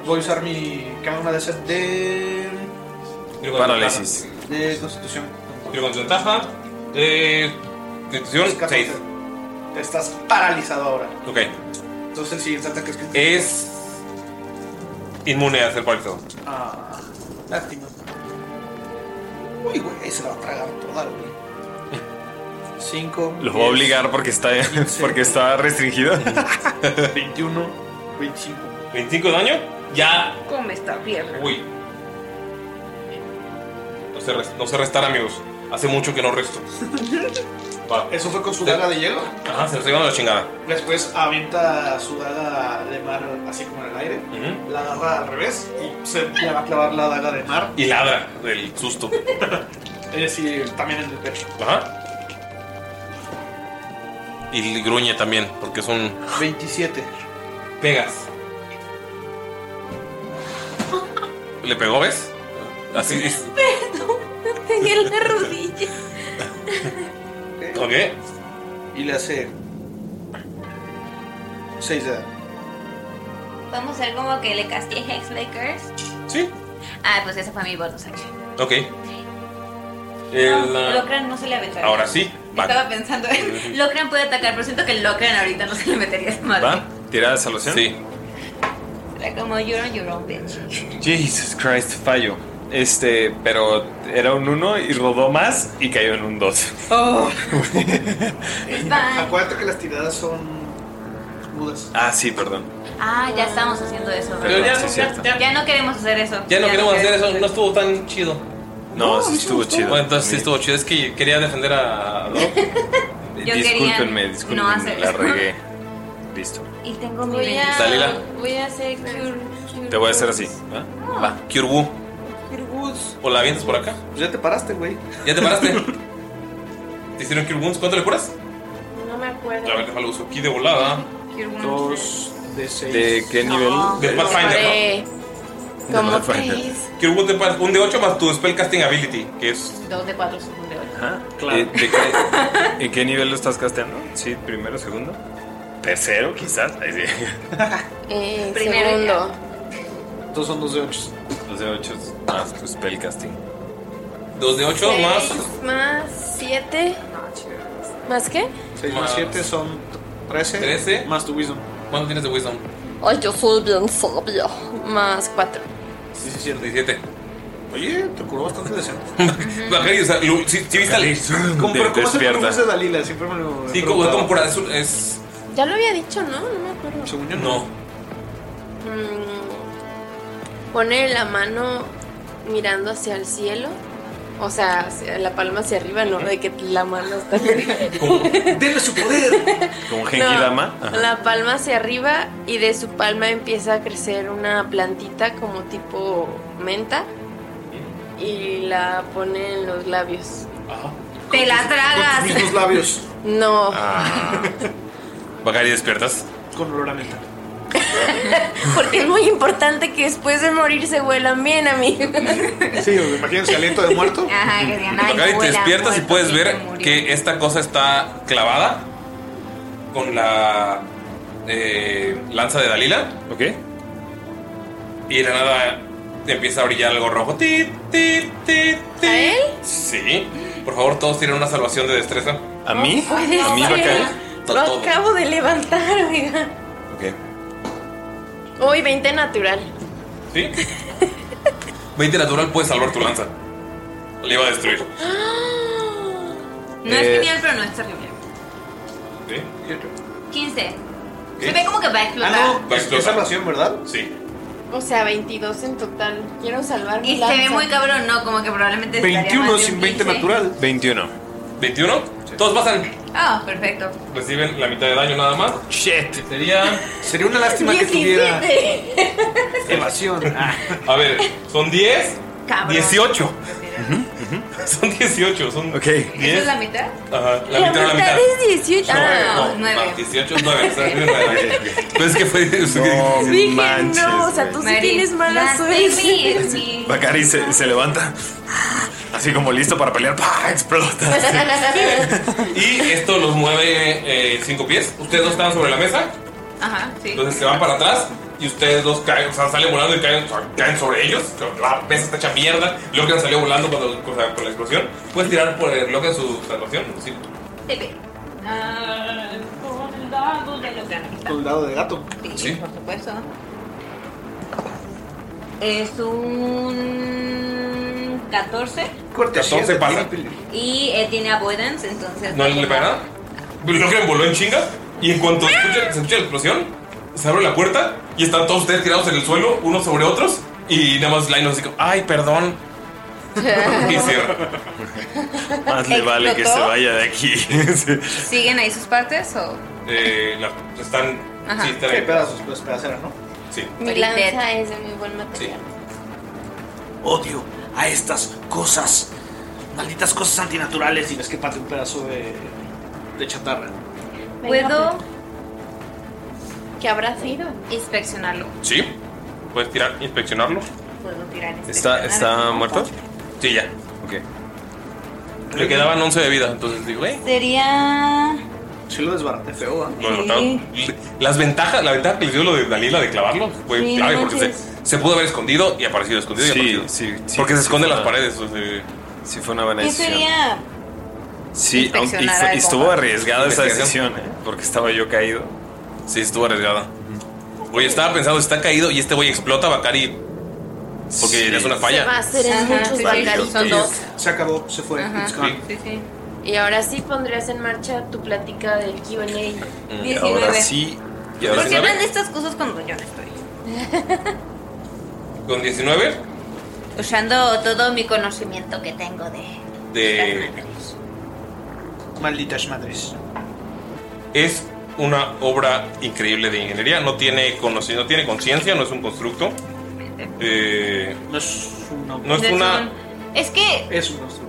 Speaker 2: Voy a usar mi cámara de set de.
Speaker 3: Parálisis.
Speaker 2: de Constitución.
Speaker 1: Tiro con ventaja. Eh. Constitución 6.
Speaker 2: Estás paralizado ahora.
Speaker 1: Ok.
Speaker 2: Entonces el siguiente ataque es que.
Speaker 1: Es. Inmune a ser paralizado.
Speaker 2: Ah, lástima. Uy, güey, se la va a tragar toda, güey. Cinco.
Speaker 3: Lo voy a
Speaker 2: diez,
Speaker 3: obligar porque está, porque está restringido.
Speaker 1: [LAUGHS]
Speaker 2: 21, 25.
Speaker 1: 25 de daño. Ya
Speaker 4: Come esta pierna.
Speaker 1: Uy. No sé, res- no sé restar, amigos. Hace mucho que no
Speaker 2: [LAUGHS]
Speaker 1: resto. Va.
Speaker 2: Eso fue con su
Speaker 1: Sí.
Speaker 2: daga de hielo.
Speaker 1: Ajá, se lo estoy llevando a la chingada.
Speaker 2: Después avienta su daga de mar así como en el aire.
Speaker 1: Ujú.
Speaker 2: La agarra al revés y se le va a clavar la daga de mar.
Speaker 1: Y ladra del susto.
Speaker 2: Es decir, también en el pecho.
Speaker 1: Ajá. Y gruñe también, porque es un.
Speaker 2: 27. [LAUGHS]
Speaker 1: Pegas. ¿Le pegó, ves? Así es.
Speaker 4: Pegué en la rodilla.
Speaker 1: Ok.
Speaker 2: Y le hace 6 de daño.
Speaker 4: Vamos a hacer como que le castigue Hexbreakers.
Speaker 1: Sí.
Speaker 4: Ah, pues esa fue mi bonus action.
Speaker 1: Ok.
Speaker 4: No,
Speaker 1: El, ah,
Speaker 4: Locran no se le aventaría.
Speaker 1: ahora sí.
Speaker 4: Estaba
Speaker 1: Va.
Speaker 4: pensando
Speaker 1: [LAUGHS]
Speaker 4: en. Locran puede atacar, pero siento que Locran ahorita no se le metería a su madre.
Speaker 1: Ah,
Speaker 3: ¿Va? ¿Tirada de salvación?
Speaker 1: Sí.
Speaker 4: Era como you're on your
Speaker 1: [LAUGHS]
Speaker 4: own, bitch.
Speaker 3: Jesus Christ, fallo. Este, pero era un 1 y rodó más y cayó en un 2.
Speaker 1: Oh.
Speaker 4: It's fine.
Speaker 2: Ah. Acuérdate que las tiradas son mudas.
Speaker 3: Ah, sí, perdón.
Speaker 4: Ah, ya estamos haciendo eso,
Speaker 3: Pero
Speaker 4: ¿verdad?
Speaker 3: ya- sí, cierto.
Speaker 4: Ya no queremos hacer eso.
Speaker 1: Ya no queremos hacer eso, no estuvo tan chido.
Speaker 3: No, sí estuvo chido.
Speaker 1: Bueno, entonces sí
Speaker 3: Sí.
Speaker 1: estuvo chido. Es que quería defender a Doc.
Speaker 2: [LAUGHS]
Speaker 4: Yo
Speaker 3: discúlpenme,
Speaker 4: quería
Speaker 3: discúlpenme,
Speaker 4: no hacer
Speaker 3: la
Speaker 4: eso.
Speaker 3: regué. Listo.
Speaker 4: [LAUGHS] Y tengo mi
Speaker 5: Voy
Speaker 4: bendición.
Speaker 5: a.
Speaker 1: Dalila.
Speaker 5: Voy a hacer Cure. Cure
Speaker 3: Te voy a hacer
Speaker 5: Wounds.
Speaker 3: así. ¿va? Va.
Speaker 1: Kyurbu.
Speaker 2: Kirwoods.
Speaker 1: ¿O la avientas por acá?
Speaker 2: Pues ya te paraste, güey.
Speaker 1: ¿Ya te
Speaker 2: [LAUGHS]
Speaker 1: paraste? ¿Te hicieron Kyurbu? ¿Cuánto le curas?
Speaker 5: No me acuerdo.
Speaker 1: A ver, déjalo uso aquí de volada.
Speaker 4: Cure wounds.
Speaker 2: 2 de 6.
Speaker 3: ¿De qué nivel?
Speaker 4: ¿eh? No.
Speaker 1: De Pathfinder,
Speaker 5: Hombre,
Speaker 3: De
Speaker 5: ¿Cómo
Speaker 3: Pathfinder.
Speaker 5: crees?
Speaker 1: ¿no? Kyurbu te pa- un de 8 más tu Spell Casting Ability, que es.
Speaker 4: Dos de cuatro son un de ocho.
Speaker 3: Ajá.
Speaker 2: Claro.
Speaker 3: Eh, ¿de qué- ¿En qué nivel lo estás casteando? Sí, primero, segundo. Tercero, quizás. Ahí sí.
Speaker 5: Eh,
Speaker 4: Primero
Speaker 5: segundo.
Speaker 2: Estos son 2 de 8.
Speaker 3: 2 de 8 más tu spellcasting.
Speaker 1: 2 de 8
Speaker 5: Seis
Speaker 1: más.
Speaker 5: Más 7. ¿Más qué?
Speaker 2: 6 más 7 son 13.
Speaker 1: 13.
Speaker 2: Más tu wisdom.
Speaker 1: ¿Cuánto tienes de Wisdom?
Speaker 5: Ay, yo soy bien sabio. Más cuatro.
Speaker 2: Sí,
Speaker 1: sí, 17.
Speaker 2: Oye, te curó bastante decente.
Speaker 1: [LAUGHS] Bacari, o sea, lo- si, si viste al.
Speaker 2: Como, pero ¿Cómo se
Speaker 1: despierta.
Speaker 2: pronuncia Dalila? Siempre me lo. he
Speaker 1: Sí, como
Speaker 2: preguntado.
Speaker 1: como por azul es.
Speaker 5: Ya lo había dicho, ¿no? No me acuerdo.
Speaker 2: Según yo,
Speaker 1: No.
Speaker 5: Mm, pone la mano mirando hacia el cielo. O sea, hacia- la palma hacia arriba, ¿no? De que la mano está...
Speaker 2: ¡Denle su poder!
Speaker 3: [LAUGHS] Como
Speaker 5: No,
Speaker 3: Genkidama. Ajá.
Speaker 5: [LAUGHS] la palma hacia arriba y de su palma empieza a crecer una plantita como tipo menta y la pone en los labios.
Speaker 1: Ah.
Speaker 4: Te la
Speaker 2: Con tus
Speaker 4: tragas.
Speaker 2: mismos labios.
Speaker 4: Oh.
Speaker 5: No,
Speaker 1: Ah.
Speaker 3: Bacari, ¿despiertas?
Speaker 2: Con olor a menta.
Speaker 5: [LAUGHS] porque es muy importante que después de morir se huelan bien, amigo.
Speaker 2: Sí, imagínense aliento de muerto.
Speaker 4: Ajá, que digan, ay,
Speaker 1: Bacari, te
Speaker 4: huela,
Speaker 1: despiertas y
Speaker 4: muerto,
Speaker 1: puedes
Speaker 4: sí,
Speaker 1: ver
Speaker 4: se murió.
Speaker 1: que esta cosa está clavada con la eh, lanza de Dalila.
Speaker 3: Ok.
Speaker 1: Y de la nada te empieza a brillar algo rojo. Ti, ti, ti, ti.
Speaker 5: ¿A él?
Speaker 1: Sí. Por favor, todos tienen una salvación de destreza.
Speaker 3: ¿A mí?
Speaker 4: Oh, Pues
Speaker 5: No puede
Speaker 3: ¿A mí,
Speaker 5: ser.
Speaker 3: Bacari?
Speaker 5: Lo acabo de levantar, oiga.
Speaker 3: Ok.
Speaker 5: Hoy 20 natural.
Speaker 1: ¿Sí? 20 natural puedes salvar tu lanza. Le iba a destruir.
Speaker 4: [GASPS] No es
Speaker 3: Eh.
Speaker 4: genial, pero no es terrible.
Speaker 1: ¿Sí?
Speaker 4: 15.
Speaker 1: ¿Qué?
Speaker 4: Se ve como que va a explotar.
Speaker 2: Ah, no.
Speaker 1: Va a
Speaker 2: Es, es
Speaker 1: explotar.
Speaker 2: salvación, ¿verdad?
Speaker 1: Sí.
Speaker 5: O sea, 22 en total. Quiero salvar mi
Speaker 4: Y se ve
Speaker 5: lanza.
Speaker 4: muy cabrón, no, como que probablemente estaría
Speaker 2: 21
Speaker 4: más de un
Speaker 2: sin 20
Speaker 4: 15.
Speaker 2: natural.
Speaker 3: 21.
Speaker 1: ¿21? Todos pasan.
Speaker 4: Ah, perfecto.
Speaker 1: Reciben la mitad de daño nada más.
Speaker 3: Shit.
Speaker 1: Sería.
Speaker 2: Sería una lástima que tuviera
Speaker 5: 17.
Speaker 2: evasión. Ah,
Speaker 1: [LAUGHS] A ver, son 10.
Speaker 4: Cabrón.
Speaker 1: 18. Son 18. Son
Speaker 3: Ok.
Speaker 1: 10.
Speaker 4: ¿Eso es la mitad?
Speaker 1: Ajá, la,
Speaker 5: La,
Speaker 1: mitad de la mitad.
Speaker 5: mitad es 18. Ah,
Speaker 1: No,
Speaker 4: no,
Speaker 1: eh, no,
Speaker 4: nueve.
Speaker 1: más 18 es 9. Pues es que fue.
Speaker 3: No
Speaker 5: Dije,
Speaker 3: manches.
Speaker 5: no, o sea, tú sí
Speaker 4: Mary,
Speaker 5: tienes mala
Speaker 4: lástima,
Speaker 5: suerte.
Speaker 4: sí.
Speaker 3: Bacari se, se levanta. Así como listo para pelear. ¡Pah! Explota.
Speaker 4: Ah.
Speaker 1: eh, Y esto los mueve 5 pies. Ustedes dos estaban sobre la mesa.
Speaker 4: Ajá, sí.
Speaker 1: Entonces se van para atrás y ustedes dos caen, o sea, salen volando y caen, caen sobre ellos. La mesa está hecha mierda. Logan salió volando cuando, o sea, con la explosión. Puedes tirar por el Logan su salvación. Sí.
Speaker 4: Sí, ve. Ah, soldado de los ganas.
Speaker 2: con el dado de gato.
Speaker 4: Sí,
Speaker 1: Sí.
Speaker 4: por supuesto. Pues Es un 14
Speaker 2: Cortesía
Speaker 1: 14
Speaker 2: de
Speaker 1: pasa.
Speaker 2: Pili Pili.
Speaker 4: y eh, tiene avoidance, entonces...
Speaker 1: No le pega nada. Logan voló en chinga y en cuanto escucha- se escucha la explosión, se abre la puerta y están todos ustedes tirados en el suelo, unos sobre otros. Y nada más Lino así como, ay, perdón.
Speaker 4: [LAUGHS]
Speaker 1: y cierra.
Speaker 3: Más le vale que se
Speaker 4: ¿Explotó?
Speaker 3: vaya de aquí. [LAUGHS] Sí.
Speaker 4: ¿Siguen ahí sus partes o...?
Speaker 1: Eh, la- están.
Speaker 4: Ajá.
Speaker 1: Sí, están
Speaker 2: Qué
Speaker 1: ahí.
Speaker 2: pedazos, pues pedacera, ¿no?
Speaker 1: Sí.
Speaker 5: Mi lanza es de muy buen
Speaker 1: Sí.
Speaker 5: material.
Speaker 7: Odio a estas cosas. Malditas cosas antinaturales.
Speaker 2: Tienes que patear un pedazo de, de chatarra.
Speaker 5: Venga,
Speaker 4: ¿Puedo
Speaker 5: ¿Qué habrá sido?
Speaker 4: inspeccionarlo?
Speaker 1: Sí. Puedes tirar, inspeccionarlo.
Speaker 4: Puedo tirar
Speaker 3: ¿Está,
Speaker 4: inspeccionar.
Speaker 3: ¿Está muerto?
Speaker 1: Sí, ya.
Speaker 3: Ok.
Speaker 1: Le quedaban 11 de vida, entonces digo, eh.
Speaker 4: Sería...
Speaker 2: Sí lo desbaraté feo, ¿ah?
Speaker 1: Lo
Speaker 4: Sí.
Speaker 1: derrotaron. Las ventajas, la ventaja que les dio lo de Dalila de clavarlo fue
Speaker 4: Sí,
Speaker 1: clave
Speaker 4: no
Speaker 1: porque se,
Speaker 4: manches.
Speaker 1: se pudo haber escogido y aparecido, escondido y
Speaker 3: Sí,
Speaker 1: aparecido.
Speaker 3: sí, sí,
Speaker 1: porque se
Speaker 3: sí
Speaker 1: esconde en
Speaker 3: fue
Speaker 1: las
Speaker 3: una-
Speaker 1: paredes. o sea,
Speaker 3: Sí, fue una buena
Speaker 4: ¿Qué
Speaker 3: decisión.
Speaker 4: sería?
Speaker 3: Sí, aunque y
Speaker 4: Inspeccionar
Speaker 3: fue- y
Speaker 4: algo.
Speaker 3: estuvo arriesgada esa
Speaker 1: Investigación.
Speaker 3: decisión, ¿eh? porque estaba yo caído.
Speaker 1: sí, estuvo arriesgada. Oye, estaba pensando, está caído y este güey explota, Bacari. Porque
Speaker 3: Sí.
Speaker 1: es una
Speaker 5: Se va a
Speaker 1: falla.
Speaker 5: hacer en
Speaker 4: Ajá,
Speaker 5: muchos
Speaker 4: sí, sí,
Speaker 5: bacaritos.
Speaker 4: son dos.
Speaker 2: Se acabó, se fue.
Speaker 4: Ajá.
Speaker 2: It's
Speaker 3: pues,
Speaker 2: gone.
Speaker 4: Sí, sí.
Speaker 5: Y ahora sí pondrías en marcha tu plática del QA.
Speaker 1: Mm,
Speaker 3: Y
Speaker 4: 19.
Speaker 3: ahora sí. Y
Speaker 5: Pues
Speaker 1: Pues
Speaker 4: ¿Por
Speaker 3: ahora
Speaker 1: sí
Speaker 4: qué
Speaker 1: sabe?
Speaker 4: hablan de estas cosas cuando yo no estoy?
Speaker 1: Con 19
Speaker 4: Usando todo mi conocimiento que tengo de...
Speaker 1: de.
Speaker 2: Malditas madres.
Speaker 1: Es una obra increíble de ingeniería. No tiene conoci- no tiene conciencia, no es un constructo. Eh,
Speaker 2: No es un hombre.
Speaker 1: no es
Speaker 4: de
Speaker 1: una.
Speaker 4: Tron. Es que,
Speaker 2: Es un monstruo.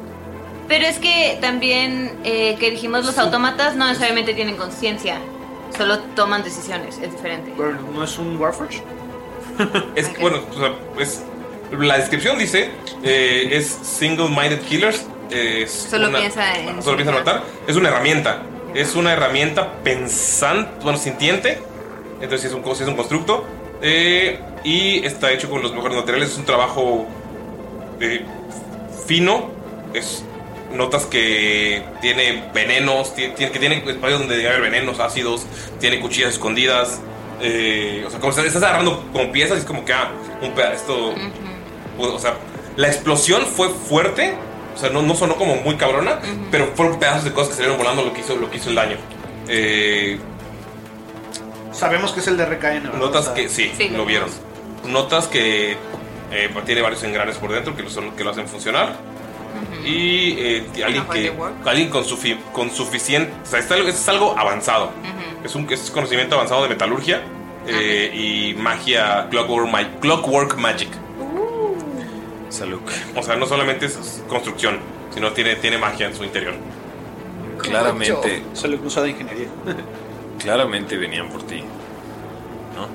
Speaker 4: pero es que también eh, que dijimos los autómatas no necesariamente tienen conciencia, solo toman decisiones, es diferente.
Speaker 2: Bueno, no es un Warforge.
Speaker 1: [LAUGHS] Es que, bueno, o sea, es- la descripción dice, eh, es single-minded killers. eh, es
Speaker 4: Solo piensa en-
Speaker 1: ajá, Solo piensa en matar. Es una herramienta. Es una herramienta pensante, bueno, sintiente. Entonces sí es un, co- sí es un constructo. eh, y está hecho con los mejores materiales. Es un trabajo eh, fino. Es notas que tiene venenos, ti- tiene- que tiene espacios donde debe haber venenos ácidos, tiene cuchillas escondidas. eh, o sea, como estás, estás agarrando como piezas y es como que, ah, un peda- esto o, o sea, la explosión fue fuerte. O sea, no, no sonó como muy cabrona, pero fueron pedazos de cosas que salieron volando lo que hizo, lo que hizo el daño. Eh,
Speaker 2: Sabemos que es el de RKN, ¿verdad? O
Speaker 1: notas
Speaker 2: sea,
Speaker 1: que sí,
Speaker 2: sí,
Speaker 1: lo
Speaker 2: lo
Speaker 1: vieron. Notas que eh, tiene varios engranes por dentro que lo, son- que lo hacen funcionar. Y eh, alguien, que, alguien con, sufi- con suficiente... O sea, es algo, es algo avanzado. Es un es conocimiento avanzado de metalurgia eh, y magia, clockwork, ma- clockwork magic.
Speaker 5: Uh.
Speaker 1: Salud. O sea, no solamente es construcción, sino tiene, tiene magia en su interior.
Speaker 3: Claramente.
Speaker 2: Se le puso de ingeniería.
Speaker 3: Claramente venían por ti. ¿No?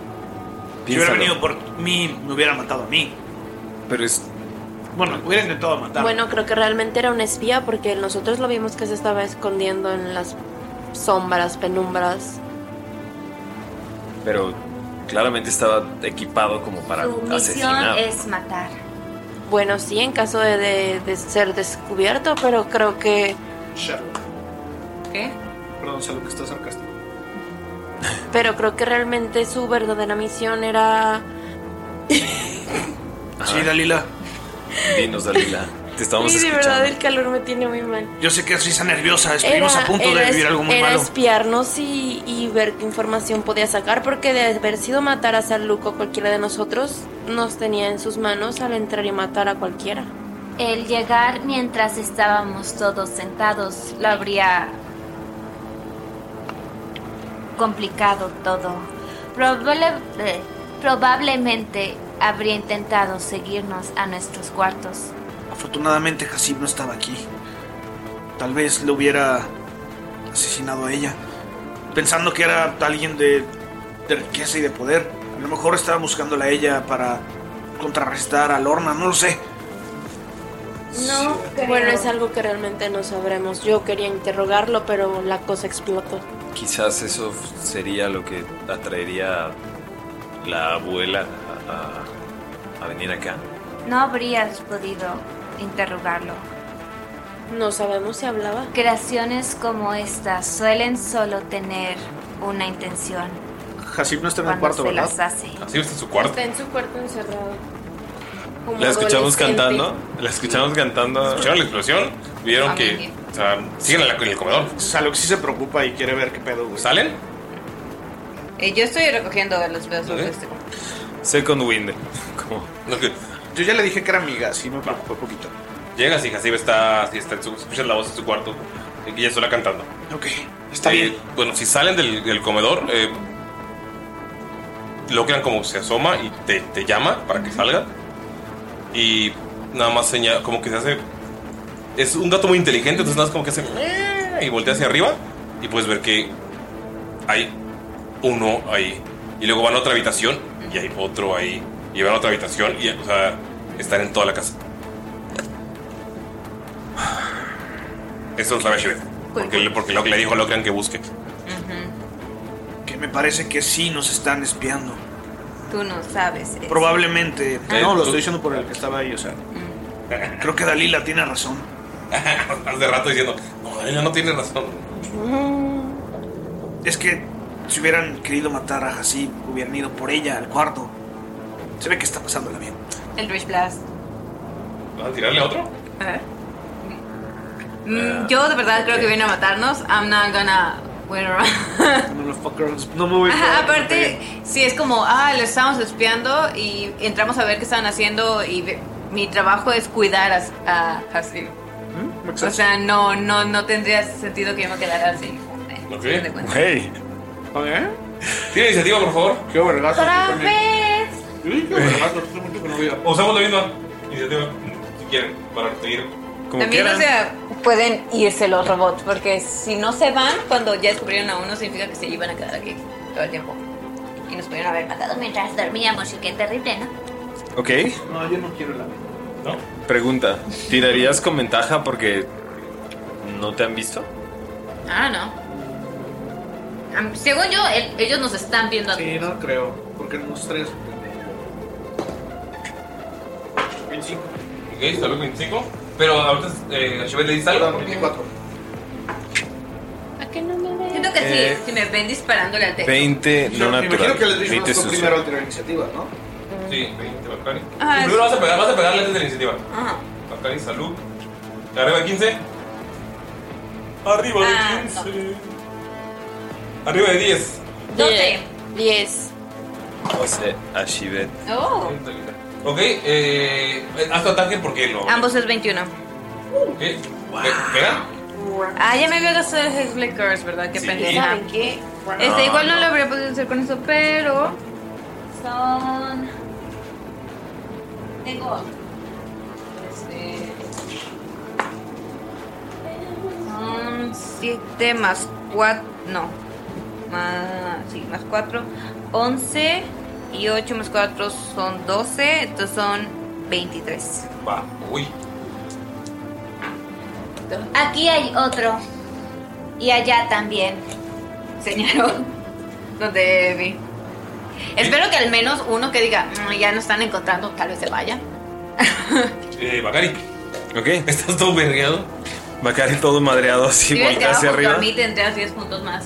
Speaker 7: Si hubiera
Speaker 3: Piénsalo.
Speaker 7: venido por mí, me hubiera matado a mí.
Speaker 3: Pero es.
Speaker 7: Bueno, me hubiera intentado matar.
Speaker 5: Bueno, creo que realmente era un espía porque nosotros lo vimos que se estaba escondiendo en las sombras, penumbras.
Speaker 3: Pero claramente estaba equipado como para
Speaker 6: Su misión
Speaker 3: asesinar.
Speaker 6: es matar.
Speaker 5: Bueno, sí, en caso de, de- de ser descubierto, pero creo que...
Speaker 2: Sherlock.
Speaker 4: ¿Qué?
Speaker 2: Perdón, Salud, que está sarcástico.
Speaker 5: Pero creo que realmente su verdadera misión era...
Speaker 7: Sí, Dalila.
Speaker 3: Ah, Dinos, Dalila. Te
Speaker 5: Sí, de verdad el calor me tiene muy mal.
Speaker 7: Yo sé que Risa nerviosa. Estuvimos a punto de
Speaker 5: era-
Speaker 7: vivir algo muy
Speaker 5: era
Speaker 7: malo.
Speaker 5: espiarnos y, y ver qué información podía sacar, porque de haber sido matar a San Luco cualquiera de nosotros, nos tenía en sus manos al entrar y matar a cualquiera.
Speaker 6: El llegar mientras estábamos todos sentados lo habría complicado todo. Probable- eh, probablemente habría intentado seguirnos a nuestros cuartos.
Speaker 7: Afortunadamente, Hasib no estaba aquí. Tal vez lo hubiera asesinado a ella, pensando que era alguien de, de riqueza y de poder. A lo mejor estaba buscándola a ella para contrarrestar a Lorna, no lo sé.
Speaker 5: No, bueno, es algo que realmente no sabremos. Yo quería interrogarlo, pero la cosa explotó.
Speaker 3: Quizás eso f- sería lo que atraería a la abuela a, a- a venir acá.
Speaker 6: No habrías podido interrogarlo.
Speaker 5: No sabemos si hablaba.
Speaker 6: Creaciones como esta suelen solo tener una intención
Speaker 2: Hasib no está en el
Speaker 6: cuando
Speaker 2: cuarto,
Speaker 6: se
Speaker 2: ¿verdad?
Speaker 6: las hace.
Speaker 1: Así está en su cuarto.
Speaker 5: en su cuarto encerrado. Como
Speaker 1: La escuchamos
Speaker 5: adolescente.
Speaker 1: cantando. La escuchamos cantando. Escucharon la explosión. Vieron que. O sea, siguen en, la- en el comedor.
Speaker 2: Salud sí se preocupa y quiere ver qué pedo, güey.
Speaker 1: ¿Salen?
Speaker 4: Eh, yo estoy recogiendo los pedazos de este.
Speaker 3: Second Wind.
Speaker 1: [LAUGHS]
Speaker 3: Como-
Speaker 2: Yo ya le dije que era amiga, sí me preocupó poquito.
Speaker 1: Llegas y Hasib está. sí está en su- escuchas la voz en su cuarto. Y ella sola cantando.
Speaker 2: Ok,
Speaker 1: Eh, Bueno, si salen del, del comedor, eh, logran como se asoma y te, te llama para que salga. Y nada más señala, como que se hace. Es un gato muy inteligente, entonces nada más como que hace. "Eh", Y voltea hacia arriba y puedes ver que hay uno ahí. Y luego van a otra habitación y hay otro ahí. Y van a otra habitación y, o sea, están en toda la casa. Eso es la Shivet.
Speaker 4: Pues,
Speaker 1: Porque, porque lo que le dijo lo crean que busque.
Speaker 7: Que me parece que sí nos están espiando.
Speaker 4: Tú no sabes. eso.
Speaker 7: Probablemente.
Speaker 1: Eh,
Speaker 7: No,
Speaker 1: tú-
Speaker 7: lo estoy diciendo por el que estaba ahí, o sea. Creo que Dalila tiene razón.
Speaker 1: [LAUGHS] Hace rato diciendo, no, Dalila no tiene razón.
Speaker 7: Es que si hubieran querido matar a Hasib, hubieran ido por ella al cuarto. Se ve que está pasándola bien.
Speaker 4: El Rich Blast.
Speaker 1: ¿Vas a tirarle a otro?
Speaker 4: A ver.
Speaker 2: Ah.
Speaker 4: Mm, yo de verdad creo que viene a matarnos. I'm not gonna wait [LAUGHS] around.
Speaker 2: Motherfuckers, No me voy a
Speaker 4: Ajá,
Speaker 2: quedar con
Speaker 4: aparte,
Speaker 2: ella.
Speaker 4: si es como, ah, lo estábamos espiando y entramos a ver qué estaban haciendo y ve- mi trabajo es cuidar a, a Hasib. O sea, no, no, no tendría sentido que yo me quedara así.
Speaker 1: Ok.
Speaker 4: eh, Sí, de cuenta.
Speaker 3: Hey.
Speaker 1: Tiene iniciativa, por favor.
Speaker 2: Qué
Speaker 1: Ah,
Speaker 2: vergazo.
Speaker 6: ¡Otra vez!
Speaker 2: Sí, qué vergazo, hace mucho que no veía.
Speaker 1: Usamos la misma iniciativa, si quieren, para seguir.
Speaker 3: Como
Speaker 4: También, o
Speaker 3: quieran.
Speaker 4: sea, pueden irse los robots, porque si no se van, cuando ya descubrieron a uno, significa que se iban a quedar aquí todo el tiempo. Y nos pudieron haber matado.
Speaker 6: Mientras dormíamos y qué terrible, ¿no?
Speaker 3: Ok.
Speaker 2: No, yo no quiero la mía.
Speaker 1: ¿No?
Speaker 3: Pregunta. ¿Tirarías con ventaja porque no te han visto?
Speaker 4: Ah, no. Am- Según yo, el- ellos nos están viendo.
Speaker 2: Sí, no creo, porque los tres.
Speaker 1: 25. Ok, salud 25. Pero ahorita eh, Chevet le dice algo.
Speaker 2: 24.
Speaker 4: ¿A qué no me ven? Siento que sí,
Speaker 3: Eh,
Speaker 4: si me ven disparándole al techo.
Speaker 3: 20 no
Speaker 2: Me imagino
Speaker 3: natural.
Speaker 2: que les dije
Speaker 3: 20
Speaker 2: tú
Speaker 3: sucio.
Speaker 2: primero al tirar iniciativa, ¿no?
Speaker 1: Sí, 20, Bacani.
Speaker 4: Ajá,
Speaker 1: Primero vas a pegar, vas a pegarle antes de la iniciativa.
Speaker 4: Ajá.
Speaker 1: Bacani, salud. Arriba de 15. Arriba de
Speaker 4: Ah,
Speaker 1: 15. Arriba de 10.
Speaker 4: 12.
Speaker 5: 10.
Speaker 3: 12 a Shivet.
Speaker 4: Oh.
Speaker 1: Ok, eh, haz tu ataque porque no.
Speaker 4: Ambos es 21.
Speaker 1: Ok. ¿Pe- ¿Pega?
Speaker 4: Ah, ya me había gastado el Hexblade Curse, ¿verdad? Qué
Speaker 1: Sí.
Speaker 4: pendeja.
Speaker 1: ¿Saben
Speaker 4: qué? Este, igual no lo habría podido hacer con eso, pero. Son. Tengo. Este. Son 7 más 4. No. Más. Sí, más 4. 11. Y 8 más 4 son 12. Entonces son 23.
Speaker 1: Va. Uy.
Speaker 6: Aquí hay otro. Y allá también.
Speaker 4: señaló donde vi. Espero que al menos uno que diga, "Mm, ya no están encontrando, tal vez se vaya.
Speaker 1: Eh, Bacari.
Speaker 3: Ok.
Speaker 1: [LAUGHS] Estás todo vergueado.
Speaker 3: Bacari todo madreado así,
Speaker 4: Si hubieras
Speaker 3: voltea
Speaker 4: quedado
Speaker 3: hacia
Speaker 4: junto
Speaker 3: arriba.
Speaker 4: a mí, tendrías 10 puntos más.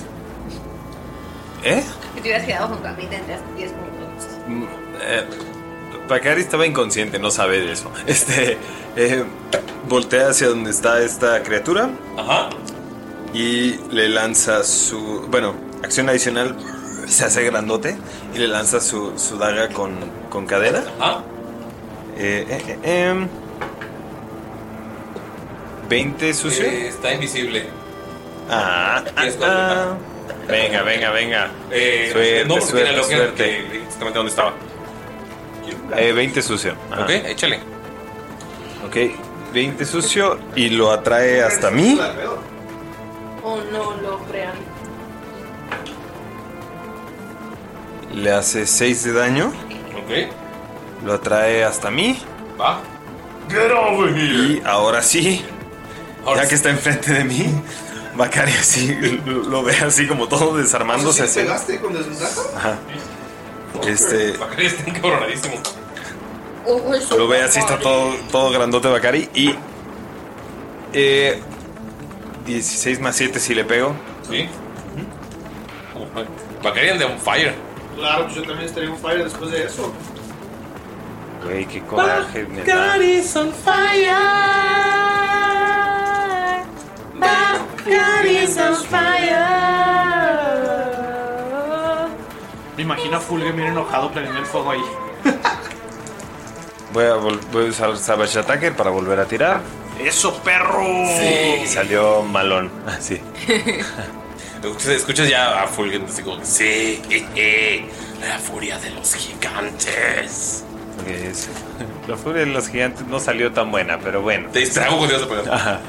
Speaker 3: ¿Eh?
Speaker 4: Si te hubieras quedado junto a mí, tendrías 10 puntos.
Speaker 3: Mm, eh, Bacari estaba inconsciente, no sabe de eso. [LAUGHS] Este. eh, voltea hacia donde está esta criatura.
Speaker 1: Ajá.
Speaker 3: Y le lanza su. Bueno, acción adicional. Se hace grandote. Y le lanza su, su daga con, con cadena.
Speaker 1: Ajá.
Speaker 3: Eh, eh, eh, em. 20 sucio.
Speaker 1: Eh, está invisible.
Speaker 3: Ah, ah,
Speaker 1: ¿Quieres
Speaker 3: ah. Venga, venga, venga.
Speaker 1: Eh,
Speaker 3: suerte,
Speaker 1: no porque tiene
Speaker 3: suerte,
Speaker 1: lo que era
Speaker 3: suerte.
Speaker 1: que- exactamente dónde estaba.
Speaker 3: Eh, 20 sucio. Ajá.
Speaker 1: Ok, échale.
Speaker 3: ok. 20 sucio y lo atrae hasta mí.
Speaker 5: Oh, no lo crean.
Speaker 3: Le hace 6 de daño.
Speaker 1: Ok, [LAUGHS]
Speaker 3: Lo atrae hasta mí.
Speaker 1: va. Get over
Speaker 3: Y ahora sí,
Speaker 1: Ahora
Speaker 3: ya que
Speaker 1: sí.
Speaker 3: está enfrente de mí, Bacari así lo lo ve así como todo desarmándose.
Speaker 2: ¿Sí
Speaker 3: así.
Speaker 2: pegaste con desventaja?
Speaker 3: Ajá. Este,
Speaker 1: Bacari está encabronadísimo.
Speaker 3: Lo ve así, está todo, todo grandote Bacari. Y. eh, 16 más 7 si le pego.
Speaker 1: Sí. Bacari anda on fire.
Speaker 2: Claro, pues yo también estaría un fire después de eso.
Speaker 3: Güey, qué coraje me da.
Speaker 1: on fire.
Speaker 5: on fire.
Speaker 2: Me imagino a Fulgen bien enojado planeando el fuego ahí.
Speaker 3: Voy a, vol- voy a usar Savage Attacker para volver a tirar.
Speaker 2: ¡Eso, perro!
Speaker 3: Y salió malón. Ah,
Speaker 1: [LAUGHS]
Speaker 3: Así.
Speaker 1: Escuchas ya a Fulgen así como, sí, jeje, la furia de los gigantes.
Speaker 3: Ok, es- La furia de los gigantes no salió tan buena, pero bueno.
Speaker 1: Te distraigo cuando te vas a pegar.
Speaker 3: Ajá.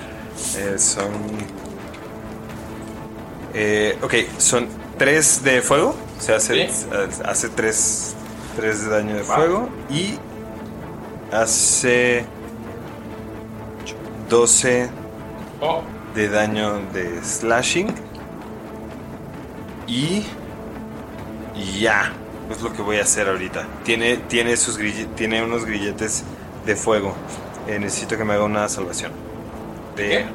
Speaker 3: Eh, son. Eh, ok, son 3 de fuego. O sea, hace,
Speaker 1: Sí.
Speaker 3: hace 3, de daño de fuego. Y hace 12
Speaker 1: Oh,
Speaker 3: de daño de slashing. Y. y Ya. Es lo que voy a hacer ahorita. Tiene, tiene, sus grille- tiene unos grilletes de fuego. Eh, necesito que me haga una salvación. De.
Speaker 1: Bien.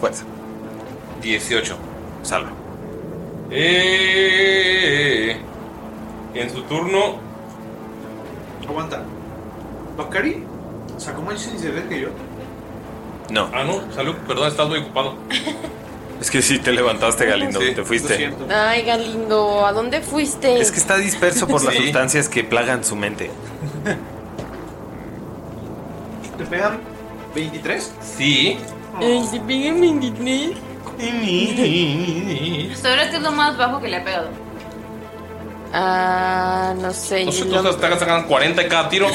Speaker 3: Fuerza.
Speaker 1: 18.
Speaker 3: Salva.
Speaker 1: Eh, en su turno,
Speaker 2: Aguanta. Bakari sacó más iniciativa que yo.
Speaker 3: No.
Speaker 1: ah, no, salud, perdón, estás muy ocupado.
Speaker 3: Es que sí te levantaste, Galindo.
Speaker 1: Sí,
Speaker 3: te
Speaker 2: Lo
Speaker 3: fuiste.
Speaker 2: siento.
Speaker 5: Ay, Galindo, ¿a dónde fuiste?
Speaker 3: Es que está disperso por las
Speaker 1: Sí.
Speaker 3: sustancias que plagan su mente.
Speaker 2: ¿Te pegan 23?
Speaker 1: Sí.
Speaker 5: Ay, se pega en 23.
Speaker 4: Sobre este es lo más bajo que le ha pegado.
Speaker 5: Ah, no sé.
Speaker 1: No sé,
Speaker 5: yo
Speaker 1: tú
Speaker 5: lo-
Speaker 1: estás sacando 40 de
Speaker 4: [LAUGHS]
Speaker 1: cada tiro.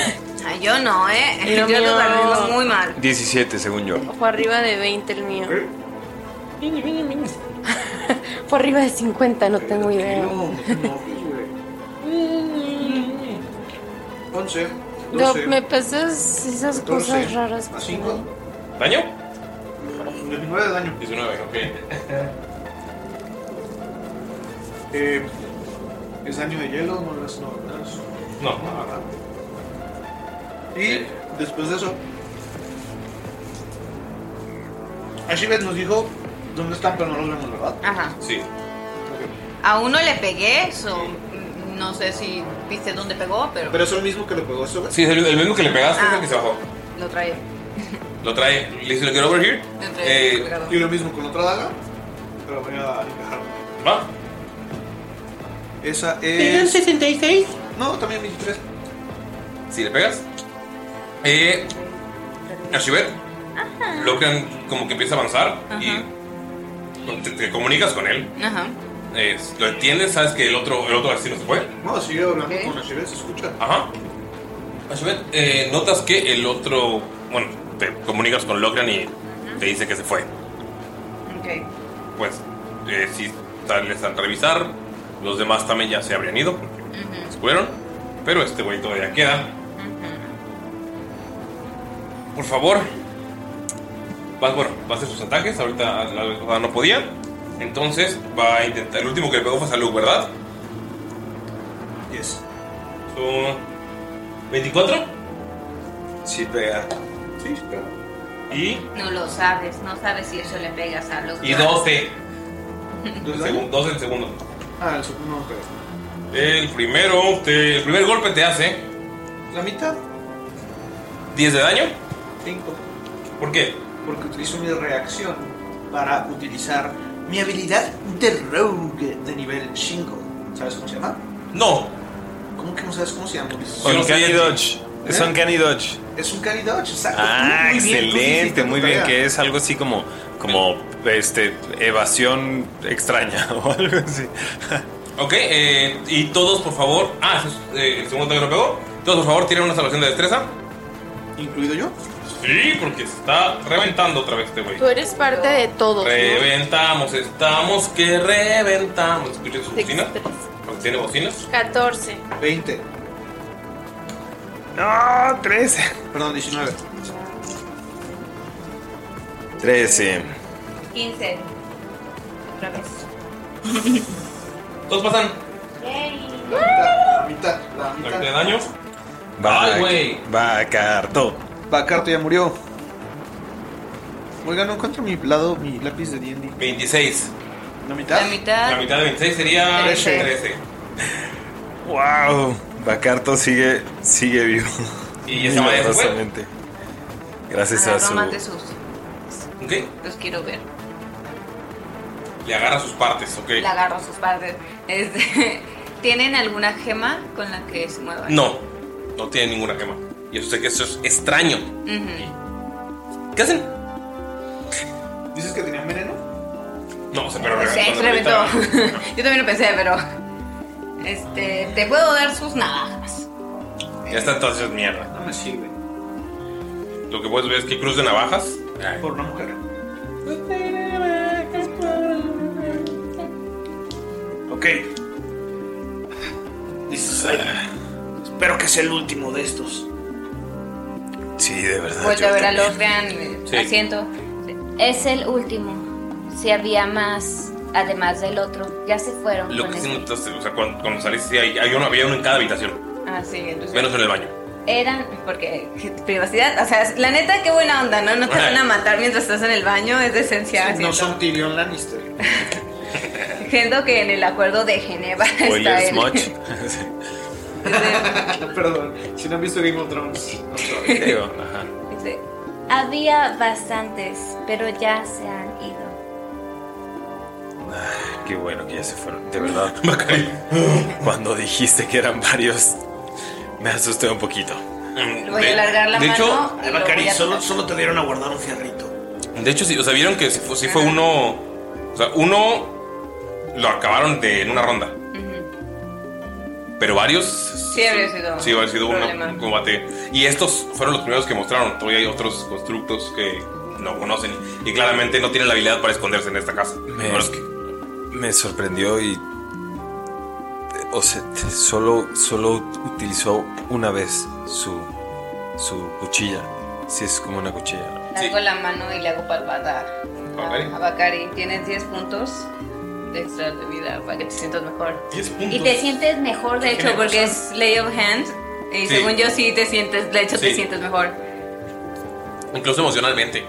Speaker 4: Ay, yo no, ¿eh?
Speaker 5: Y
Speaker 4: [LAUGHS] Yo
Speaker 5: lo
Speaker 4: te
Speaker 5: mío.
Speaker 4: saliendo muy mal.
Speaker 3: 17, según yo.
Speaker 5: Fue arriba de 20 el mío. Fue arriba de 50, no tengo idea.
Speaker 2: No, no te enojes, güey. 11,
Speaker 5: No,
Speaker 2: 12,
Speaker 5: me pasas esas
Speaker 2: 14,
Speaker 5: cosas raras.
Speaker 2: más 5,
Speaker 1: ¿Daño?
Speaker 2: 29 de daño.
Speaker 1: 19, ok.
Speaker 2: [LAUGHS] Eh, es daño de hielo, no las no, no las-
Speaker 1: No,
Speaker 2: no, nada. Y después de eso, Ashibet nos dijo dónde están, pero no los vemos, ¿verdad?
Speaker 4: Ajá.
Speaker 1: Sí.
Speaker 4: A uno le pegué, so, no sé si viste dónde pegó, pero,
Speaker 2: Pero es el mismo que le pegó eso.
Speaker 1: Sí, es el, el mismo que le pegaste, es el
Speaker 4: Ah.
Speaker 1: que se bajó.
Speaker 4: lo trae.
Speaker 1: Lo trae, le dice, lo quiero over here.
Speaker 4: Lo trae
Speaker 1: Eh,
Speaker 4: colgado.
Speaker 2: Y lo mismo con otra daga, pero voy a encajar.
Speaker 1: va.
Speaker 2: Esa es.
Speaker 8: 66?
Speaker 2: Eh, No, también 23.
Speaker 1: Si le pegas. Eh, Archibet,
Speaker 4: Ah,
Speaker 1: logran como que empieza a avanzar y Pues, te, te comunicas con él.
Speaker 4: Ajá.
Speaker 3: Ah,
Speaker 1: Eh, lo entiendes, sabes que el otro, el otro así no se fue.
Speaker 2: No, sigue hablando
Speaker 4: Ok.
Speaker 2: con Ashibet, se escucha.
Speaker 1: Ajá. Ashbet, eh, notas que el otro. Bueno, te comunicas con Logran y te dice que se fue.
Speaker 4: Ok.
Speaker 1: Pues, eh, sí, tal- les al revisar. Los demás también ya se habrían ido porque se fueron. Pero este güey todavía queda. Por favor. Vas, bueno, va a hacer sus ataques. Ahorita la vez pasada no podía. Entonces va a intentar. El último que le pegó fue a Salud, ¿verdad?
Speaker 2: Yes.
Speaker 1: Su- 24.
Speaker 3: Sí, pega.
Speaker 2: Sí, pero.
Speaker 1: Y
Speaker 4: No lo sabes, no sabes si eso le pegas a los.
Speaker 1: Y 12.
Speaker 2: ¿Dos daños?
Speaker 1: 12 en segundo.
Speaker 2: Ah, el segundo no pega.
Speaker 1: El primero, te- el primer golpe te hace
Speaker 2: La mitad,
Speaker 1: 10 de daño.
Speaker 2: 5.
Speaker 1: ¿Por qué?
Speaker 2: porque utilizo mi reacción para utilizar mi habilidad de rogue de nivel 5. ¿Sabes cómo se llama?
Speaker 1: No.
Speaker 2: ¿Cómo que no sabes cómo se llama?
Speaker 1: Yo no
Speaker 3: Uncanny
Speaker 1: sabía.
Speaker 3: Dodge. Es
Speaker 2: ¿Eh?
Speaker 3: Uncanny Dodge.
Speaker 2: Es un Canny Dodge, exacto.
Speaker 3: Ah,
Speaker 2: Muy bien, tú hiciste
Speaker 3: excelente,
Speaker 2: tu
Speaker 3: muy bien.
Speaker 2: tarea.
Speaker 3: Que es algo así como, como este, evasión extraña [LAUGHS] o algo así.
Speaker 1: Ok, eh, y todos por favor. Ah, ese es, eh, el segundo ataque lo pegó. Todos por favor tienen una salvación de destreza.
Speaker 2: ¿Incluido yo?
Speaker 1: Sí, porque se está reventando otra vez este güey.
Speaker 5: Tú eres parte de todo.
Speaker 1: Reventamos, estamos que reventamos. Escuchen su bocina. Porque tiene bocinas.
Speaker 5: 14.
Speaker 2: 20.
Speaker 3: No, 13.
Speaker 2: Perdón, 19.
Speaker 3: 13.
Speaker 4: 15. Otra vez.
Speaker 1: Todos pasan.
Speaker 2: La mitad, la
Speaker 1: La mitad
Speaker 2: mitad.
Speaker 1: de daño. Ay, güey.
Speaker 3: Va, Carto.
Speaker 2: Bacarto ya murió. Oiga, no encuentro mi lado, mi lápiz de D&D.
Speaker 1: 26.
Speaker 2: ¿La mitad?
Speaker 4: La
Speaker 1: La
Speaker 4: mitad.
Speaker 1: mitad de 26 sería
Speaker 4: Trece.
Speaker 1: 13.
Speaker 3: Wow. Bacarto sigue, sigue vivo.
Speaker 1: Y esa madre se fue.
Speaker 3: Milagrosamente. Gracias a
Speaker 4: Agarro
Speaker 3: su.
Speaker 4: más de sus.
Speaker 1: Ok.
Speaker 4: Los quiero ver.
Speaker 1: Le agarra sus partes, ok.
Speaker 4: Le agarro a sus padres. Este, [LAUGHS] ¿Tienen alguna gema con la que se muevan?
Speaker 1: No, no tiene ninguna quema. Y eso sé que eso es extraño.
Speaker 4: Ujú.
Speaker 1: ¿Qué hacen?
Speaker 2: ¿Dices que tenían veneno?
Speaker 1: No, se pero
Speaker 4: Se
Speaker 1: reventó.
Speaker 4: reventó. [LAUGHS] Yo también lo pensé, pero. Este, te puedo dar sus navajas.
Speaker 1: Ya está entonces mierda.
Speaker 2: No me sirve.
Speaker 1: Lo que puedes ver es que cruz de navajas.
Speaker 2: Por una mujer.
Speaker 7: Ok. Dices, "Ay, espero que sea el último de estos.
Speaker 3: Sí, de
Speaker 6: Pues
Speaker 3: verdad.
Speaker 4: Vuelvo a
Speaker 3: yo
Speaker 4: ver a
Speaker 3: también.
Speaker 4: Lofrean, me
Speaker 1: Sí.
Speaker 4: asiento.
Speaker 6: eh, Es el último. Si había más, además del otro, ya se fueron.
Speaker 1: Lo
Speaker 6: con
Speaker 1: que sí
Speaker 6: eso.
Speaker 1: notaste, o sea, cuando, cuando saliste, sí, hay, hay uno, había uno en cada habitación.
Speaker 4: Ah, sí, entonces.
Speaker 1: Menos en el baño.
Speaker 6: Eran
Speaker 4: Porque privacidad, o sea, la neta, qué buena onda, ¿no? No te van a matar mientras estás en el baño, es de esencia.
Speaker 2: No
Speaker 4: siento.
Speaker 2: son Tyrion Lannister.
Speaker 4: Siento que en el acuerdo de Geneva está
Speaker 3: Spoilers
Speaker 4: el-
Speaker 3: much.
Speaker 7: [LAUGHS]
Speaker 4: Dice-
Speaker 2: Perdón, si no han visto Game of Thrones. I'm sorry.
Speaker 3: Digo, ajá.
Speaker 4: dice,
Speaker 6: Había bastantes, pero ya se han ido.
Speaker 3: Qué bueno que ya se fueron. De verdad. Cuando dijiste que eran varios, me asusté un poquito.
Speaker 1: Mm,
Speaker 4: Voy a alargar la
Speaker 1: de
Speaker 4: mano.
Speaker 1: Hecho,
Speaker 4: Y lo voy
Speaker 7: Bacari,
Speaker 4: a-
Speaker 7: solo, solo te dieron a guardar un fierrito.
Speaker 1: de hecho, sí, o sea, vieron que sí fue, sí fue uno. O sea, uno lo acabaron de, en una ronda. Pero varios
Speaker 4: sí, habría sido.
Speaker 1: Sí, ha sido
Speaker 4: un
Speaker 1: un
Speaker 4: problema.
Speaker 1: combate. Y estos fueron los primeros que mostraron. Todavía hay otros constructos que no conocen y claramente no tienen la habilidad para esconderse en esta casa.
Speaker 3: Me-
Speaker 1: Pero es que-
Speaker 3: Me sorprendió y. O sea, t- solo, solo utilizó una vez su, su cuchilla. Si es como una cuchilla.
Speaker 4: Le hago la mano y le hago palpada
Speaker 1: Bacari.
Speaker 4: a, a Bacari. Tienes 10 puntos de extra de vida para que te sientas mejor.
Speaker 1: 10
Speaker 6: Y
Speaker 1: puntos.
Speaker 6: te sientes mejor,
Speaker 4: De
Speaker 6: de hecho,
Speaker 4: hecho, porque es Lay of Hand.
Speaker 1: Sí.
Speaker 4: Y según yo, sí te sientes, de hecho, te
Speaker 1: Sí.
Speaker 4: sientes mejor.
Speaker 1: Incluso emocionalmente.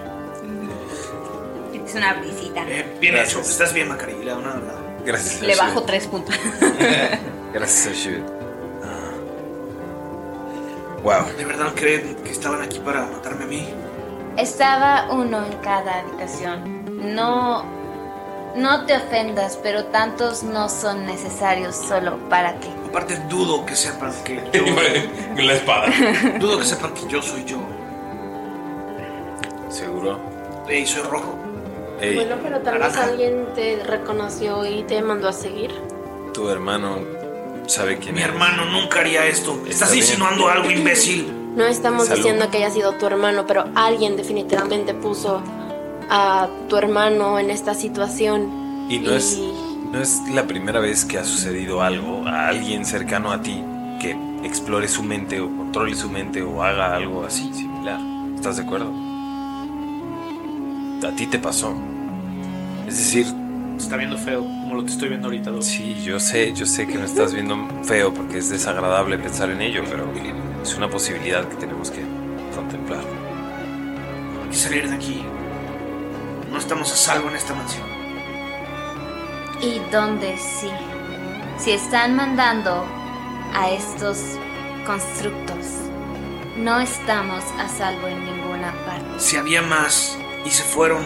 Speaker 4: es una brisita.
Speaker 1: Eh,
Speaker 2: Bien hecho. Estás bien, Macari. Le da una dorada.
Speaker 3: Gracias.
Speaker 4: Le bajo tres puntos.
Speaker 3: Gracias, Ashibet.
Speaker 2: Wow. ¿De verdad creen que estaban aquí para matarme a mí?
Speaker 6: Estaba uno en cada habitación. No, no te ofendas, pero tantos no son necesarios solo para que.
Speaker 2: Aparte, dudo que sepan que
Speaker 1: Con la espada.
Speaker 2: yo. [LAUGHS] dudo que sepan que yo soy yo.
Speaker 3: ¿Seguro?
Speaker 2: Ey, soy rojo.
Speaker 3: Ey,
Speaker 5: Bueno, pero tal vez
Speaker 2: naranja.
Speaker 5: alguien te reconoció y te mandó a seguir.
Speaker 3: tu hermano sabe quién
Speaker 2: Mi
Speaker 3: eres.
Speaker 2: hermano nunca haría esto.
Speaker 3: Está
Speaker 2: Estás
Speaker 3: bien.
Speaker 2: insinuando algo, imbécil.
Speaker 5: No estamos
Speaker 3: Salud.
Speaker 5: diciendo que haya sido tu hermano, pero alguien definitivamente puso a tu hermano en esta situación.
Speaker 3: Y no es, no es la primera vez que ha sucedido algo a alguien cercano a ti que explore su mente o controle su mente o haga algo así similar. ¿Estás de acuerdo? A ti te pasó. Es decir,
Speaker 9: Está viendo feo, como lo te estoy viendo ahorita. Doc.
Speaker 3: sí, yo sé, yo sé que me estás viendo feo porque es desagradable pensar en ello, pero es una posibilidad que tenemos que contemplar.
Speaker 2: Hay que salir de aquí. No estamos a salvo en esta mansión.
Speaker 6: ¿Y dónde sí? Si están mandando a estos constructos, no estamos a salvo en ninguna parte.
Speaker 2: Si había más y se fueron,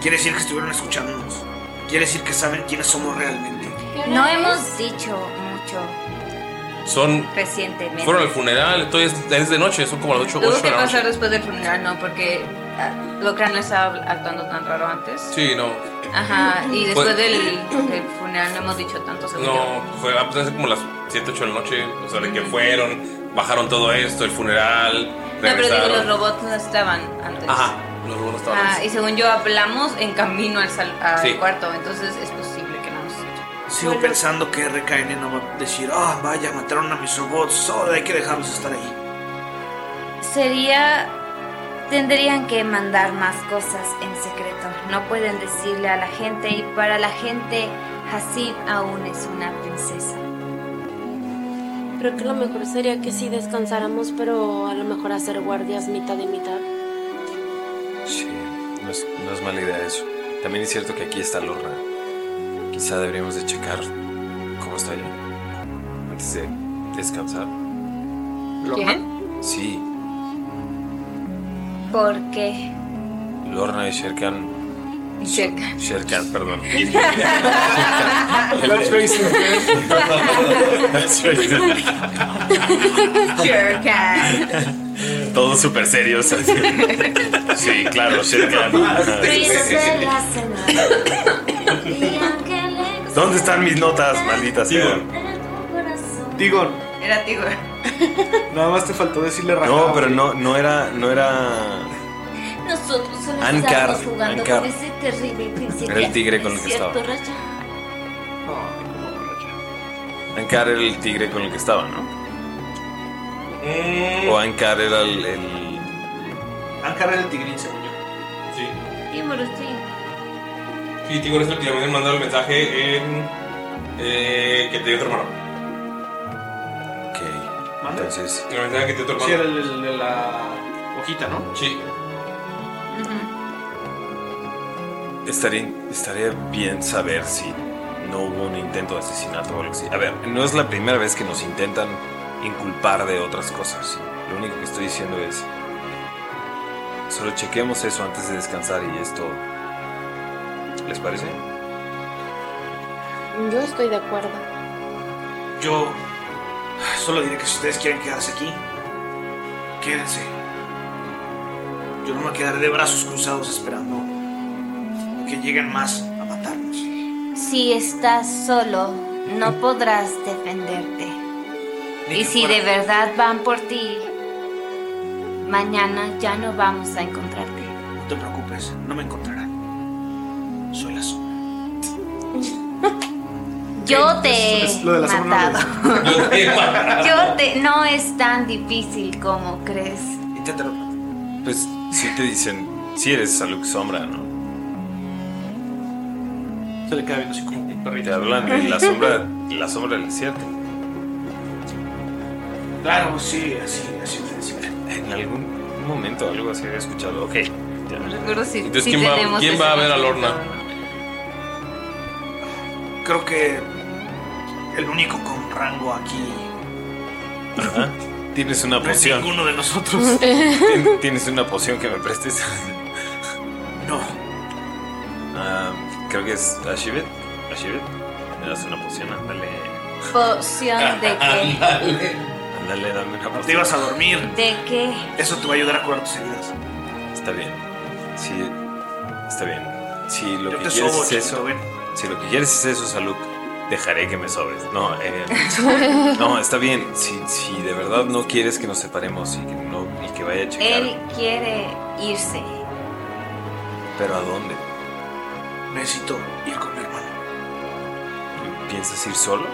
Speaker 2: quiere decir que estuvieron escuchándonos. Quiere decir que saben quiénes somos realmente.
Speaker 6: No hemos dicho mucho
Speaker 1: Son.
Speaker 4: Recientemente.
Speaker 1: Fueron al funeral, todavía es, es de noche, son como las 8,
Speaker 4: Tuvo
Speaker 1: de
Speaker 4: que
Speaker 1: la noche.
Speaker 4: pasar después del funeral, no, porque ah, Locran no estaba actuando tan raro antes.
Speaker 1: Sí, no.
Speaker 4: Ajá, y después
Speaker 1: Fue-
Speaker 4: del, del funeral no hemos dicho tanto según
Speaker 1: No,
Speaker 4: yo.
Speaker 1: fue a pasar como las 7, 8 de la noche. O sea, de que fueron, bajaron todo esto, el funeral.
Speaker 4: No, pero digo,
Speaker 1: Regresaron.
Speaker 4: los robots no estaban antes.
Speaker 1: Ajá, los robots estaban.
Speaker 4: Ah, y según yo hablamos en camino al, sal- al
Speaker 1: Sí.
Speaker 4: cuarto, entonces es posible que no nos escuchen.
Speaker 2: Sigo pensando que RKN no va a decir, ah, vaya, mataron a mis robots, solo hay que dejarlos estar ahí.
Speaker 6: Sería... Tendrían que mandar más cosas en secreto. No pueden decirle a la gente y para la gente Hasib aún es una princesa.
Speaker 5: Creo que lo mejor sería que sí descansáramos, pero a lo mejor hacer guardias mitad y mitad.
Speaker 3: Sí, no es, no es mala idea eso. También es cierto que aquí está Lorna. Quizá deberíamos de checar cómo está ella antes de descansar.
Speaker 4: ¿Quién?
Speaker 3: Sí,
Speaker 6: Porque
Speaker 3: Lorna y Sherkan.
Speaker 4: Checa.
Speaker 3: Sherkan, perdón. ah,
Speaker 4: Sherkan.
Speaker 3: [LAUGHS] Todos súper serios. Sí, claro, Sherkan.
Speaker 6: princesa señora, digan que le gusta
Speaker 3: ¿Dónde están mis notas, maldita sea?
Speaker 6: tu corazón.
Speaker 9: Digo,
Speaker 4: Era Tigor.
Speaker 9: nada más te faltó decirle rajada.
Speaker 3: No, pero no, no era, no era
Speaker 6: Nosotros solo
Speaker 3: Ankar,
Speaker 6: estábamos jugando
Speaker 3: Ankar.
Speaker 6: con ese terrible príncipe.
Speaker 3: Era el tigre con el que
Speaker 6: ¿Cierto,
Speaker 3: estaba.
Speaker 6: Raya?
Speaker 3: Ankar era el tigre con el que estaba, ¿no? O Ankar era el- el
Speaker 9: Ankara era el tigrín, según yo.
Speaker 1: Sí.
Speaker 6: Y Morosín.
Speaker 1: Y Tigor es el que le mandó el mensaje en. eh, que te dio tu
Speaker 4: [LAUGHS]
Speaker 1: hermano.
Speaker 3: Ok.
Speaker 9: ¿Mande?
Speaker 3: Entonces,
Speaker 1: El mensaje que te dio tu
Speaker 9: Sí, era
Speaker 1: hermano.
Speaker 9: el, el de la hojita, ¿no?
Speaker 1: Sí.
Speaker 3: estaría, estaría bien saber si no hubo un intento de asesinato o algo así. A ver, no es la primera vez que nos intentan inculpar de otras cosas. Lo único que estoy diciendo es. Solo chequemos eso antes de descansar y esto. ¿Les
Speaker 1: [LAUGHS]
Speaker 3: parece?
Speaker 5: Yo estoy de acuerdo.
Speaker 2: Yo solo diré que si ustedes quieren quedarse aquí, quédense. Yo no me quedaré de brazos cruzados esperando que lleguen más a matarnos.
Speaker 6: Si estás solo, no podrás defenderte.
Speaker 2: Ni que
Speaker 6: Y si
Speaker 2: fuera-
Speaker 6: de verdad van por ti, mañana ya no vamos a encontrarte.
Speaker 2: No te preocupes, no me encontrarán. Soy la sombra.
Speaker 6: Yo te
Speaker 9: Es- es
Speaker 6: he
Speaker 9: lo de la sombra,
Speaker 6: matado.
Speaker 1: Yo te mataré.
Speaker 6: Yo te... No es tan difícil como crees.
Speaker 2: Inténtalo.
Speaker 3: Pues si te dicen. Si eres Saluk Sombra, ¿no?
Speaker 9: Se le queda viendo así como un
Speaker 3: Te
Speaker 9: perrito.
Speaker 3: hablan de la sombra, la sombra del desierto.
Speaker 2: Claro, sí, así, así, así.
Speaker 3: En algún momento algo así había escuchado. Ok,
Speaker 4: No recuerdo si,
Speaker 1: Entonces,
Speaker 4: si
Speaker 1: ¿quién, va,
Speaker 4: tenemos
Speaker 1: quién
Speaker 4: ese
Speaker 1: va a ver a
Speaker 4: momento.
Speaker 1: Lorna?
Speaker 2: Creo que el único con rango aquí
Speaker 3: Ajá. Tienes una
Speaker 2: no es
Speaker 3: poción.
Speaker 2: ninguno de nosotros.
Speaker 4: [LAUGHS]
Speaker 3: Tien- ¿Tienes una poción que me prestes?
Speaker 2: [LAUGHS] No.
Speaker 3: Ah, creo que es Ashibet. Ashibet. Me das una poción, ándale.
Speaker 4: Poción de
Speaker 3: Ah,
Speaker 4: qué?
Speaker 3: Ándale, dame una poción.
Speaker 2: Ah, Te ibas a dormir.
Speaker 4: ¿De qué?
Speaker 2: Eso te va a ayudar a curar tus heridas.
Speaker 3: Está bien. Sí, está bien. Si lo
Speaker 2: Yo
Speaker 3: que
Speaker 2: te
Speaker 3: quieres
Speaker 2: sobo,
Speaker 3: es
Speaker 2: chiquito,
Speaker 3: eso,
Speaker 2: ven.
Speaker 3: si lo que quieres es eso, salud, dejaré que me sobres. No,
Speaker 4: [LAUGHS]
Speaker 3: eh, no, está bien. Si, si de verdad no quieres que nos separemos y que no y que vaya a checar,
Speaker 4: Él quiere irse.
Speaker 3: pero ¿a dónde?
Speaker 2: Necesito ir con mi hermano.
Speaker 3: ¿Piensas ir solo?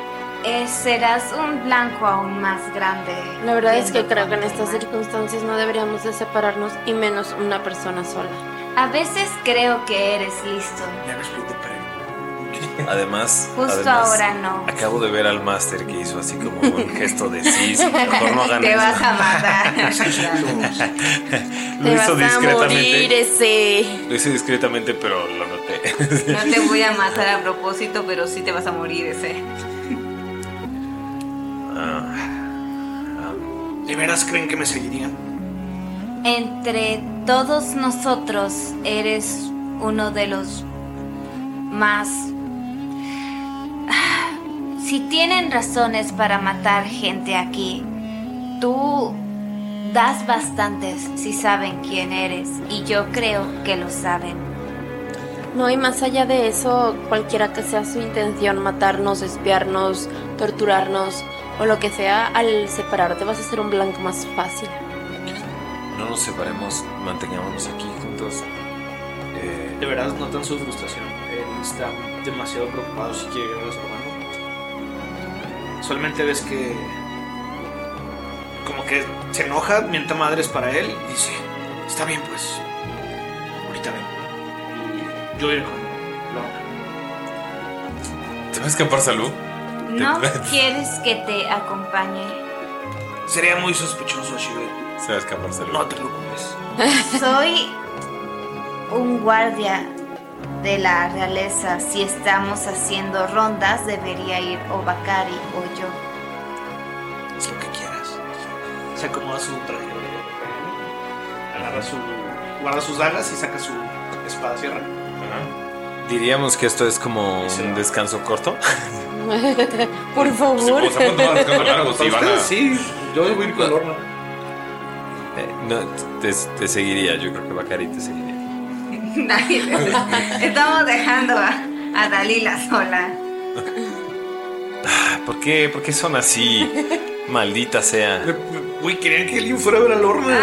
Speaker 4: Eh, serás un blanco aún más grande.
Speaker 5: La verdad es que
Speaker 4: Viendo
Speaker 5: creo que en
Speaker 4: cuánto
Speaker 5: estas
Speaker 4: más.
Speaker 5: circunstancias no deberíamos de separarnos y menos una persona sola.
Speaker 4: A veces creo que eres listo.
Speaker 2: Ya me expliqué, pero
Speaker 3: Además,
Speaker 4: [LAUGHS] Justo
Speaker 3: además,
Speaker 4: ahora no.
Speaker 3: Acabo de ver al máster que hizo así como
Speaker 4: [LAUGHS]
Speaker 3: un gesto de sí, sí, mejor no hagan
Speaker 4: Te
Speaker 3: eso".
Speaker 4: vas a matar.
Speaker 3: [LAUGHS] Lo hizo discretamente.
Speaker 5: ese.
Speaker 3: Lo hice discretamente, pero lo noté. [LAUGHS]
Speaker 4: No te voy a matar a propósito, pero sí te vas a morir ese. [LAUGHS]
Speaker 3: Ah,
Speaker 2: ¿De veras creen que me seguirían?
Speaker 4: Entre todos nosotros eres uno de los más... ah,
Speaker 6: Si tienen razones para matar gente aquí, tú das bastantes si saben quién eres y yo creo que lo saben.
Speaker 5: No, y más allá de eso, cualquiera que sea su intención, matarnos, espiarnos, torturarnos o lo que sea, al separarte vas a ser un blanco más fácil. [LAUGHS]
Speaker 3: no nos separemos, mantengámonos aquí juntos. Eh,
Speaker 10: De verdad notan su frustración. Él está demasiado preocupado si quiere llegar a su hermano.
Speaker 2: Solamente ves que. Como que se enoja, mienta madres para él y dice: Está bien, pues. Ahorita ven. Y yo iré con Lorna.
Speaker 1: ¿Te va a escapar salud?
Speaker 4: ¿No quieres que te acompañe?
Speaker 2: Sería muy sospechoso, Shiver.
Speaker 1: Se va a escapar salud.
Speaker 2: No te preocupes.
Speaker 6: Soy un guardia de la realeza. Si estamos haciendo rondas, debería ir o Bakari o yo.
Speaker 2: Es lo que quieras. Se acomoda su traje.
Speaker 10: Agarra su. guarda sus dagas y saca su espada sierra.
Speaker 3: diríamos que esto es como un descanso
Speaker 10: [LAUGHS]
Speaker 3: corto.
Speaker 5: Por favor. [LAUGHS]
Speaker 1: O sea, ¿cuánto van a descansar largos?
Speaker 10: Para
Speaker 1: Y van a-
Speaker 10: ustedes, sí, yo voy a ir con Lorna.
Speaker 3: Eh, no, te, te seguiría, yo creo que Bacari te seguiría.
Speaker 4: Nadie les- Estamos dejando a, a Dalila sola.
Speaker 3: Ah, ¿Por qué? ¿Por qué
Speaker 4: [LAUGHS]
Speaker 3: son así? Maldita sea.
Speaker 10: Güey, querían que alguien fuera a ver a Lorna.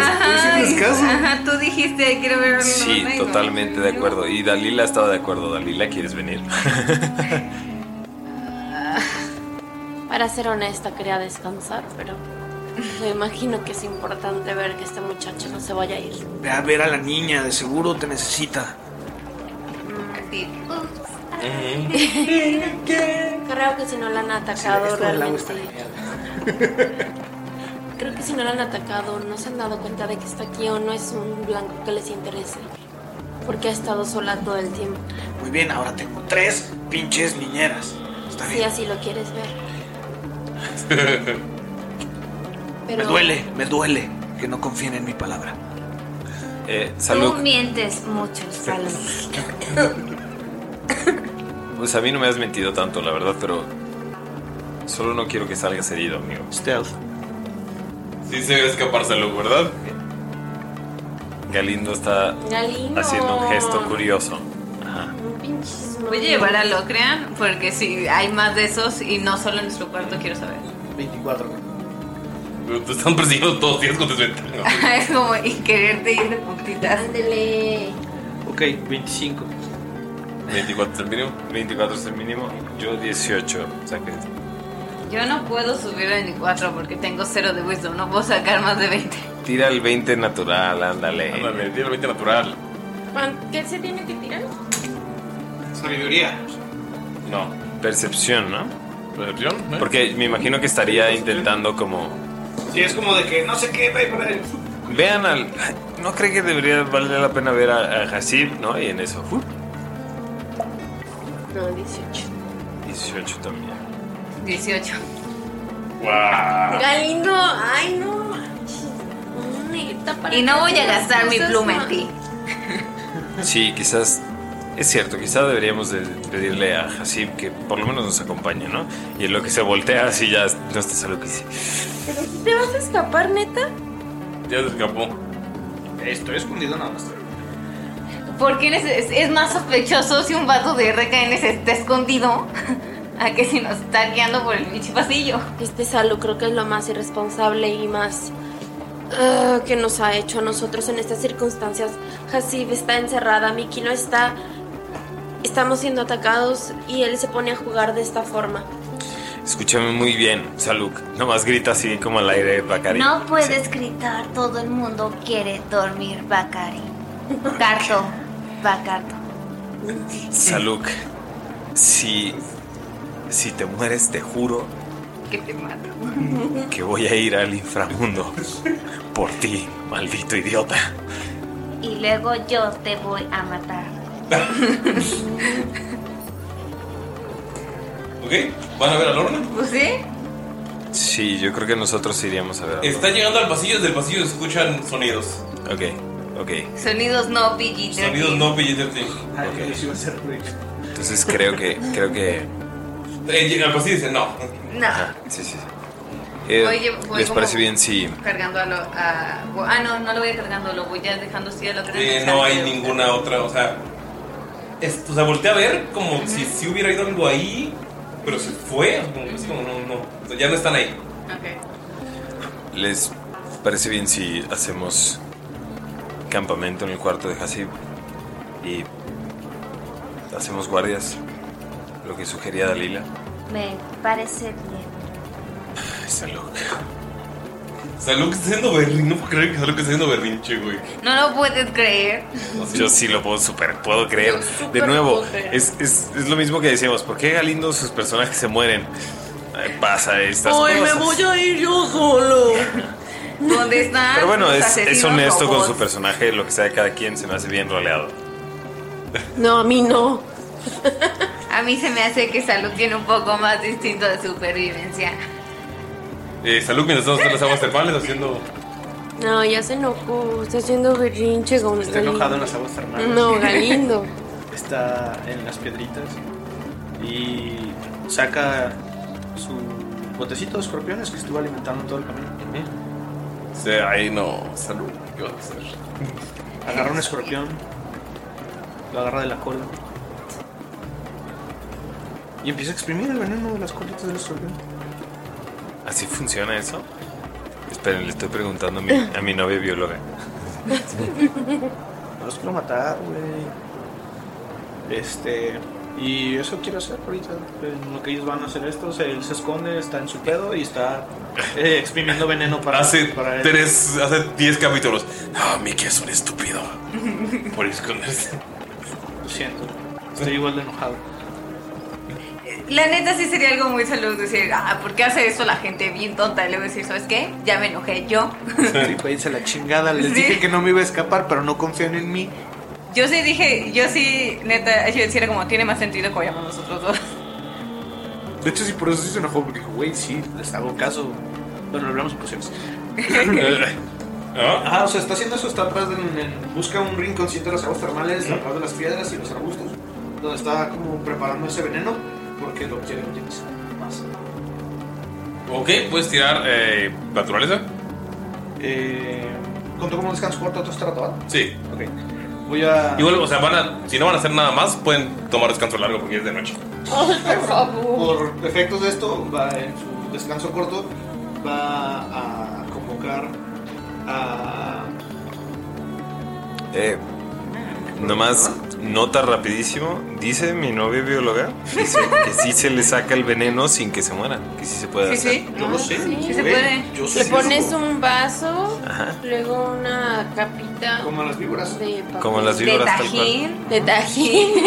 Speaker 4: Ay,
Speaker 10: Estoy sin caso.
Speaker 4: ajá, tú dijiste quiero ver a mi
Speaker 3: Sí,
Speaker 4: mamá", y no.
Speaker 3: totalmente de acuerdo. Y Dalila estaba de acuerdo. Dalila, ¿quieres venir?
Speaker 5: Para ser honesta, quería descansar, pero me imagino que es importante ver que este muchacho no se vaya a ir.
Speaker 2: Ve a ver a la niña, de seguro te necesita.
Speaker 5: Mm.
Speaker 4: Sí.
Speaker 5: Creo que si no la han atacado realmente. Creo que si no la han atacado, no se han dado cuenta de que está aquí o no es un blanco que les interese. Porque ha estado sola todo el tiempo.
Speaker 2: Muy bien, ahora tengo tres pinches niñeras. Está
Speaker 5: Si
Speaker 2: bien.
Speaker 5: así lo quieres ver.
Speaker 2: Me
Speaker 5: Pero
Speaker 2: duele, me duele que no confíen en mi palabra.
Speaker 3: Eh,
Speaker 6: Tú
Speaker 3: salud.
Speaker 6: mientes mucho, Salud.
Speaker 3: Pues a mí no me has mentido tanto, la verdad, pero solo no quiero que salgas herido, amigo.
Speaker 2: Stealth.
Speaker 1: Sí se va a escapar salud, ¿verdad?
Speaker 3: Galindo está
Speaker 5: Galindo.
Speaker 3: haciendo un gesto curioso. Ajá.
Speaker 5: Un pinche
Speaker 4: Voy a llevar a Locrean porque si hay más de esos y no solo en nuestro cuarto, quiero saber.
Speaker 10: 24.
Speaker 1: Pero te están persiguiendo todos días con desventaja.
Speaker 4: [LAUGHS] es como y quererte ir de puntitas.
Speaker 5: Ándele.
Speaker 10: Ok, 25.
Speaker 3: 24 es el mínimo. 24 es el mínimo. Yo 18. O sea que
Speaker 4: Yo no puedo subir a 24 porque tengo cero de wisdom, no puedo sacar más de 20.
Speaker 3: tira el 20 natural, ándale.
Speaker 1: Ándale, tiene 20 natural.
Speaker 5: Juan, ¿Qué se tiene que tirar?
Speaker 10: Sabiduría.
Speaker 1: No.
Speaker 3: Percepción, ¿no?
Speaker 1: ¿Percepción? ¿Eh?
Speaker 3: Porque me imagino que estaría intentando como...
Speaker 10: Sí, es como de que no sé qué, güey, pero-
Speaker 3: Vean al. ¿No cree que debería valer la pena ver a, a Hasib, no? Y en eso. ¡fup!
Speaker 8: No, 18.
Speaker 3: 18 también.
Speaker 4: 18.
Speaker 3: ¡Wow!
Speaker 8: Galindo, ay no. Neta, ¿para
Speaker 4: Y no
Speaker 8: qué
Speaker 4: voy a
Speaker 8: haces
Speaker 4: gastar mi
Speaker 8: cosas
Speaker 4: pluma
Speaker 8: ma-
Speaker 4: en ti.
Speaker 3: Sí, quizás. Es cierto, quizás deberíamos de pedirle a Hasib que por lo menos nos acompañe, ¿no? Y en lo que se voltea, así ya no está solo que sí.
Speaker 8: ¿Pero ¿Te vas a escapar, neta?
Speaker 1: Ya se escapó.
Speaker 2: Estoy escondido nada más.
Speaker 4: ¿Por qué es, es- es más sospechoso si un vato de RKN se está escondido [LAUGHS] a que si nos está guiando por el pinche pasillo?
Speaker 8: Este Salu creo que es lo más irresponsable y más ah, que nos ha hecho a nosotros en estas circunstancias. Hasib está encerrada, Miki no está. Estamos siendo atacados y él se pone a jugar de esta forma.
Speaker 3: Escúchame muy bien, Saluk. Nomás grita así como al aire, Bacari.
Speaker 6: No puedes gritar, todo el mundo quiere dormir, Bacari. Carto, Bacarto.
Speaker 3: Saluk, si, si te mueres, te juro
Speaker 4: Que te mato.
Speaker 3: que voy a ir al inframundo por ti, maldito idiota.
Speaker 6: Y luego yo te voy a matar.
Speaker 1: ¿Ok? ¿Van a ver a Lorna?
Speaker 4: Pues sí.
Speaker 3: Sí, yo creo que nosotros iríamos a ver. algo.
Speaker 1: Está llegando al pasillo, desde el pasillo se escuchan sonidos.
Speaker 3: Ok, ok.
Speaker 4: Sonidos no pg
Speaker 1: Sonidos no PG-13.
Speaker 3: Entonces creo que, creo que.
Speaker 1: Eh, llega al pasillo y dice no.
Speaker 4: No.
Speaker 3: Ajá, sí, sí. sí. Eh,
Speaker 4: Voy lle- voy
Speaker 3: ¿Les
Speaker 4: como-
Speaker 3: parece bien si
Speaker 4: Cargando a lo. a- ah, no, no lo voy a cargando, lo voy ya dejando así a lo que
Speaker 1: Eh, no hay ninguna otra, o sea. es- o sea, volteé a ver como si, si hubiera ido algo ahí, pero se fue. Como, así como no, no. O sea, ya no están ahí.
Speaker 3: les parece bien si hacemos campamento en el cuarto de Hasib y hacemos guardias, lo que sugería Dalila.
Speaker 6: Me parece bien.
Speaker 3: Saluk.
Speaker 1: Saluk está haciendo berrinche. No puedo creer que Saluk está haciendo berrinche, güey.
Speaker 4: No lo puedes creer.
Speaker 3: Yo sí lo puedo super, puedo creer.
Speaker 4: súper
Speaker 3: De nuevo,
Speaker 4: puedo creer.
Speaker 3: es, es- es lo mismo que decíamos, ¿por qué Galindo sus personajes se mueren? Ay, Pasa estas cosas.
Speaker 4: a ir yo solo! [LAUGHS] ¿Dónde están?
Speaker 3: Pero bueno,
Speaker 4: los
Speaker 3: es, es
Speaker 4: asesinos
Speaker 3: honesto con
Speaker 4: robots?
Speaker 3: su personaje, lo que sea de cada quien se me hace bien roleado.
Speaker 8: No, a mí no.
Speaker 4: [LAUGHS] A mí se me hace que Salud tiene un poco más distinto de supervivencia.
Speaker 1: Eh, Saluk, mientras estamos en las aguas termales haciendo.
Speaker 8: No, ya se enojó. Está haciendo berrinche con
Speaker 2: Está Pues enojado en las aguas termales.
Speaker 8: No, Galindo.
Speaker 2: [LAUGHS] Está en las piedritas y saca su botecito de escorpiones que estuvo alimentando todo el camino.
Speaker 1: Sí, ahí no, Saluk, ¿qué vas a hacer?
Speaker 2: Agarra un escorpión, lo agarra de la cola y empieza a exprimir el veneno de las colitas del escorpión.
Speaker 3: ¿Así funciona eso? Esperen, le estoy preguntando a mi, a mi novia
Speaker 4: [LAUGHS]
Speaker 3: bióloga.
Speaker 2: No los quiero matar, güey. Este. Y eso quiero hacer ahorita. En lo que ellos van a hacer esto, se- él se esconde, está en su pedo y está eh, exprimiendo veneno para.
Speaker 1: Hace
Speaker 2: para él.
Speaker 1: tres, hace 10 capítulos. No, Mickey es un estúpido. Por esconderse.
Speaker 2: Lo siento. Estoy igual
Speaker 1: [LAUGHS]
Speaker 2: de enojado.
Speaker 4: La neta sí sería algo muy salud decir, ah, ¿por qué hace eso la gente bien tonta? Y luego decir, ¿sabes qué? Ya me enojé yo. [LAUGHS]
Speaker 2: Sí, güey, se la chingada. Les
Speaker 4: Sí.
Speaker 2: dije que no me iba a escapar, pero no confían en mí.
Speaker 4: Yo sí dije, yo sí, neta, yo decía como, tiene más sentido que vayamos nosotros dos.
Speaker 2: De hecho, sí, por eso sí se enojó, porque dijo, güey, sí, les hago caso. Bueno, lo hablamos en pociones.
Speaker 1: ¿No?
Speaker 2: Ajá, o sea, está haciendo sus tapas en, en- busca un rinconcito de las aguas termales, atrás de las piedras y los arbustos, donde está como preparando ese veneno porque lo quiere utilizar más.
Speaker 1: Ok, puedes tirar eh, naturaleza.
Speaker 2: Eh, ¿Contó como un descanso corto otro estrato?
Speaker 1: Sí.
Speaker 2: Ok. Voy a.
Speaker 1: Igual, o sea, van a, si no van a hacer nada más, pueden tomar descanso largo porque es de noche.
Speaker 2: por efectos de esto, va en su descanso corto, va a convocar a.
Speaker 3: Eh, nomás nota rapidísimo, dice mi novia bióloga, dice que sí se le saca el veneno sin que se muera, que sí se puede
Speaker 4: Sí,
Speaker 3: hacer.
Speaker 4: sí.
Speaker 2: Yo lo sé.
Speaker 4: Sí se
Speaker 2: güey,
Speaker 4: puede.
Speaker 2: Yo sé.
Speaker 8: Le pones un vaso,
Speaker 3: Ajá.
Speaker 8: luego una capita
Speaker 2: Como las víboras.
Speaker 8: de papel.
Speaker 3: Como las
Speaker 4: De
Speaker 3: víboras tal cual.
Speaker 4: tajín,
Speaker 8: de
Speaker 4: [LAUGHS]
Speaker 8: tajín,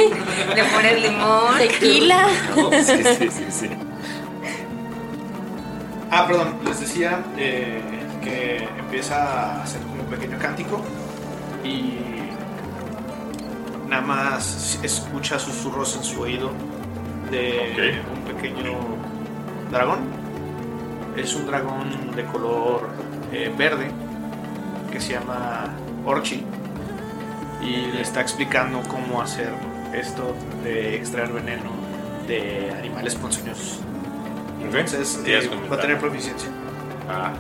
Speaker 4: le pones limón.
Speaker 3: [LAUGHS]
Speaker 8: tequila.
Speaker 3: No, sí, sí, sí, sí.
Speaker 2: Ah, perdón, les decía eh, que empieza a hacer como un pequeño cántico y nada más escucha susurros en su oído de un pequeño dragón. Es un dragón de color eh, verde que se llama Orchi y le está explicando cómo hacer esto de extraer veneno de animales ponzoñosos. Entonces
Speaker 1: Tienes
Speaker 2: eh,
Speaker 1: que
Speaker 2: va a tener
Speaker 1: aumentar.
Speaker 2: proficiencia.
Speaker 3: Ah,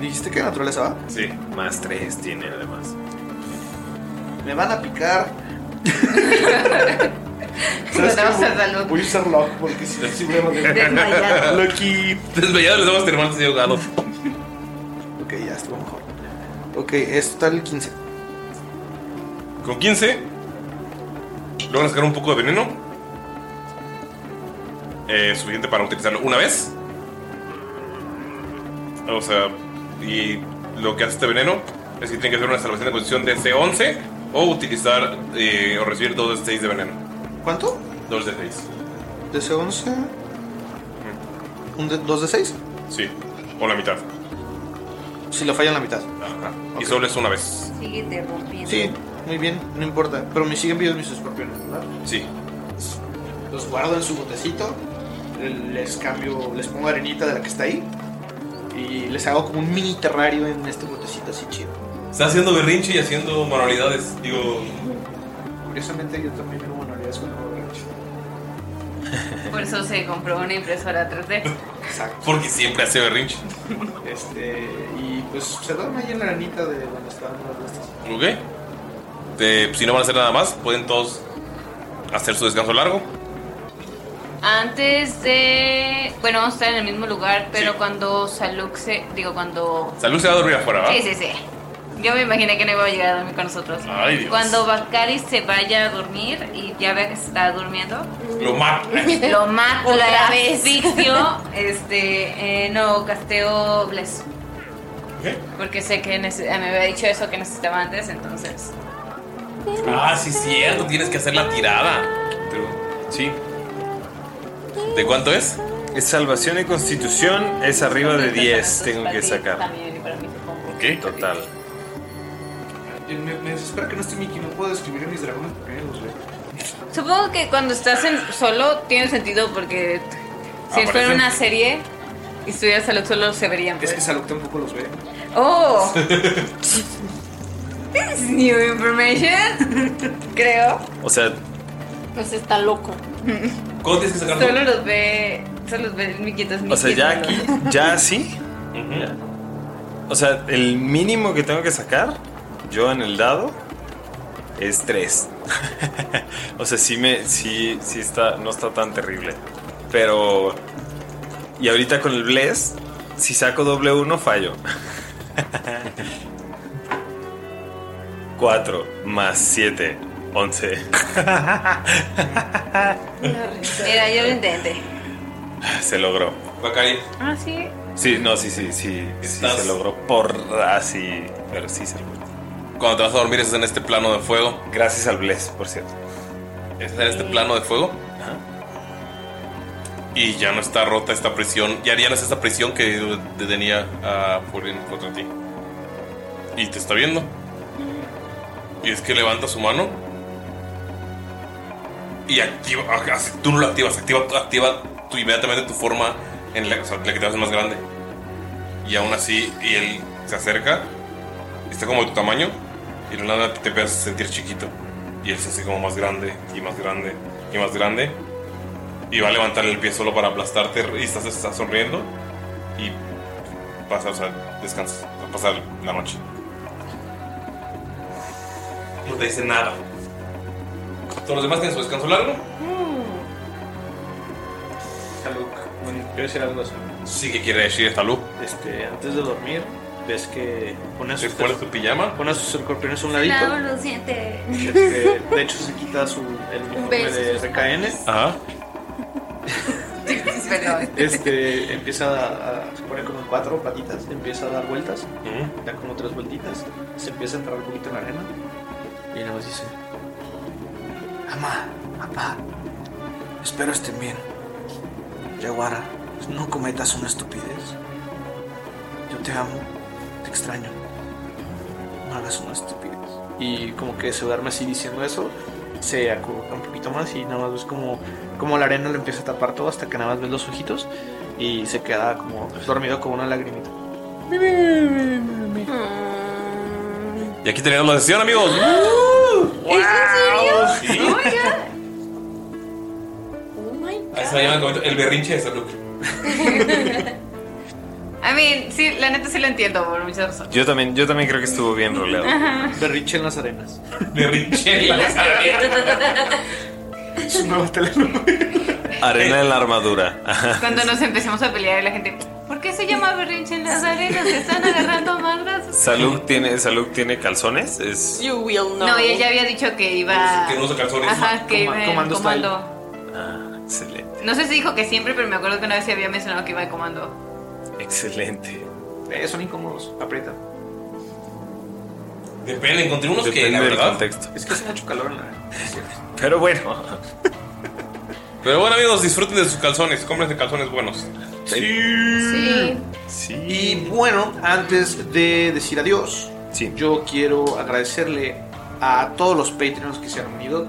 Speaker 2: ¿Dijiste que naturaleza va?
Speaker 3: sí, más tres tiene
Speaker 4: [LAUGHS]
Speaker 3: además.
Speaker 2: Me van a picar.
Speaker 4: Nos damos
Speaker 2: qué?
Speaker 4: a salud.
Speaker 2: Voy a usar lock porque si, si
Speaker 4: [LAUGHS]
Speaker 2: me
Speaker 4: Desmayado.
Speaker 2: Lucky.
Speaker 1: Desmayado les vamos a terminar así ahogado.
Speaker 2: Ok, ya estuvo mejor. Ok, es total 15.
Speaker 1: Con 15 logran sacar un poco de veneno. Eh, suficiente para utilizarlo una vez. O sea, y lo que hace este veneno es que tiene que hacer una salvación de condición de C11 o utilizar eh, o recibir 2 de 6 de veneno.
Speaker 2: ¿Cuánto?
Speaker 1: 2 de 6.
Speaker 2: ¿DC 11?
Speaker 1: Mm.
Speaker 2: ¿Un de, ¿Dos de 6?
Speaker 1: Sí, o la mitad.
Speaker 2: Si lo fallan la mitad. Ah,
Speaker 1: Ajá. Y solo es una vez.
Speaker 4: Sigue interrumpiendo.
Speaker 2: Sí, muy bien, no importa. Pero me siguen vivos mis escorpiones, ¿verdad?
Speaker 1: Sí.
Speaker 2: Los guardo en su botecito. Les cambio, les pongo arenita de la que está ahí. Y les hago como un mini terrario en este botecito así chido.
Speaker 1: Está haciendo berrinche y haciendo manualidades. Digo,
Speaker 2: Curiosamente yo también tengo manualidades con el borracho.
Speaker 4: Por eso se compró una impresora 3D.
Speaker 2: Exacto.
Speaker 1: porque siempre hace berrinche.
Speaker 2: Este, y pues se duerme ahí en la arenita de donde estaban las bestas.
Speaker 1: Ok. Eh, si no van a hacer nada más, pueden todos hacer su descanso largo.
Speaker 4: Antes de. Bueno, vamos a estar en el mismo lugar, pero cuando Saluk se. Digo, cuando.
Speaker 1: Salud se va a dormir afuera, ¿va?
Speaker 4: Sí, sí, sí. Yo me imaginé que no iba a llegar a dormir con nosotros.
Speaker 1: Ay, Dios.
Speaker 4: Cuando Bakari se vaya a dormir y ya vea que se está durmiendo,
Speaker 1: Lo mata.
Speaker 4: lo mato,
Speaker 5: Otra
Speaker 4: la
Speaker 5: vez.
Speaker 4: asfixio, este, eh, no, casteo Bless. Porque sé que nece- me había dicho eso que necesitaba antes, entonces.
Speaker 1: Ah, sí, es cierto. Tienes que hacer la tirada. Pero,
Speaker 3: Sí,
Speaker 1: ¿De cuánto es?
Speaker 3: es salvación y constitución, es arriba de 10, tengo que sacar.
Speaker 4: También, y para mí, supongo.
Speaker 1: Ok.
Speaker 3: Total.
Speaker 2: Y Eh, Me, me desespera que no esté Mickey, no puedo describir a mis dragones porque nadie los ve.
Speaker 4: Supongo que cuando estás en- solo tiene sentido porque t- si
Speaker 3: Ah,
Speaker 1: Aparecen.
Speaker 4: fuera una serie y estuvieras solo, solo se verían.
Speaker 2: Es
Speaker 4: pues.
Speaker 2: que Saluk tampoco los
Speaker 1: [LAUGHS]
Speaker 2: ve.
Speaker 4: ¡Oh! This is new information, [LAUGHS] creo.
Speaker 3: O sea,
Speaker 8: Pues está loco.
Speaker 1: ¿cuánto tienes que sacar tú?
Speaker 4: Solo los ve, solo los ve miquitos,
Speaker 3: o sea, ya aquí, ya así. ya. O sea, el mínimo que tengo que sacar, yo en el dado, es 3. [LAUGHS] o sea, sí me, sí, sí está, no está tan terrible. Pero, y ahorita con el Bless, si saco doble 1, fallo. [LAUGHS] 4 más 7,
Speaker 4: [LAUGHS]
Speaker 3: 11.
Speaker 4: Mira, yo lo intenté.
Speaker 3: [LAUGHS] Se logró.
Speaker 1: Bacari.
Speaker 4: Ah, sí.
Speaker 3: Sí, no, sí, sí, sí, sí
Speaker 1: Estás-
Speaker 3: se logró por así, pero sí se logró.
Speaker 1: Cuando te vas a dormir estás en este plano de fuego.
Speaker 3: Gracias al Bless, por cierto.
Speaker 1: Estás en este plano de fuego. Y ya no está rota esta prisión. Ya, ya no es esta prisión que detenía a Furin contra ti. Y te está viendo. Y es que levanta su mano. Y activa. ah, ah, Tú no lo activas. Activa, activa tu, inmediatamente tu forma en la, o sea, la que te hace más grande. Y aún así, y él se acerca. y Está como de tu tamaño. Y de la nada te empiezas a sentir chiquito. Y él se hace como más grande. Y más grande. Y más grande. Y va a levantar el pie solo para aplastarte y estás, estás sonriendo y pasa, o sea, descansas, va a pasar la noche. No te dice nada. Todos los demás tienen su descanso largo.
Speaker 2: Saluk, bueno, quiero decir algo así.
Speaker 1: Sí que quiere decir esta luz.
Speaker 2: Este, antes de dormir, ves que pone a sus,
Speaker 1: Recuerda tu pijama.
Speaker 2: pone a sus escorpiones a un
Speaker 6: Claro,
Speaker 2: ladito.
Speaker 6: lo siente.
Speaker 2: Este, de hecho, se quita su, el uniforme
Speaker 5: beso.
Speaker 2: de RKN.
Speaker 1: Ajá.
Speaker 4: Perdón.
Speaker 2: Este, empieza a, a- Se pone como en cuatro patitas, empieza a dar vueltas, da como tres vueltitas, se empieza a entrar un poquito en la arena. Y nada más dice:
Speaker 7: Mamá, papá, espero estén bien. Yaguara,
Speaker 2: No cometas una estupidez. Yo te amo, te extraño. No hagas una estupidez. Y como que se duerme así diciendo eso, se acurruca un poquito más y nada más ves como, como la arena le empieza a tapar todo hasta que nada más ves los ojitos y se queda como dormido con una lagrimita.
Speaker 1: Y aquí tenemos la sesión, amigos.
Speaker 4: ¿Es en serio?
Speaker 1: Sí.
Speaker 4: Oiga.
Speaker 1: Ahí se llama como el berrinche de salud.
Speaker 4: A mí, sí, la neta sí lo entiendo por muchas razones.
Speaker 3: Yo también, yo también creo que estuvo bien roleado. [LAUGHS]
Speaker 4: Ajá.
Speaker 2: Berrinche en
Speaker 1: [LAUGHS]
Speaker 2: las arenas.
Speaker 3: Berrinche en las arenas. Arena en la armadura. Ajá.
Speaker 4: Cuando nos empezamos a pelear y la gente, ¿por qué se llama berrinche en las arenas? ¿Se están agarrando mangas?
Speaker 3: Salud tiene, Salud tiene calzones. Es.
Speaker 4: You will know. No, ella ya había dicho que iba.
Speaker 3: Que no usa calzones.
Speaker 4: Ajá, que
Speaker 3: Coma-
Speaker 4: iba en
Speaker 3: comando
Speaker 4: comando.
Speaker 3: style. Ah, excelente,
Speaker 4: No sé si dijo que siempre, pero me acuerdo que una vez se había mencionado que iba de comando.
Speaker 3: excelente.
Speaker 2: Eh, son incómodos, aprieta.
Speaker 1: Depende, encontré unos que,
Speaker 3: Depende
Speaker 1: la
Speaker 3: del
Speaker 1: verdad.
Speaker 3: contexto.
Speaker 2: Es que hace mucho calor en la arena.
Speaker 3: Pero bueno.
Speaker 1: Pero bueno, amigos, disfruten de sus calzones. Cómprense calzones buenos.
Speaker 2: Sí.
Speaker 3: Sí.
Speaker 2: Y bueno, antes de decir adiós, yo quiero agradecerle a todos los Patreons que se han unido.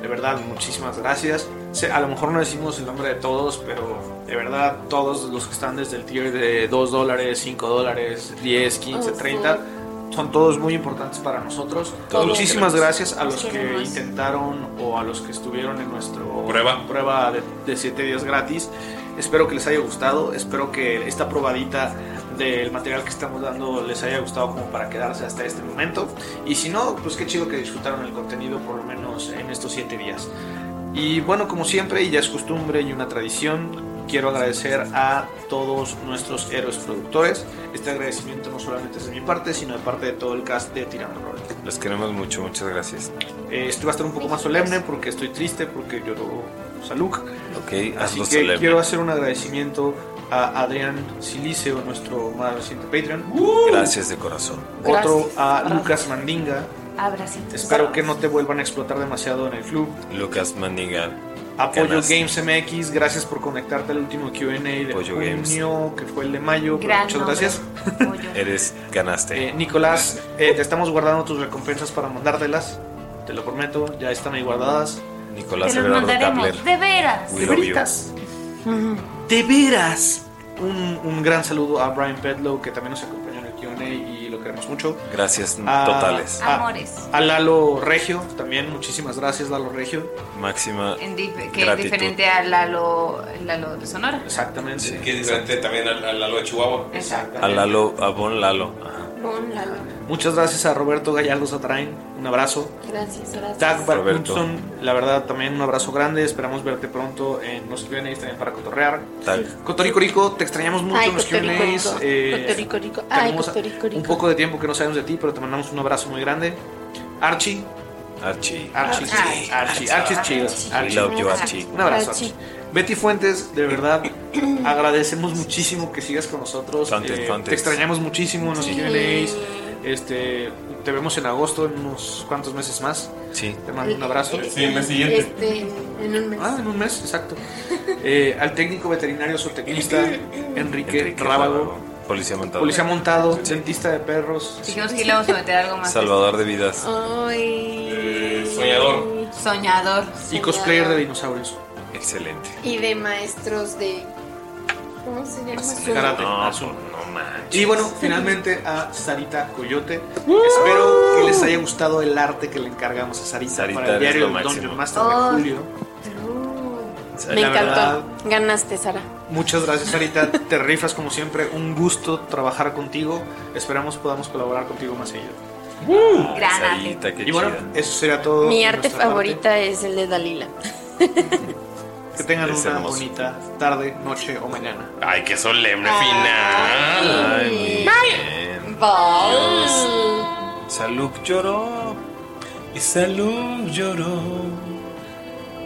Speaker 2: De verdad, muchísimas gracias. Se- A lo mejor no decimos el nombre de todos, pero de verdad, todos los que están desde el tier de 2 dólares, 5 dólares, 10, 15,
Speaker 11: Oh, sí.
Speaker 2: 30, son todos muy importantes para nosotros.
Speaker 11: Todos los
Speaker 2: Muchísimas
Speaker 11: queremos.
Speaker 2: gracias a los
Speaker 11: Los
Speaker 2: que
Speaker 11: queremos.
Speaker 2: intentaron o a los que estuvieron en nuestro
Speaker 1: Prueba.
Speaker 2: prueba de- de 7 días gratis. Espero que les haya gustado, espero que esta probadita del material que estamos dando les haya gustado como para quedarse hasta este momento. Y si no, pues qué chido que disfrutaron el contenido por lo menos en estos 7 días. Y bueno, como siempre, y ya es costumbre y una tradición, quiero agradecer a todos nuestros héroes productores. Este agradecimiento no solamente es de mi parte, sino de parte de todo el cast de Tirando Rol.
Speaker 3: Los queremos mucho, muchas gracias.
Speaker 2: Eh, Este va a estar un poco más solemne porque estoy triste, porque lloró Saluk.
Speaker 3: Ok,
Speaker 2: Así
Speaker 3: hazlo
Speaker 2: que
Speaker 3: solemne.
Speaker 2: quiero hacer un agradecimiento a Adrián Siliceo, nuestro más reciente Patreon.
Speaker 4: Uh.
Speaker 3: Gracias de corazón.
Speaker 2: Otro
Speaker 3: Gracias.
Speaker 2: a Lucas Mandinga.
Speaker 4: Abracitos.
Speaker 2: Espero que no te vuelvan a explotar demasiado en el club.
Speaker 3: Lucas Mandiga.
Speaker 2: Apoyo
Speaker 3: Ganas.
Speaker 2: Games MX, gracias por conectarte al último QA de
Speaker 3: Apoyo
Speaker 2: junio, que fue el de mayo. pero
Speaker 4: Gran
Speaker 2: muchas
Speaker 4: nombre.
Speaker 2: gracias.
Speaker 3: [LAUGHS] Eres, ganaste.
Speaker 2: Eh, Nicolás, eh, te estamos guardando tus recompensas para mandártelas. Te lo prometo, ya están ahí guardadas.
Speaker 3: Nicolás
Speaker 6: Te los
Speaker 3: Everardo
Speaker 6: mandaremos,
Speaker 3: Kapler.
Speaker 6: de veras.
Speaker 3: We love you.
Speaker 2: De veras. Un, un gran saludo a Brian Pedlow, que también nos acompañó en el QA y lo queremos mucho.
Speaker 3: Gracias
Speaker 2: A-
Speaker 3: totales.
Speaker 2: a-
Speaker 4: Amores.
Speaker 2: A Lalo Regio, también muchísimas gracias, Lalo Regio.
Speaker 3: Máxima.
Speaker 4: En dif- que es
Speaker 3: Gratitud.
Speaker 4: diferente a Lalo, Lalo de Sonora.
Speaker 2: Exactamente.
Speaker 1: Que es diferente también al, al Lalo de Chihuahua.
Speaker 2: Exacto.
Speaker 3: A Lalo, a Bon Lalo. Ajá.
Speaker 2: Muchas gracias a Roberto Gallardo Satrain, un abrazo.
Speaker 5: Gracias, gracias.
Speaker 2: Doug
Speaker 3: Roberto.
Speaker 2: Barkunson, la verdad también un abrazo grande, esperamos verte pronto en los QAs también para cotorrear.
Speaker 3: Tal.
Speaker 2: Cotorico Rico, te extrañamos mucho
Speaker 5: Ay,
Speaker 2: en los
Speaker 5: Cotorico
Speaker 2: QAs.
Speaker 5: Rico.
Speaker 2: eh,
Speaker 5: Cotorico Rico. Ay,
Speaker 2: tenemos
Speaker 5: Cotorico
Speaker 2: un
Speaker 5: Rico.
Speaker 2: poco de tiempo que no sabemos de ti, pero te mandamos un abrazo muy grande. Archie,
Speaker 3: Archie.
Speaker 2: Archie, Archie, Archie, es chido. Archie.
Speaker 3: We love you, Archie.
Speaker 2: Un abrazo,
Speaker 3: Archie.
Speaker 2: Archie. Betty Fuentes, de verdad, agradecemos muchísimo que sigas con nosotros.
Speaker 3: Fuentes,
Speaker 2: Eh,
Speaker 3: Fuentes.
Speaker 2: Te extrañamos muchísimo en los
Speaker 3: Sí.
Speaker 2: Q&As. Este, te vemos en agosto, en unos cuantos meses más.
Speaker 3: Sí.
Speaker 2: Te mando un abrazo.
Speaker 1: Sí, el mes siguiente.
Speaker 5: Este, en un mes.
Speaker 2: Ah, en un mes, exacto. Eh, al técnico veterinario zootecnista
Speaker 1: [LAUGHS]
Speaker 2: Enrique,
Speaker 3: Enrique
Speaker 2: Rábago,
Speaker 3: Rábago. Policía montado.
Speaker 2: policía montado, dentista de perros.
Speaker 4: Dijimos que le vamos a meter algo más.
Speaker 3: Salvador de vidas.
Speaker 4: Oh.
Speaker 3: Eh, soñador.
Speaker 4: Soñador.
Speaker 2: Y cosplayer de dinosaurios.
Speaker 3: Excelente.
Speaker 5: Y de maestros de. ¿Cómo se llama?
Speaker 2: Karate.
Speaker 3: No, pues, no manches.
Speaker 2: Y bueno, finalmente a Sarita Coyote. Espero que les haya gustado el arte que le encargamos a Sarita,
Speaker 3: Sarita
Speaker 2: para el
Speaker 3: eres
Speaker 2: diario
Speaker 3: lo
Speaker 2: del
Speaker 3: máximo.
Speaker 2: Dungeon Master
Speaker 5: Oh.
Speaker 2: de julio.
Speaker 5: Me
Speaker 2: La
Speaker 5: encantó.
Speaker 2: verdad,
Speaker 5: Ganaste, Sara.
Speaker 2: muchas gracias
Speaker 5: [LAUGHS]
Speaker 2: Sarita, te rifas como siempre, un gusto trabajar contigo. Esperamos podamos colaborar contigo más seguido.
Speaker 5: Gran Sarita,
Speaker 2: y bueno, eso sería todo.
Speaker 5: Mi
Speaker 2: de
Speaker 5: arte
Speaker 2: Uh, nuestra parte.
Speaker 5: favorita es el de Dalila.
Speaker 2: Que tengan
Speaker 3: Es
Speaker 2: una
Speaker 3: hermoso.
Speaker 2: bonita tarde, noche o mañana.
Speaker 1: Ay, qué solemne final.
Speaker 3: Salud lloró. Y Salud lloró.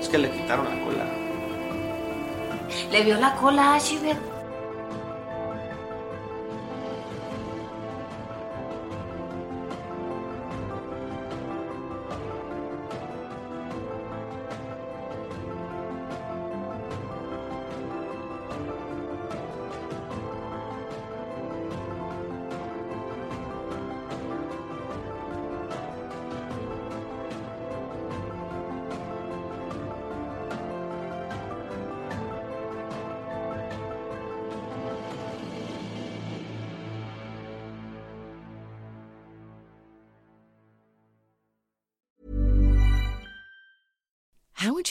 Speaker 2: Es que le quitaron la cola.
Speaker 6: Le vio la cola a Shiver.
Speaker 12: How would